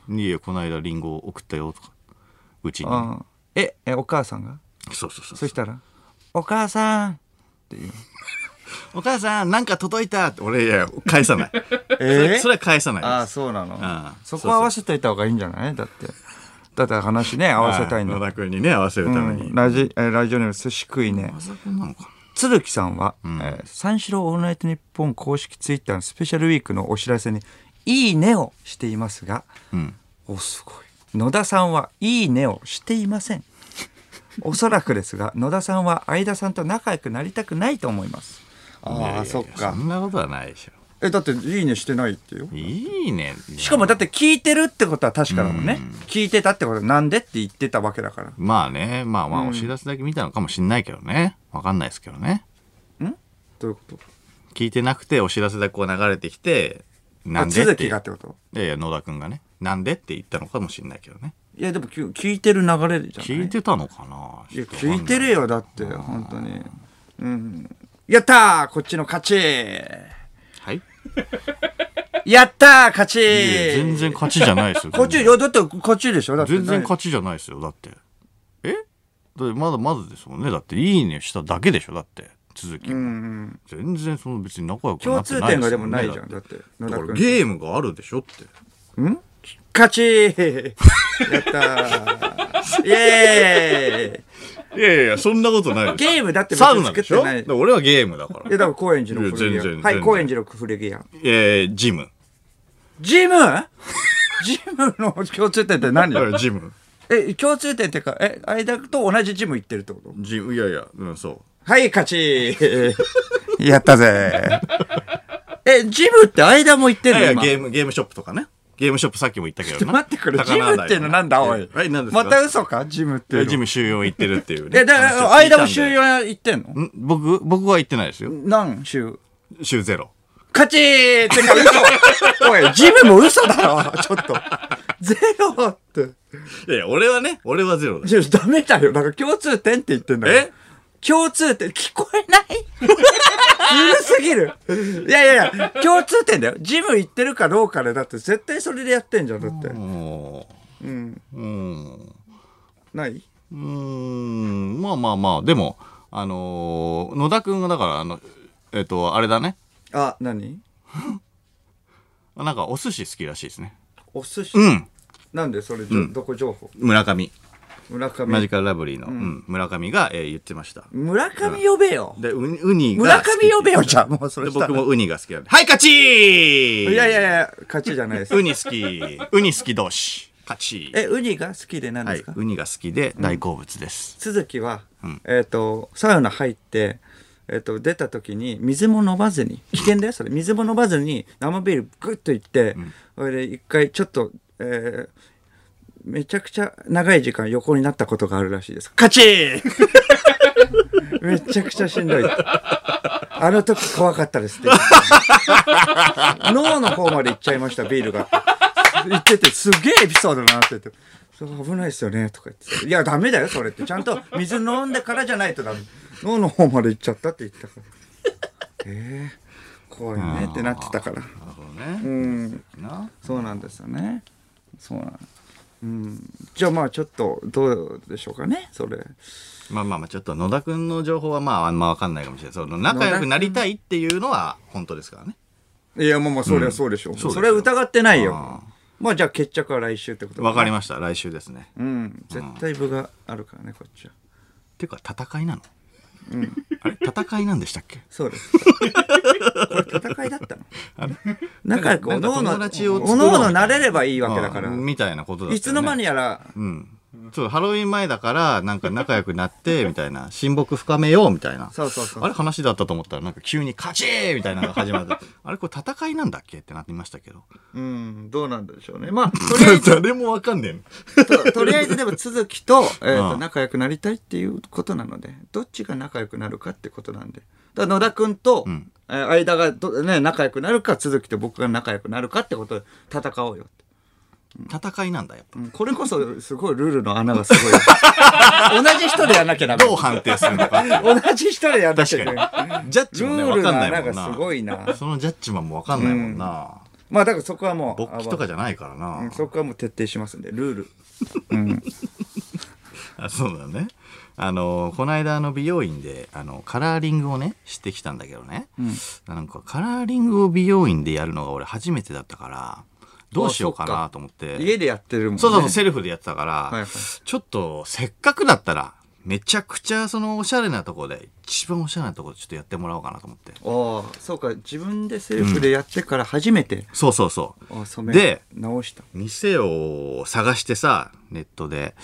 Speaker 1: いやこの間リンゴ送ったよとかうちに
Speaker 2: ああええお母さんが
Speaker 1: そうそうそう
Speaker 2: そしたら「お母さん」って言う
Speaker 1: お母さんなんか届いたって俺いや返さないそ
Speaker 2: <laughs> え
Speaker 1: れそれは返さないです
Speaker 2: ああそうなの
Speaker 1: ああ
Speaker 2: そこは合わせといた方がいいんじゃないだってだって話ね合わせたいんだ
Speaker 1: は野田君にね合わせるために、
Speaker 2: うんラジえラジオネーム寿司食いね
Speaker 1: マザコンなのかな
Speaker 2: 鶴木さんは、えー三四郎オールナイトニッポン」公式ツイッターのスペシャルウィークのお知らせに「いいね」をしていますが、
Speaker 1: ん
Speaker 2: おすごい野田さんは「いいね」をしていま
Speaker 1: <laughs>
Speaker 2: せんおそらくですが野田さんは相田さんと仲良くなりたくないと思います
Speaker 1: いやいやいやそんなことはないでしょ
Speaker 2: えだって「いいね」してないってよ
Speaker 1: いいね
Speaker 2: しかもだって聞いてるってことは確かだもんね聞いてたってことはなんでって言ってたわけだから
Speaker 1: まあねまあまあお知らせだけ見たのかもしんないけどねわかんないですけどね
Speaker 2: どういうこと
Speaker 1: 聞いてなくてお知らせだけこう流れてきてな
Speaker 2: あ
Speaker 1: んで
Speaker 2: 続
Speaker 1: って
Speaker 2: き
Speaker 1: い
Speaker 2: がってこと
Speaker 1: やいや野田君がねなんでって言ったのかもしんないけどね
Speaker 2: いやでもきゅ聞いてる流れじゃない
Speaker 1: 聞いてたのかない
Speaker 2: や聞いてるよだって本当にうんやったーこっちの勝ち
Speaker 1: はい
Speaker 2: やったー勝ち
Speaker 1: いや全然勝ちじゃない
Speaker 2: <laughs>
Speaker 1: ですよ
Speaker 2: こっち
Speaker 1: 全
Speaker 2: い
Speaker 1: 然
Speaker 2: やだってこっちでしょだって
Speaker 1: 全然勝ちじゃないですよだってえだってまだまだですもんねだっていいねしただけでしょだって続きも、
Speaker 2: うんうん
Speaker 1: 全然その別に仲良くな
Speaker 2: 共
Speaker 1: って
Speaker 2: 通
Speaker 1: ない
Speaker 2: 点
Speaker 1: で
Speaker 2: が
Speaker 1: す
Speaker 2: で
Speaker 1: も
Speaker 2: も
Speaker 1: んね
Speaker 2: ないじゃん
Speaker 1: だ
Speaker 2: だ
Speaker 1: っ
Speaker 2: ってて
Speaker 1: だ
Speaker 2: 野田
Speaker 1: から
Speaker 2: 君
Speaker 1: ゲームがあるでしょって
Speaker 2: 勝ちーやった
Speaker 1: <laughs>
Speaker 2: ーイエーイ
Speaker 1: いやいやいやそんなことない
Speaker 2: ゲームだって別
Speaker 1: サウ
Speaker 2: に
Speaker 1: ナ
Speaker 2: 作
Speaker 1: で
Speaker 2: っ
Speaker 1: しょ
Speaker 2: てな
Speaker 1: だ
Speaker 2: い。
Speaker 1: から俺はゲームだから
Speaker 2: いや、だから高円寺の
Speaker 1: い
Speaker 2: 古
Speaker 1: や全
Speaker 2: 着
Speaker 1: 然
Speaker 2: 屋。は
Speaker 1: 全
Speaker 2: い、
Speaker 1: 然
Speaker 2: 高円寺の古着屋。
Speaker 1: えー、ジム
Speaker 2: ジム <laughs> ジムの共通点って何
Speaker 1: だからジム
Speaker 2: え、共通点ってか、え、間と同じジム行ってるってこと
Speaker 1: ジムいやいやうんそう
Speaker 2: はい、
Speaker 1: <laughs>
Speaker 2: 勝ちやったぜえ、ジムって間も行って
Speaker 1: い
Speaker 2: ん
Speaker 1: や
Speaker 2: の
Speaker 1: いやゲ
Speaker 2: 今
Speaker 1: ームゲームショップとかねゲームショップさっきも言ったけど
Speaker 2: ちょっと待ってくれ。ジムってのなんだ、おい。
Speaker 1: はい何ですか
Speaker 2: また嘘かジムっていうの。
Speaker 1: ジム収容行ってるっていうね
Speaker 2: え、だから、
Speaker 1: 話を聞いたんで
Speaker 2: 間も週4行ってんの
Speaker 1: ん僕僕は行ってないですよ
Speaker 2: 何週
Speaker 1: 週ゼロ
Speaker 2: 勝ちーってか嘘おい、ジムも嘘だろちょっと。ゼロって。
Speaker 1: いやいや俺はね俺はゼロだ
Speaker 2: いやダメだよ。なんか共通点って言ってんだよ。
Speaker 1: え
Speaker 2: 共通点、聞こえない <laughs> ゆるすぎる。いやいやいや、共通点だよ。ジム行ってるかどうかで、だって絶対それでやってんじゃん、だって
Speaker 1: う。ん
Speaker 2: うん。
Speaker 1: うん
Speaker 2: ない
Speaker 1: うんまあまあまあでもあのー野田君がだからあのえっとあれだね
Speaker 2: あ、何
Speaker 1: なんかお寿司好きらしいですね
Speaker 2: お寿司、
Speaker 1: うん
Speaker 2: なんでそれ、どこ情報
Speaker 1: 村上
Speaker 2: 村
Speaker 1: マジ
Speaker 2: 上。
Speaker 1: カルラブリーの、うん村上が、えー言ってました
Speaker 2: 村上呼べよ。
Speaker 1: でウニウニ
Speaker 2: 村
Speaker 1: が好き
Speaker 2: 上呼べよ、じゃあ。もうそれ
Speaker 1: で
Speaker 2: したら
Speaker 1: 僕もウニが好きなんではい勝ちー
Speaker 2: いやいやいや、勝ちじゃないです。
Speaker 1: ウニ好きウニ好き同士勝ちー
Speaker 2: え、ウニが好きで何
Speaker 1: は
Speaker 2: で
Speaker 1: い
Speaker 2: すか、
Speaker 1: ウニが好きで大好物です、
Speaker 2: 鈴木は、えっ、と、サウナ入って、えっ、と、出た時に、水も飲まずに、危険だよ、それ。水も飲まずに、生ビールグッといって、それで一回ちょっと、えーめちゃくちゃ長い時間横になったことがあるらしいです。カチー <laughs> めちゃくちゃしんどい。あの時怖かったですって。脳の方まで行っちゃいました、ビールが。言ってて、すげえエピソードだなって言って。そう危ないですよね、とか言って。いや、ダメだよ、それって。ちゃんと水飲んでからじゃないとダメ。脳の方まで行っちゃったって言ったから。ええ怖いねってなってたから。
Speaker 1: なるほどね、
Speaker 2: うん。
Speaker 1: な
Speaker 2: そうなんですよね。そうなん。うん。じゃあまあちょっと、どうでしょうかね、それ。
Speaker 1: まあまあまあちょっと野田君の情報はまああんま分かんないかもしれないその仲良くなりたいっていうのは本当ですからね
Speaker 2: いや、まあまあ、そりゃそうでしょ
Speaker 1: そう
Speaker 2: う。
Speaker 1: ですよ
Speaker 2: それは疑ってないよ
Speaker 1: あ。
Speaker 2: まあじゃあ決着は来週ってこと
Speaker 1: わかり
Speaker 2: ま
Speaker 1: ました来週ですねっ
Speaker 2: うん。絶対部があるからね、こっちは。
Speaker 1: ていうか戦いなの、あれ戦いなんでしたっけ
Speaker 2: そうです。これ戦いだったの仲良く、
Speaker 1: なんか
Speaker 2: おのおの、
Speaker 1: 友達を
Speaker 2: お
Speaker 1: 作ろう
Speaker 2: のおのなれればいいわけだから
Speaker 1: う。んみたいなことだったよね
Speaker 2: いつの間にやら、
Speaker 1: うんちょっとハロウィン前だから、なんか仲良くなって、みたいな。親睦深めよう、みたいな。
Speaker 2: そうそうそう
Speaker 1: あれ話だったと思ったら、なんか急にカチーみたいなのが始 <laughs> まって、あれこれ戦いなんだっけってなってましたけど。
Speaker 2: うん、どうなんでしょうね。まあ、とりあえ
Speaker 1: <laughs>
Speaker 2: ず、
Speaker 1: 誰もわかんねえの。
Speaker 2: ととりあえずでも、続きと、えー
Speaker 1: う
Speaker 2: と、
Speaker 1: ん
Speaker 2: 仲良くなりたいっていうことなので、どっちが仲良くなるかってことなんで。だから野田くんと、
Speaker 1: ん
Speaker 2: えー間がど、ね、仲良くなるか、続きと僕が仲良くなるかってことで戦おうよって。
Speaker 1: 戦いなんだ、やっぱ。
Speaker 2: うんこれこそ、すごいルールの穴がす
Speaker 1: <laughs>
Speaker 2: ごい。同じ人でやんなきゃダメ。
Speaker 1: どう判定するのかっていう。
Speaker 2: 同じ人でやんなきゃ
Speaker 1: 確
Speaker 2: ダメ。
Speaker 1: かに。ジャッジ
Speaker 2: ル
Speaker 1: もね、
Speaker 2: ー
Speaker 1: わ
Speaker 2: ル
Speaker 1: かん
Speaker 2: の
Speaker 1: ない
Speaker 2: 穴
Speaker 1: もん
Speaker 2: がすご
Speaker 1: な。
Speaker 2: いな。
Speaker 1: そのジャッジマンもわかんないもんな。
Speaker 2: まあ、だからそこはもう。
Speaker 1: 勃起とかじゃないから
Speaker 2: うん
Speaker 1: な。
Speaker 2: そこはもう徹底しますんで、ルール。
Speaker 1: あ <laughs> そうだね。あの、この間、あの、美容院で、あの、カラーリングをね、してきたんだけどね。なんか、カラーリングを美容院でやるのが俺初めてだったから、どうしようか
Speaker 2: あそっ
Speaker 1: な
Speaker 2: か
Speaker 1: と思って。
Speaker 2: 家でやってるもんね。
Speaker 1: そうそうそう、セルフでやってたから、
Speaker 2: いはい
Speaker 1: ちょっと、せっかくだったら、めちゃくちゃ、その、おしゃれなとこで、一番おしゃれなとこでちょっとやってもらおうかなと思って。
Speaker 2: ああ、そうか。自分でセルフでやってから初めて、
Speaker 1: そうそうそう。
Speaker 2: ああ染め
Speaker 1: で
Speaker 2: 直した。
Speaker 1: 店を探してさ、ネットで。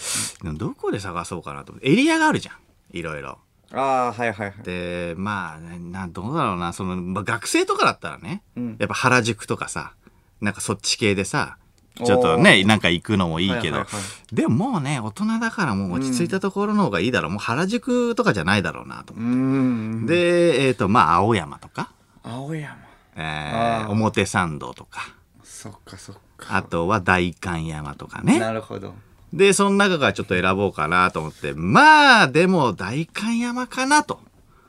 Speaker 1: でもどこで探そうかなと思って。エリアがあるじゃん。いろいろ。
Speaker 2: ああ、はいはいはい。
Speaker 1: で、まあ、な、どうだろうな。その、まあ、学生とかだったらね、
Speaker 2: うん
Speaker 1: やっぱ原宿とかさ、なんかそっち系でさ、ちょっとね、なんか行くのもいいけど、
Speaker 2: はいはいは
Speaker 1: でももうね、大人だからもう落ち着いたところの方がいいだろう。もう原宿とかじゃないだろうなと
Speaker 2: う
Speaker 1: 思
Speaker 2: ー
Speaker 1: って。
Speaker 2: ん。
Speaker 1: で、えっ、と、まあ、青山とか、
Speaker 2: 青山。
Speaker 1: え
Speaker 2: あ
Speaker 1: ー、
Speaker 2: ー
Speaker 1: 表参道とか、
Speaker 2: そっかそっか。
Speaker 1: あとは代官山とかね。
Speaker 2: なるほど。
Speaker 1: で、その中からちょっと選ぼうかなと思って、まあ、でも、代官山かなと。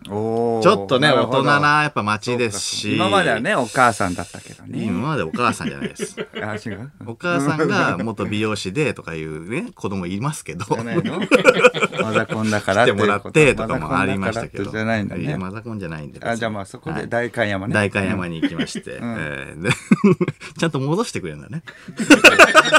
Speaker 2: おお。
Speaker 1: ちょっとね、
Speaker 2: る
Speaker 1: 大
Speaker 2: ほど
Speaker 1: 人な、やっぱ街ですし。
Speaker 2: 今までは。ね、お母さんだったけどね。
Speaker 1: 今までお母さんじゃない
Speaker 2: <laughs>
Speaker 1: です。
Speaker 2: あ、違う
Speaker 1: お母さんが元美容師でとかいうね、子供いますけど。
Speaker 2: じゃない <laughs> のマザコンだから
Speaker 1: 来
Speaker 2: ってていうこ
Speaker 1: も
Speaker 2: と。
Speaker 1: らってとかもありましたけ
Speaker 2: マザ
Speaker 1: ど。
Speaker 2: コンだからってじゃないんだ
Speaker 1: や
Speaker 2: ね。
Speaker 1: マザコンじゃないんで。
Speaker 2: あ、じゃあまあそこ
Speaker 1: は
Speaker 2: で
Speaker 1: い
Speaker 2: 代官山ね。
Speaker 1: 代官山に行きまして。えーで <laughs> ちゃんと戻してくれるんだね。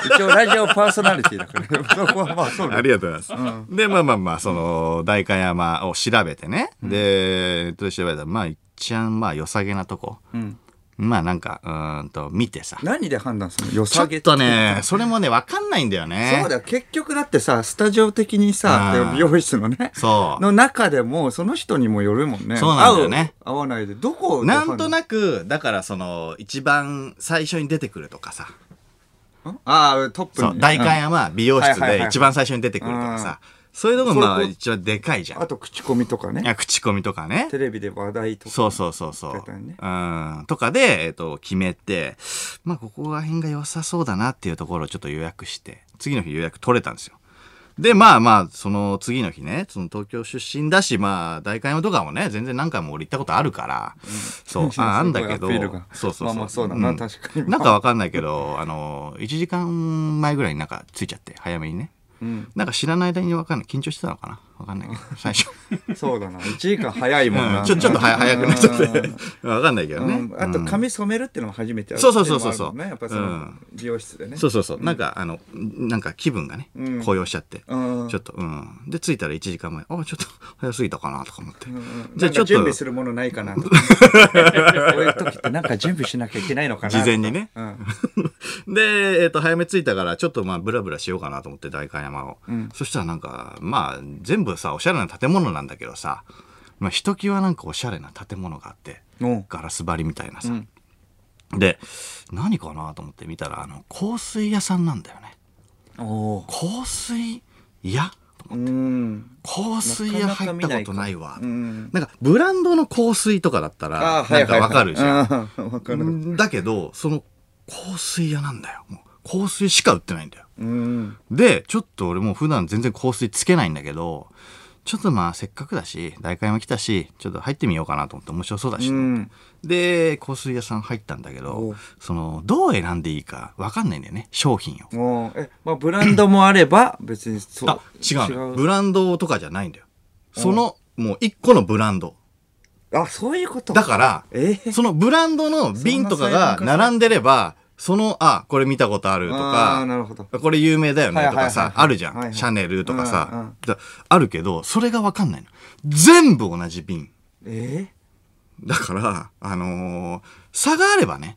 Speaker 2: 一応ラジオパーソナリティだから、
Speaker 1: <laughs>
Speaker 2: そこはまあそうだ
Speaker 1: ありがとうございます。で、まあまあまあ、その、代官山を調べてね。で、えっと調べたら、まあ、一番、まあ、良さげなとこ。
Speaker 2: ん
Speaker 1: まあ、なんか、うーんと、見てさ。
Speaker 2: 何で判断するの良
Speaker 1: ちょ
Speaker 2: さ
Speaker 1: っ
Speaker 2: げ
Speaker 1: とね、それもね、わかんないんだよね。
Speaker 2: そうだよ結局だってさスタジオ的にさ
Speaker 1: うん
Speaker 2: 美容室のね
Speaker 1: そう
Speaker 2: の中でもその人にもよるもんね
Speaker 1: そうなんだよね
Speaker 2: 合う合わないでどこを
Speaker 1: なんと
Speaker 2: く
Speaker 1: なく、だからその、一番最初に出てくるとかさ。
Speaker 2: ああトップ
Speaker 1: そう、
Speaker 2: に
Speaker 1: 代官山美容室
Speaker 2: はいはいは
Speaker 1: で
Speaker 2: い
Speaker 1: 一番最初に出てくるとか
Speaker 2: うん
Speaker 1: さ。そういうところ
Speaker 2: そ
Speaker 1: が
Speaker 2: れこ
Speaker 1: 一番でかいじ
Speaker 2: う
Speaker 1: ゃ
Speaker 2: んあ
Speaker 1: ん。
Speaker 2: と口コミとかね
Speaker 1: あ口コミとかね。
Speaker 2: テレビで話題とか
Speaker 1: そうそうそうそう。
Speaker 2: 確かにね
Speaker 1: うん。とかで、えっと、決めて、まあ、ここら辺が良さそうだなっていうところをちょっと予約して、次の日予約取れたんですよ。で、まあまあ、その次の日ね、その東京出身だし、まあ、大会山とかもね、全然何回も俺行ったことあるから、そう、
Speaker 2: <laughs>
Speaker 1: あ、あんだけど
Speaker 2: すごいアピールが、
Speaker 1: そうそうそう。
Speaker 2: まあまあそうだな確かに
Speaker 1: なんかわかんないけど、あの、1時間前ぐらいになんかついちゃって、早めにね。
Speaker 2: うん
Speaker 1: なんか知らない間にわかんない。緊張してたのかなわかんない
Speaker 2: <laughs>
Speaker 1: けど、最初。
Speaker 2: そうだな1時間早いもん
Speaker 1: う
Speaker 2: なん
Speaker 1: ちょ、ちょっとはや早くなっちゃって。 <laughs> わかんないけど
Speaker 2: う
Speaker 1: ね。
Speaker 2: んあと髪染めるってのも初めて
Speaker 1: そうそうそうそうそう
Speaker 2: っていのもあるもんねやっぱその
Speaker 1: うん
Speaker 2: 美容室でね
Speaker 1: そうそうそう。なんか、あの、なんか気分がね、
Speaker 2: うん
Speaker 1: 高揚しちゃって。
Speaker 2: うん
Speaker 1: ちょっと、うん。で、着いたら1時間前、あ、ちょっと早すぎたかなとか思って。
Speaker 2: じ
Speaker 1: じゃ
Speaker 2: ゃあ
Speaker 1: あちょ
Speaker 2: ちょっと
Speaker 1: っと
Speaker 2: 準備するものないかなとかこういう時ってなんか準備しなきゃいけないのかなとか
Speaker 1: 事前にね
Speaker 2: うん、
Speaker 1: <laughs> で、えっ、と、早め着いたから、ちょっとまあ、ブラブラしようかなと思って、代官山を。そしたらなんか、まあ、全部さ、おしゃれな建物なんだけどさ、まあ、ひときわなんかおしゃれな建物があって、
Speaker 2: うん
Speaker 1: ガラス張りみたいなさ。で、何かなと思って見たら、あの、香水屋さんなんだよね。
Speaker 2: おー
Speaker 1: 香水屋
Speaker 2: うん
Speaker 1: 香水屋入ったことないわ。
Speaker 2: うん
Speaker 1: なんかブランドの香水とかだった
Speaker 2: あ
Speaker 1: ら
Speaker 2: ーは
Speaker 1: ないん
Speaker 2: はい
Speaker 1: か
Speaker 2: は
Speaker 1: わ
Speaker 2: い
Speaker 1: かるじゃん。
Speaker 2: あーわかる
Speaker 1: だけどその香水屋なんだよ。もう香水しか売ってないんだよ。
Speaker 2: うん
Speaker 1: でちょっと俺もう普段全然香水つけないんだけどちょっとまあせっかくだし大会も来たしちょっと入ってみようかなと思って面白そうだし、
Speaker 2: うん
Speaker 1: で香水屋さん入ったんだけ
Speaker 2: お
Speaker 1: ど
Speaker 2: う
Speaker 1: そのどう選んでいいかわかんないんだよね商品を。
Speaker 2: もうえまあブランドもあれば別にそう
Speaker 1: あ違うのブランドとかじゃないんだよ。そのもう一個のブランド。
Speaker 2: あそういうこと
Speaker 1: だから、
Speaker 2: えー
Speaker 1: そのブランドの瓶とかが
Speaker 2: そんな
Speaker 1: 並んでれば、その、あ、これ見たことあると
Speaker 2: あーなるほど
Speaker 1: か、これ有名だよねとか
Speaker 2: はいはいはいは
Speaker 1: さ
Speaker 2: い、
Speaker 1: あるじゃ
Speaker 2: はいはい
Speaker 1: ん。シャネルとか
Speaker 2: うんうん
Speaker 1: さ、だあるけど、それがわかんないの。全部同じ瓶。
Speaker 2: え
Speaker 1: だから、あのー差があればね、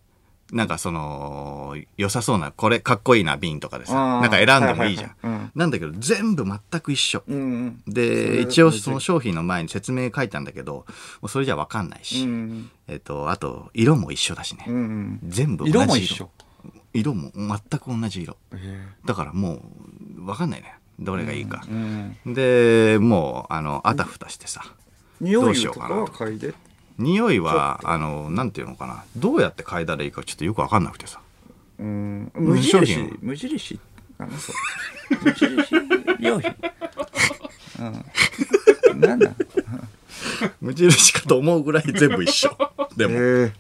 Speaker 1: なんかその良さそうなこれかっこいいな瓶とかでさ
Speaker 2: あー
Speaker 1: なんか選んでもいいじゃん、
Speaker 2: はいはいはいうん
Speaker 1: なんだけど全部全く一緒、
Speaker 2: うんうんそ
Speaker 1: で
Speaker 2: れ
Speaker 1: 一応その商品の前に説明書いたんだけどもうそれじゃ分かんないし、
Speaker 2: うん
Speaker 1: えっとあと色も一緒だしね、
Speaker 2: うんうん
Speaker 1: 全部同じ色
Speaker 2: 色も一緒
Speaker 1: 色も全く同じ色
Speaker 2: へえ
Speaker 1: だからもう分かんないねどれがいいか
Speaker 2: う、ん
Speaker 1: でもうあのあたふたしてさど
Speaker 2: 匂
Speaker 1: う
Speaker 2: い
Speaker 1: しよ
Speaker 2: と
Speaker 1: う
Speaker 2: か
Speaker 1: かな
Speaker 2: は嗅いで
Speaker 1: 匂いはあのなんていうのかなどうやって嗅いだらいいかちょっとよく分かんなくてさ
Speaker 2: うん無
Speaker 1: 商
Speaker 2: 印
Speaker 1: 品
Speaker 2: 無印なのそれ無 <laughs> 印良品うんなんだ
Speaker 1: <laughs> 無印かと思うぐらい全部一緒 <laughs> でも
Speaker 2: え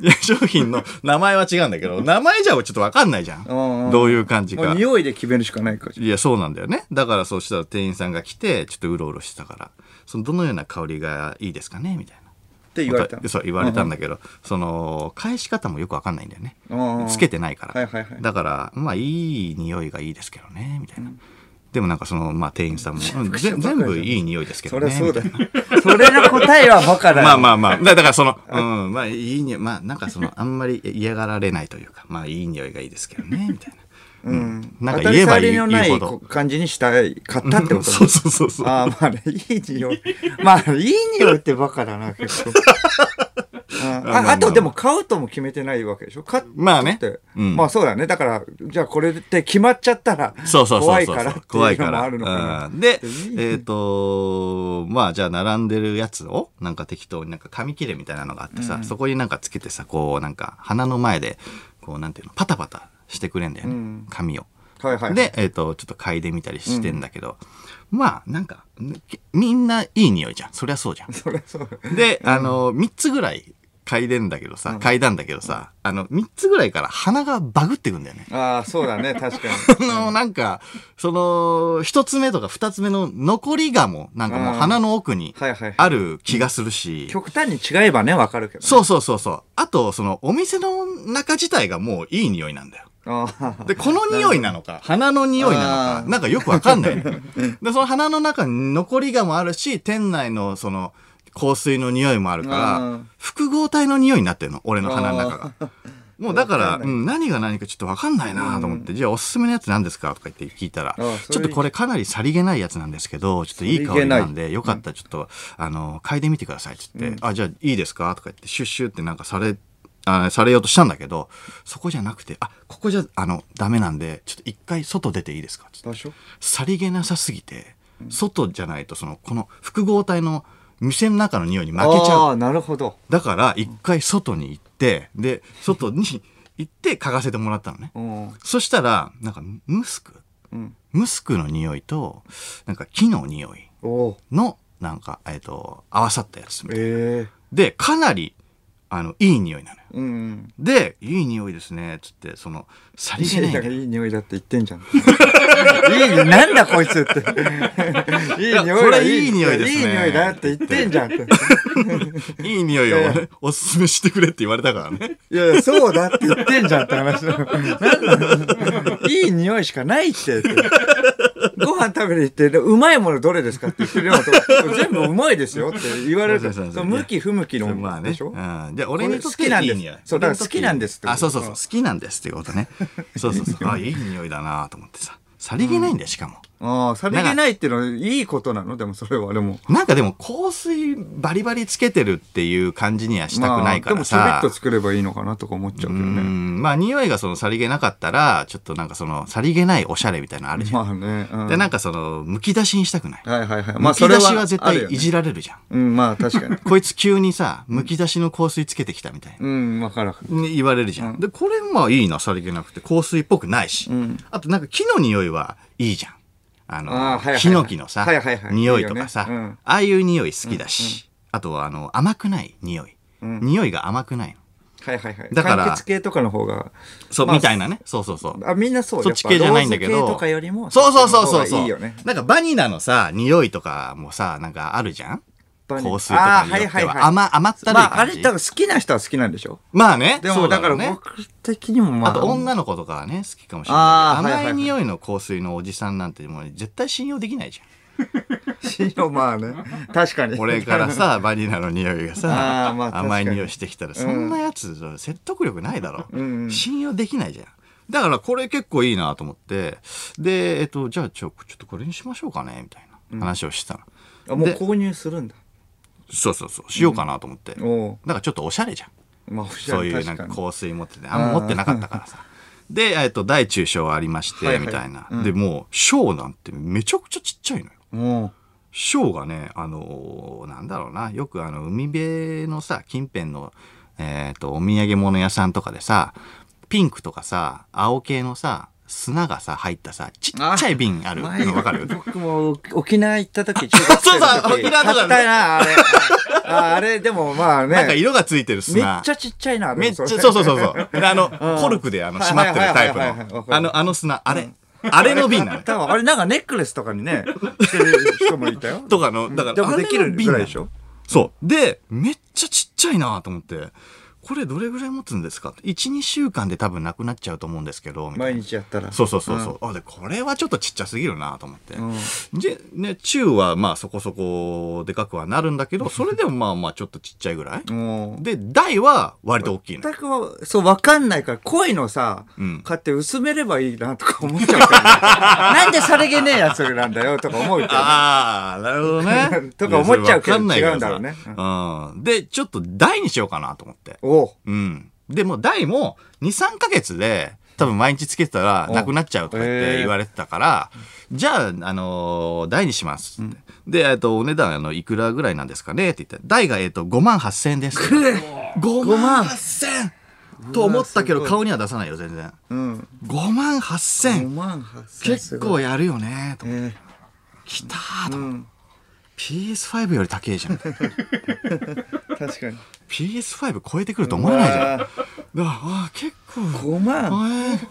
Speaker 1: いや商品の名前は違うんだけど名前じゃちょっと分かんないじゃ
Speaker 2: うんうんん
Speaker 1: どういう感じ
Speaker 2: もう
Speaker 1: か
Speaker 2: 匂いで決めるしかないかじゃ
Speaker 1: いやそうなんだよねだからそうしたら店員さんが来てちょっとうろうろしてたからそのどのような香りがいいですかねみたいな
Speaker 2: って言われた
Speaker 1: まそう言われたんだけど、その返し方もよく分かんないんだよね
Speaker 2: うん
Speaker 1: つけてないから、
Speaker 2: はいはいはい
Speaker 1: だからまあいい匂いがいいですけどねみたいな、でもなんかその、まあ、店員さんもうんぜ全部いい匂いですけど
Speaker 2: そ
Speaker 1: ね
Speaker 2: りゃそ
Speaker 1: み
Speaker 2: う
Speaker 1: た
Speaker 2: だ
Speaker 1: い
Speaker 2: よ <laughs> それの答えはバカだ
Speaker 1: な
Speaker 2: よ
Speaker 1: まあまあまあだだから
Speaker 2: <laughs>
Speaker 1: その、うん、まあいい匂いまあなんかそのあんまり嫌がられないというかまあいい匂いがいいですけどねみたい
Speaker 2: <laughs>
Speaker 1: な
Speaker 2: うん
Speaker 1: なんか
Speaker 2: 当たり
Speaker 1: 言えば
Speaker 2: 障
Speaker 1: 言う
Speaker 2: りのな
Speaker 1: 言う
Speaker 2: い
Speaker 1: ほど
Speaker 2: 感じにしたい買ったってことだ
Speaker 1: そうそうそうそう
Speaker 2: ああ、まあね、いい匂い。まあ、いい匂いってバカだな、結構。
Speaker 1: <laughs> ま
Speaker 2: あ
Speaker 1: あま
Speaker 2: あ
Speaker 1: あ
Speaker 2: あとでも買うとも決めてないわけでしょ買っ
Speaker 1: まあね
Speaker 2: って、
Speaker 1: うん
Speaker 2: まあそうだねだからじゃあこれって決まっちゃったら
Speaker 1: そうそうそ
Speaker 2: 怖
Speaker 1: う
Speaker 2: い
Speaker 1: そう
Speaker 2: から
Speaker 1: そう
Speaker 2: って
Speaker 1: 怖
Speaker 2: い
Speaker 1: いう
Speaker 2: の
Speaker 1: か
Speaker 2: も
Speaker 1: ら
Speaker 2: あるのか
Speaker 1: うんで
Speaker 2: いい
Speaker 1: えっ、とまあじゃあ並んでるやつをなんか適当になんか紙切れみたいなのがあってさ、そこになんかつけてさこうなんか鼻の前でこうなんていうのパタパタしてくれんだよね、
Speaker 2: うん
Speaker 1: 紙を。
Speaker 2: な、はいはい、
Speaker 1: で、えっとちょっと嗅いでみたりしてんだけど、まあなんかみんないい匂いじゃんそりゃそうじゃん。
Speaker 2: <laughs> それそう
Speaker 1: で、あの、3つぐらい嗅いでんだけどさ、嗅いだんだけどさ、あの、3つぐらいから鼻がバグってくんだよね。
Speaker 2: ああそうだね確か
Speaker 1: <laughs>
Speaker 2: に
Speaker 1: あの、なんか、その、1つ目とか2つ目の残りがも、なんかもう
Speaker 2: うん
Speaker 1: 鼻の奥に
Speaker 2: はいはい
Speaker 1: ある気がするし、
Speaker 2: 極端に違えばねわかるけど
Speaker 1: そうそうそうそう。あと、その、お店の中自体がもういい匂いなんだよ。
Speaker 2: あー
Speaker 1: <laughs> で、この匂いなのか、鼻の匂いなの
Speaker 2: あ
Speaker 1: か、
Speaker 2: ー
Speaker 1: なんかよくわかんない、ね。
Speaker 2: <laughs>
Speaker 1: で、その鼻の中に残りがもあるし、店内のその香水の匂いもある
Speaker 2: う
Speaker 1: から
Speaker 2: ん、
Speaker 1: 複合体の匂いになってるの、俺の鼻の中
Speaker 2: <laughs>
Speaker 1: が。もうだか
Speaker 2: わ
Speaker 1: ら
Speaker 2: かん、な
Speaker 1: う
Speaker 2: い
Speaker 1: ん、何が何かちょっとわかんないなと思って、じゃあおすすめのやつ何ですかとか言って聞いたら
Speaker 2: あー、
Speaker 1: ちょ
Speaker 2: そ
Speaker 1: っ
Speaker 2: れ
Speaker 1: とこれかなりさりげないやつなんですけど、ちょっといい香りなんで、よかったらちょっと、あの、嗅いでみてくださいって言って、あ、じゃあいいですかとか言って、シュッシュってなんかされ、あされようとしたんだけど、そこじゃなくて、あ、ここじゃ、あの、ダメなんで、ちょっと一回外出ていいですかつって
Speaker 2: 場所
Speaker 1: さりげなさすぎて、外じゃないと、その、この複合体の店の中の匂いに負けちゃう。
Speaker 2: ああなるほど
Speaker 1: だから一回外に行って、で外に行って嗅がせてもらったのね、
Speaker 2: うん
Speaker 1: そしたらなんかムスク
Speaker 2: うん
Speaker 1: ムスクの匂いとなんか木の匂い
Speaker 2: おお
Speaker 1: のなんか、えっと合わさったやつ
Speaker 2: え
Speaker 1: でかなりあのいい匂いなのよ
Speaker 2: えうん
Speaker 1: でいい匂いですねっつってそのさりげないいんだ
Speaker 2: いだ
Speaker 1: よ
Speaker 2: からいい匂いだって言ってんじゃん。 <laughs> いい匂い、なんだこいつって。 <laughs> いい
Speaker 1: や
Speaker 2: 匂いだ
Speaker 1: これいい匂いですね
Speaker 2: いい匂いだって言ってんじゃんって。
Speaker 1: いい匂いを
Speaker 2: え
Speaker 1: ねおすすめしてくれって言われたからね
Speaker 2: <laughs> いやいや、そうだって言ってんじゃんって <laughs> 話だよなんだいい匂いしかないってってご飯食べに行って、うまいものどれですかって言ってるようなとこ全部うまいですよって言われる
Speaker 1: そう
Speaker 2: と、
Speaker 1: そ
Speaker 2: そう
Speaker 1: そう
Speaker 2: の向き不向きの
Speaker 1: まあね
Speaker 2: でしょ、
Speaker 1: うん、で俺にとってい
Speaker 2: これ好きなん
Speaker 1: い
Speaker 2: です
Speaker 1: 匂い
Speaker 2: そうだから好きなんですってこと
Speaker 1: あそうそうそう好きなんですっていうこと
Speaker 2: <laughs>
Speaker 1: ねそうそうそうあいい匂いだなと思ってささりげないんだよしかも、
Speaker 2: ああ、さりげないっていうのはいいことなのでもそれはでも。
Speaker 1: なんかでも香水バリバリつけてるっていう感じにはしたくないからさ、
Speaker 2: まあでもちょびっと作ればいいのかなとか思っちゃうけど
Speaker 1: う
Speaker 2: ね。
Speaker 1: んまあ匂いがそのさりげなかったらちょっとなんかそのさりげないおしゃれみたいなのあるじゃん、
Speaker 2: まあね。うん
Speaker 1: でなんかそのむき出しにしたくない、
Speaker 2: はいはいはい。
Speaker 1: むき出しは絶
Speaker 2: ある
Speaker 1: 対
Speaker 2: よね
Speaker 1: いじられるじゃん、
Speaker 2: うん、まあ確かに。 <laughs>
Speaker 1: こいつ急にさむき出しの香水つけてきたみたいな、
Speaker 2: うん、わからん。
Speaker 1: ね言われるじゃん。で、これまあいいな、さりげなくて、香水っぽくないし。
Speaker 2: ん
Speaker 1: あとなんか木の匂いはいいじゃん。あの、
Speaker 2: あーはいはいはい
Speaker 1: ヒノキのさ、
Speaker 2: はいはいはい
Speaker 1: 匂いとかさ、
Speaker 2: いいよねうん
Speaker 1: ああいう匂い好きだし、あとはあの、甘くない匂い。
Speaker 2: ん
Speaker 1: 匂いが甘くないの。
Speaker 2: はいはいはい。
Speaker 1: だから
Speaker 2: 柑橘系とかの方が、
Speaker 1: そう、
Speaker 2: まあ
Speaker 1: みたいなね。そうそうそう。
Speaker 2: あ、みんなそう
Speaker 1: そっち系じゃないんだけ
Speaker 2: ローズ
Speaker 1: ど。
Speaker 2: 系とかよりも、
Speaker 1: そうそうそうそう
Speaker 2: そっち
Speaker 1: そ
Speaker 2: の方が
Speaker 1: う。
Speaker 2: いいよね。
Speaker 1: なんかバニラのさ、匂いとかもさ、なんかあるじゃん香
Speaker 2: バニ
Speaker 1: 水
Speaker 2: ラ
Speaker 1: とかによっては、
Speaker 2: あーはいはいはい
Speaker 1: 甘、甘ったるい
Speaker 2: まあ、あ
Speaker 1: 感
Speaker 2: れ
Speaker 1: じ。
Speaker 2: 多分好きな人は好きなんでしょ
Speaker 1: まあね。
Speaker 2: で
Speaker 1: そ
Speaker 2: も、
Speaker 1: うだ
Speaker 2: だか
Speaker 1: ろ
Speaker 2: ら
Speaker 1: うね。
Speaker 2: 僕的にもまあ。
Speaker 1: あと女の子とかはね好きかもしれないけど
Speaker 2: あーはいはいはい <laughs>
Speaker 1: 甘い匂いの香水のおじさんなんてもう絶対信用できないじゃん
Speaker 2: 塩まあね <laughs> 確かに
Speaker 1: 俺
Speaker 2: <laughs>
Speaker 1: からさバニラの匂いが
Speaker 2: あー
Speaker 1: さ、
Speaker 2: まあ確かに
Speaker 1: 甘い匂いしてきたらそんなやつ、説得力ないだろ、
Speaker 2: うんうん
Speaker 1: 信用できないじゃんだからこれ結構いいなと思ってで、えっと、じゃあちょちょっとこれにしましょうかねみたいな話をしたの、
Speaker 2: あもう
Speaker 1: で
Speaker 2: 購入するんだ
Speaker 1: そうそうそうしようかなと思って、だ
Speaker 2: お
Speaker 1: からちょっとおしゃれじゃん
Speaker 2: うまあおしゃ
Speaker 1: そう
Speaker 2: れ
Speaker 1: いうな
Speaker 2: 確
Speaker 1: ん
Speaker 2: か
Speaker 1: か
Speaker 2: に
Speaker 1: 香水持っててあんま持ってなかったからさで、えっと、大中小ありまして、
Speaker 2: はいはい
Speaker 1: みたいな、でもう小なんてめちゃくちゃちっちゃいのよ
Speaker 2: おう
Speaker 1: ショーがね、あのーなんだろうな、よくあの、海辺のさ、近辺の、えっ、と、お土産物屋さんとかでさ、ピンクとかさ、青系のさ、砂がさ、入ったさ、ちっちゃい瓶ある。
Speaker 2: 前
Speaker 1: わかる
Speaker 2: 僕も沖縄行った
Speaker 1: <laughs>
Speaker 2: 時中学生の時
Speaker 1: そうそう沖縄とかね
Speaker 2: 買ったなあれああれでもまあね
Speaker 1: なんか色がついてる
Speaker 2: め
Speaker 1: 砂。
Speaker 2: っちゃちっちゃいな
Speaker 1: めっちゃ、
Speaker 2: でも
Speaker 1: そう
Speaker 2: れ
Speaker 1: そうそうそう。であの、コルクであの、閉まってるタイプ
Speaker 2: はいはいはいはいはいわ
Speaker 1: の
Speaker 2: か、る
Speaker 1: あの、あの砂、あれ、あれの瓶なの。
Speaker 2: 多分あれなんかネックレスとかにねしてる人もいたよ
Speaker 1: <laughs> とかの、だから、
Speaker 2: でも
Speaker 1: あれ
Speaker 2: で
Speaker 1: の
Speaker 2: きる
Speaker 1: 瓶
Speaker 2: ぐ
Speaker 1: な
Speaker 2: らい
Speaker 1: の
Speaker 2: でしょ
Speaker 1: そう。で、めっちゃちっちゃいなと思って、これどれぐらい持つんですか ?1、2週間で多分なくなっちゃうと思うんですけど、みたい
Speaker 2: 毎
Speaker 1: な。
Speaker 2: 日やったら
Speaker 1: そうそうそうそう。あ、で、これはちょっとちっちゃすぎるなと思って。
Speaker 2: ん
Speaker 1: で、ね、中はまあそこそこでかくはなるんだけど、それでもまあまあちょっとちっちゃいぐらい。
Speaker 2: もう
Speaker 1: で、大は割と大きいの。
Speaker 2: 全くはそう分かんないから恋のさ、
Speaker 1: うん
Speaker 2: 買って薄めればいいなとか思っちゃうか
Speaker 1: <laughs>
Speaker 2: ら、ね、なんでされげねえやつなんだよとか思うけど
Speaker 1: ああ、なるほどね
Speaker 2: <laughs> 。とか思っちゃうけど
Speaker 1: いやそれわかないから
Speaker 2: 違うんだろうね
Speaker 1: さうん。で、ちょっと大にしようかなと思って。
Speaker 2: おう
Speaker 1: うん。でも、大も、2、3ヶ月で、多分毎日つけてたら、
Speaker 2: お
Speaker 1: なくなっちゃうとか言っ
Speaker 2: へえ
Speaker 1: て言われてたから、じゃあ、あのー、大にしますって。で、えっと、お値段、あの、いくらぐらいなんですかねって言って、大が、えっと、5万8千円です。5万8千と思ったけど、
Speaker 2: うわす
Speaker 1: 顔には出さないよ、全然。
Speaker 2: うん
Speaker 1: 5万8
Speaker 2: 5
Speaker 1: 千
Speaker 2: 万8千
Speaker 1: 結構やるよね、と。
Speaker 2: え
Speaker 1: きたー
Speaker 2: え
Speaker 1: と
Speaker 2: う
Speaker 1: 思って。
Speaker 2: ん
Speaker 1: PS5 より高えじゃん。
Speaker 2: 確かに
Speaker 1: PS5 超えてくると思わないじゃん。
Speaker 2: あ
Speaker 1: だからあー結構。
Speaker 2: 5万
Speaker 1: へー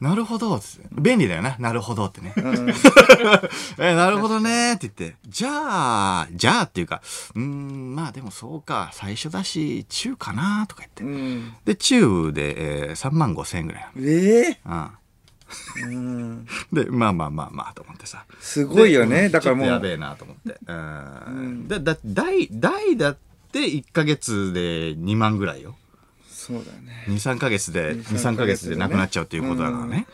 Speaker 1: なるほどっつって便利だよな。なるほどってね。 <laughs> え、なるほどねって言って。じゃあ、じゃあっていうか、うーん、まあでもそうか、最初だし、中かなとか
Speaker 2: う
Speaker 1: 言って。
Speaker 2: ん
Speaker 1: で、中で、えー、3万5千円ぐらいな
Speaker 2: ええ
Speaker 1: の。
Speaker 2: うん
Speaker 1: うん。で、まあまあまあまあと思ってさ。
Speaker 2: すごいよ
Speaker 1: で
Speaker 2: ね
Speaker 1: ん
Speaker 2: だか
Speaker 1: ち
Speaker 2: ら
Speaker 1: ょ
Speaker 2: も
Speaker 1: っ
Speaker 2: う
Speaker 1: とやべえなと思
Speaker 2: <laughs>
Speaker 1: って。うん。だ、だ、大、大だって1ヶ月で2万ぐらいよ。
Speaker 2: そうだよね
Speaker 1: 23ヶ月で
Speaker 2: 23
Speaker 1: 23ヶ月でなくなっちゃうっていうことだからね、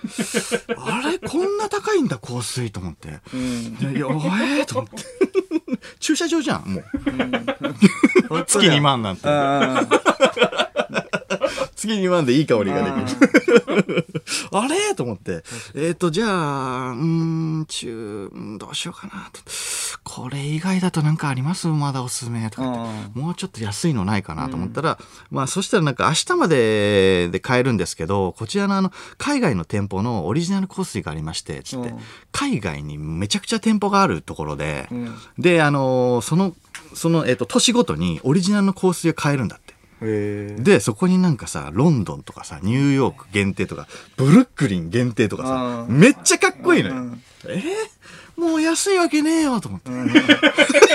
Speaker 1: あれこんな高いんだ香水と思って、
Speaker 2: うん
Speaker 1: でいやおえと
Speaker 2: <laughs>
Speaker 1: 思って駐車場じゃんもう <laughs> 月2万なんて
Speaker 2: ああ
Speaker 1: 月2万でいい香りができるあれと思ってえっ、とじゃあうーん中うんどうしようかなとこれ以外だとなんかありますまだおすすめとか言ってもうちょっと安いのないかなと思ったら、まあそしたらなんか明日までで買えるんですけど、こちらのあの、海外の店舗のオリジナル香水がありまして、つって
Speaker 2: うん、
Speaker 1: 海外にめちゃくちゃ店舗があるところで、
Speaker 2: うん
Speaker 1: で、あのーその、その、えっ、と、年ごとにオリジナルの香水を買えるんだって。
Speaker 2: へえ
Speaker 1: で、そこになんかさ、ロンドンとかさ、ニューヨーク限定とか、ブルックリン限定とかさ、
Speaker 2: うん
Speaker 1: めっちゃかっこいいの
Speaker 2: う
Speaker 1: よ
Speaker 2: ん。
Speaker 1: えーもう安いわけねえよと思って。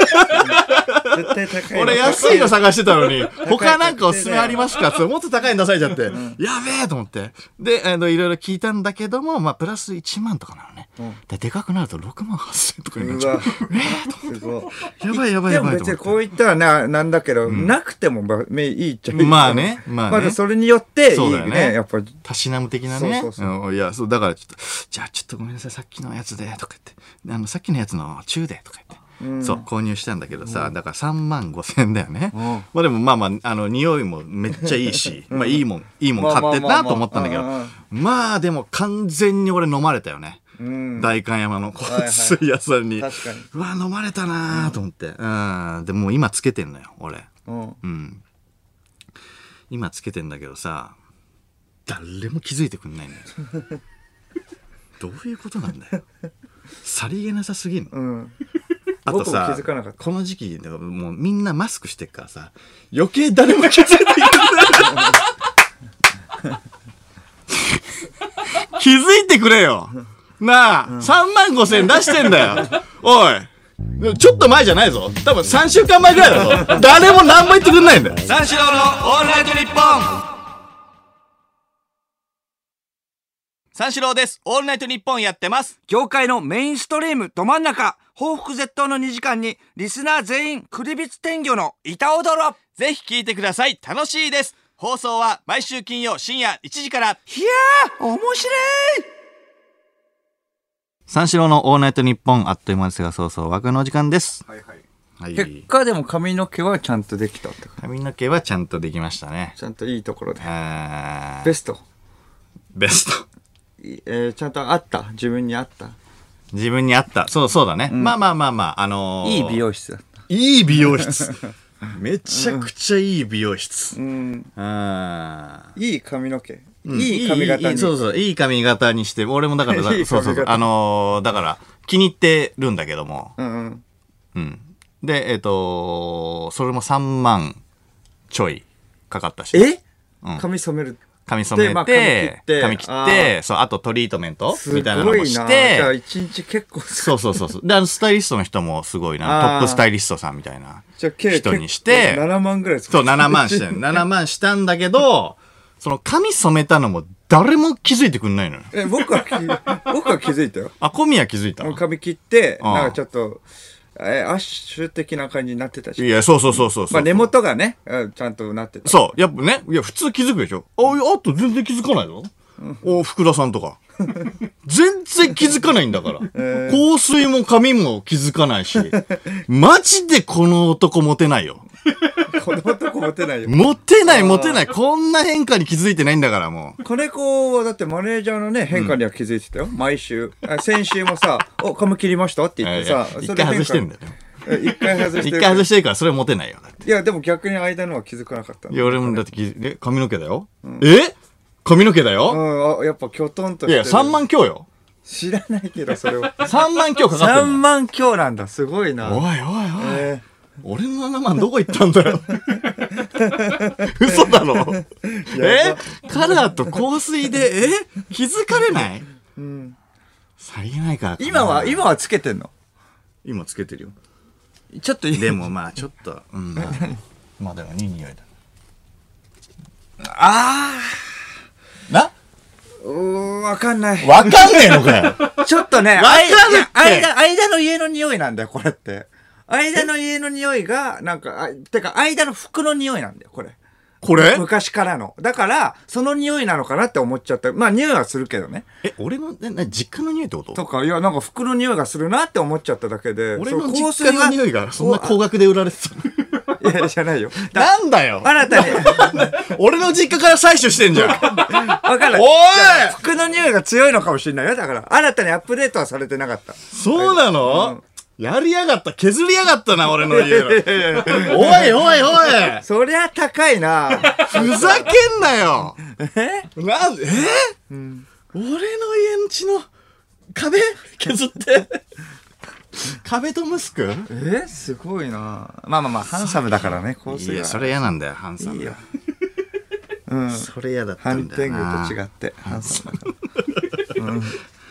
Speaker 2: 絶対高いよ
Speaker 1: 俺安いの探してたのに、他なんかおすすめありますかって、もっと高いの出されちゃって、やべえと思って。で、あの、いろいろ聞いたんだけども、まあ、プラス1万とかなのね。で、でかくなると6万8千とかになっ
Speaker 2: う
Speaker 1: ちゃう。 <laughs>
Speaker 2: わす
Speaker 1: や
Speaker 2: ごい
Speaker 1: ばいやばい
Speaker 2: で
Speaker 1: や
Speaker 2: も
Speaker 1: ばいと思っ
Speaker 2: 別に
Speaker 1: て。
Speaker 2: こう言ったらな、なんだけど、なくても、まあ、ねいいっちゃいいけど
Speaker 1: まあねまあね
Speaker 2: だそれによって、いい
Speaker 1: そうだ
Speaker 2: ね
Speaker 1: よね
Speaker 2: やっぱり。
Speaker 1: たしなむ的なね。
Speaker 2: そうそうそ
Speaker 1: うんいや、そう、だからちょっと、じゃあちょっとごめんなさい、さっきのやつで、とか言って、あの、さっきのやつの中で、とか言って。そう、購入したんだけどさ、だから3万5千円だよね。
Speaker 2: ん
Speaker 1: まあでもまあまあ、あの、匂いもめっちゃいい
Speaker 2: <laughs>
Speaker 1: し、まあいいもん、いいもん買ってんなと思ったんだけど
Speaker 2: まあまあまあまあま、
Speaker 1: まあでも完全に俺飲まれたよね。
Speaker 2: うん。
Speaker 1: 代官山の
Speaker 2: いはい
Speaker 1: 香水屋さんに。
Speaker 2: 確かに
Speaker 1: うわ、飲まれたなーと思って。うん。でもう今つけてんのよ、俺。
Speaker 2: うん
Speaker 1: うん。今つけてんだけどさ、誰も気づいてくんない
Speaker 2: <laughs>
Speaker 1: のよ。どういうことなんだよ。さりげなさすぎんの。
Speaker 2: うん。
Speaker 1: あと
Speaker 2: 僕
Speaker 1: さ
Speaker 2: も気づかなかっ、た
Speaker 1: この時期、もうみんなマスクしてっからさ、余計誰も気づいてくんない。気づいてくれよなあ、3万5千出してんだよおいちょっと前じゃないぞ多分3週間前ぐらいだぞ誰も何も言ってくんないんだよ
Speaker 2: 三四郎のオールナイトニッポン
Speaker 3: 三四郎です。オールナイトニッポンやってます。
Speaker 2: 業界のメインストリーム、ど真ん中報復絶倒の2時間にリスナー全員クリビツ天魚の板踊ろ
Speaker 3: ぜひ聞いてください楽しいです放送は毎週金曜深夜1時から
Speaker 2: いやー面白い
Speaker 1: 三四郎のオールナイトニッポンあっという間ですがそうそう枠のお時間です
Speaker 2: はいはい
Speaker 1: はい
Speaker 2: 結果でも髪の毛はちゃんとできたって
Speaker 1: 髪の毛はちゃんとできましたね
Speaker 2: ちゃんといいところで
Speaker 1: あー
Speaker 2: ベスト
Speaker 1: ベスト
Speaker 2: いえーちゃんとあった自分にあった
Speaker 1: 自分に合ったそうそうだね、まあまあまあまああのー
Speaker 2: いい美容室だった
Speaker 1: いい美容室 <laughs> めちゃくちゃいい美容室、
Speaker 2: うん
Speaker 1: あー
Speaker 2: いい髪の毛
Speaker 1: うん
Speaker 2: いい髪型
Speaker 1: いい
Speaker 2: に
Speaker 1: そうそう、いい髪型にして、俺もだ <laughs> から、だ
Speaker 2: いい髪型
Speaker 1: そうそうそう、あのーだから、気に入ってるんだけども、
Speaker 2: うんうん
Speaker 1: うん。で、えっ、とそれも3万ちょいかかったし、
Speaker 2: え
Speaker 1: うん
Speaker 2: 髪染める
Speaker 1: 髪染めて、
Speaker 2: でまあ髪切って
Speaker 1: 髪切って
Speaker 2: あー
Speaker 1: そう、あとトリートメント
Speaker 2: すご
Speaker 1: み
Speaker 2: い
Speaker 1: たいな
Speaker 2: な
Speaker 1: のも
Speaker 2: じ
Speaker 1: し
Speaker 2: ゃあ
Speaker 1: て、
Speaker 2: 一日結構す
Speaker 1: そうそうそうそう。で、あの、スタイリストの人もすごいな、ト
Speaker 2: あー
Speaker 1: ップスタイリストさんみたいな。
Speaker 2: じゃあ計
Speaker 1: 人にして
Speaker 2: 結構7万ぐらい
Speaker 1: そう、7万して
Speaker 2: <laughs>
Speaker 1: ん。7万したんだけど、その髪染めたのも誰も気づいてくんないのよ。
Speaker 2: え僕はき僕は気づ <laughs> いたよ
Speaker 1: あ、小宮気づいた
Speaker 2: もう髪切って
Speaker 1: ああ
Speaker 2: なんかちょっとえアッシュ的な感じになってたし
Speaker 1: いや、そうそうそうそうそう。
Speaker 2: まあ根元がねうんちゃんとなってた
Speaker 1: そう。やっぱね、いや、普通気づくでしょ。あ、いやあと全然気づかないのお、福田さんと
Speaker 2: <laughs>
Speaker 1: か。全然気づかないんだから。香水も髪も気づかないし。マジでこの男モテないよ。
Speaker 2: この男モテないよ
Speaker 1: モテないモテない。こんな変化に気づいてないんだから、もう。
Speaker 2: 金子はだってマネージャーのね変化には気づいてたよ、毎週あ先週もさ「お髪切りました?」って言ってさ
Speaker 1: いやいや
Speaker 2: そ
Speaker 1: 一
Speaker 2: れ
Speaker 1: 回
Speaker 2: 変化
Speaker 1: 外してんだよね。
Speaker 2: え
Speaker 1: <laughs>
Speaker 2: 一回外して
Speaker 1: 一
Speaker 2: る
Speaker 1: 回外してるから、それはモテないよ。だって
Speaker 2: いやでも逆に間のは気づかなかったん
Speaker 1: い
Speaker 2: だ
Speaker 1: や、俺もだって気、え、髪の毛だよ。え髪の毛だよ。
Speaker 2: うんあやっぱきょとんと
Speaker 1: い
Speaker 2: して
Speaker 1: や、
Speaker 2: る
Speaker 1: 3万強よ。
Speaker 2: 知らないけどそ
Speaker 1: <laughs>
Speaker 2: れを
Speaker 1: 3万強かかって
Speaker 2: 3
Speaker 1: んの。
Speaker 2: 万強なんだすごいな
Speaker 1: おいおいおい。
Speaker 2: えー
Speaker 1: 俺の7万どこ行ったんだ
Speaker 2: <laughs>
Speaker 1: よ嘘だろえカラーと香水でえ気づかれない
Speaker 2: ん
Speaker 1: さりげないからかな
Speaker 2: 今は今はつけてんの
Speaker 1: 今つけてるよ
Speaker 2: ちょっといい
Speaker 1: でもまあちょっと
Speaker 2: <laughs>
Speaker 1: うんまあまあでもいい匂いだあ
Speaker 2: うーんわかんない
Speaker 1: なわかんねえのかよ
Speaker 2: <laughs> ちょっとね
Speaker 1: わかるって
Speaker 2: いや間間の家の匂いなんだよこれって間の家の匂いがなんかあてか間の服の匂いなんだよこれ
Speaker 1: これ
Speaker 2: 昔からのだからその匂いなのかなって思っちゃったまあ匂いはするけどね
Speaker 1: え俺のえな実家の匂いってこと
Speaker 2: とかいやなんか服の匂いがするなって思っちゃっただけで
Speaker 1: 俺の
Speaker 2: そ
Speaker 1: 実家の匂いがそんな高額で売られてたの
Speaker 2: 香水がいやじゃないよだ
Speaker 1: なんだよ
Speaker 2: <laughs> 新たに
Speaker 1: 俺の実家から採取してんじゃん
Speaker 2: わかんない
Speaker 1: おい
Speaker 2: 服の匂いが強いのかもしれないよだから新たにアップデートはされてなかった
Speaker 1: そうなの、やりやがった、削りやがったな、俺の家の。おいおいおい
Speaker 2: そりゃ高いな
Speaker 1: ふざけんなよなんえ、俺の家んちの壁削って壁とムスク
Speaker 2: <laughs> えーすごいなまあまあまあハンサムだからね香
Speaker 1: い
Speaker 2: 水
Speaker 1: や、
Speaker 2: は
Speaker 1: それ嫌なんだよ、ハンさん。
Speaker 2: いいようん
Speaker 1: それ嫌だった
Speaker 2: 反
Speaker 1: んだ
Speaker 2: 転
Speaker 1: よな。
Speaker 2: 具と違ってハンサムだから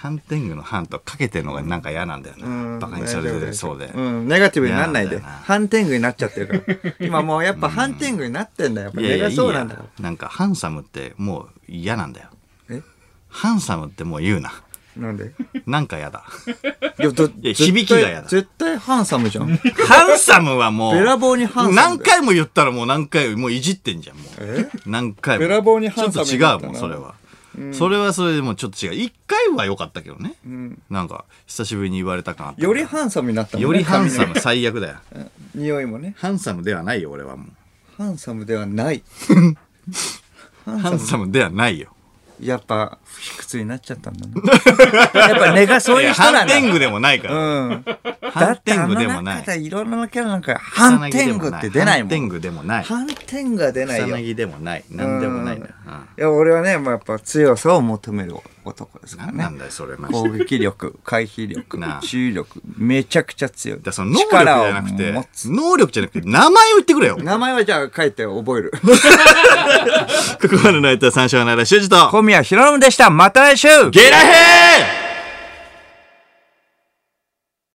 Speaker 1: 反転具の反とかけてるのがなんか嫌なんだよ
Speaker 2: うん
Speaker 1: な。バカにされてそうで。
Speaker 2: うん、ネガティブになんないで。
Speaker 1: いやなんだよな
Speaker 2: 反転具になっちゃってる <laughs> から。今もうやっぱ反転具になってんだよ。やっぱ
Speaker 1: いや
Speaker 2: ネ
Speaker 1: いや
Speaker 2: ガ
Speaker 1: いい
Speaker 2: そうな
Speaker 1: や
Speaker 2: んだから。
Speaker 1: なんかハンサムってもう嫌なんだよ。
Speaker 2: え
Speaker 1: ハンサムってもう言うな。
Speaker 2: なんで
Speaker 1: なんか
Speaker 2: <laughs>
Speaker 1: 嫌だ。
Speaker 2: いや、ど
Speaker 1: や響きが嫌だ
Speaker 2: 絶対ハンサムじゃん。べ
Speaker 1: ハンサムはもう。
Speaker 2: らぼうにハンサムだよ。
Speaker 1: 何回も言ったらもう何回ももういじってんじゃんも
Speaker 2: え
Speaker 1: う何回も
Speaker 2: べらぼうにハンサム
Speaker 1: ちょ
Speaker 2: に
Speaker 1: っ
Speaker 2: な
Speaker 1: と違
Speaker 2: っ
Speaker 1: う
Speaker 2: たな
Speaker 1: もんそれは、それはそれでもうちょっと違う一回は良かったけどね、
Speaker 2: ん
Speaker 1: なんか久しぶりに言われた感あった
Speaker 2: よりハンサムになったもんね。
Speaker 1: よりハンサ
Speaker 2: 髪
Speaker 1: ム最悪だよ
Speaker 2: の匂いもね。
Speaker 1: ハンサムではないよ俺はも
Speaker 2: ハンサムではない。
Speaker 1: うハンサムではないよ
Speaker 2: やっぱ、卑屈になっちゃったんだな。やっぱ根がそういう人
Speaker 1: ハ
Speaker 2: な
Speaker 1: ン
Speaker 2: んだ。
Speaker 1: テングでもないか
Speaker 2: う
Speaker 1: ら、
Speaker 2: ん。だ
Speaker 1: ハン
Speaker 2: って
Speaker 1: テン
Speaker 2: あ
Speaker 1: グ
Speaker 2: の
Speaker 1: でもない
Speaker 2: 中でいろんなキャラなんか、反転具って出ないも
Speaker 1: ハンテン
Speaker 2: ん。
Speaker 1: グでもない
Speaker 2: 反転具は出ない
Speaker 1: 草
Speaker 2: よ。
Speaker 1: 薙でもない何でもないんだよ、うん
Speaker 2: いや俺はね、まあ、やっぱ強さを求める男ですから
Speaker 1: 何なん
Speaker 2: ね
Speaker 1: だよそれマジで
Speaker 2: 攻撃力回避力
Speaker 1: なあ
Speaker 2: 注意力めちゃくちゃ強い
Speaker 1: だからその能力じゃなくて能力じゃなくて名前を言ってくれよ
Speaker 2: 名前はじゃあ書いて覚える
Speaker 1: ここまでの相手は三章の間修二と
Speaker 2: 小宮浩信でしたまた来週
Speaker 1: ゲラヘー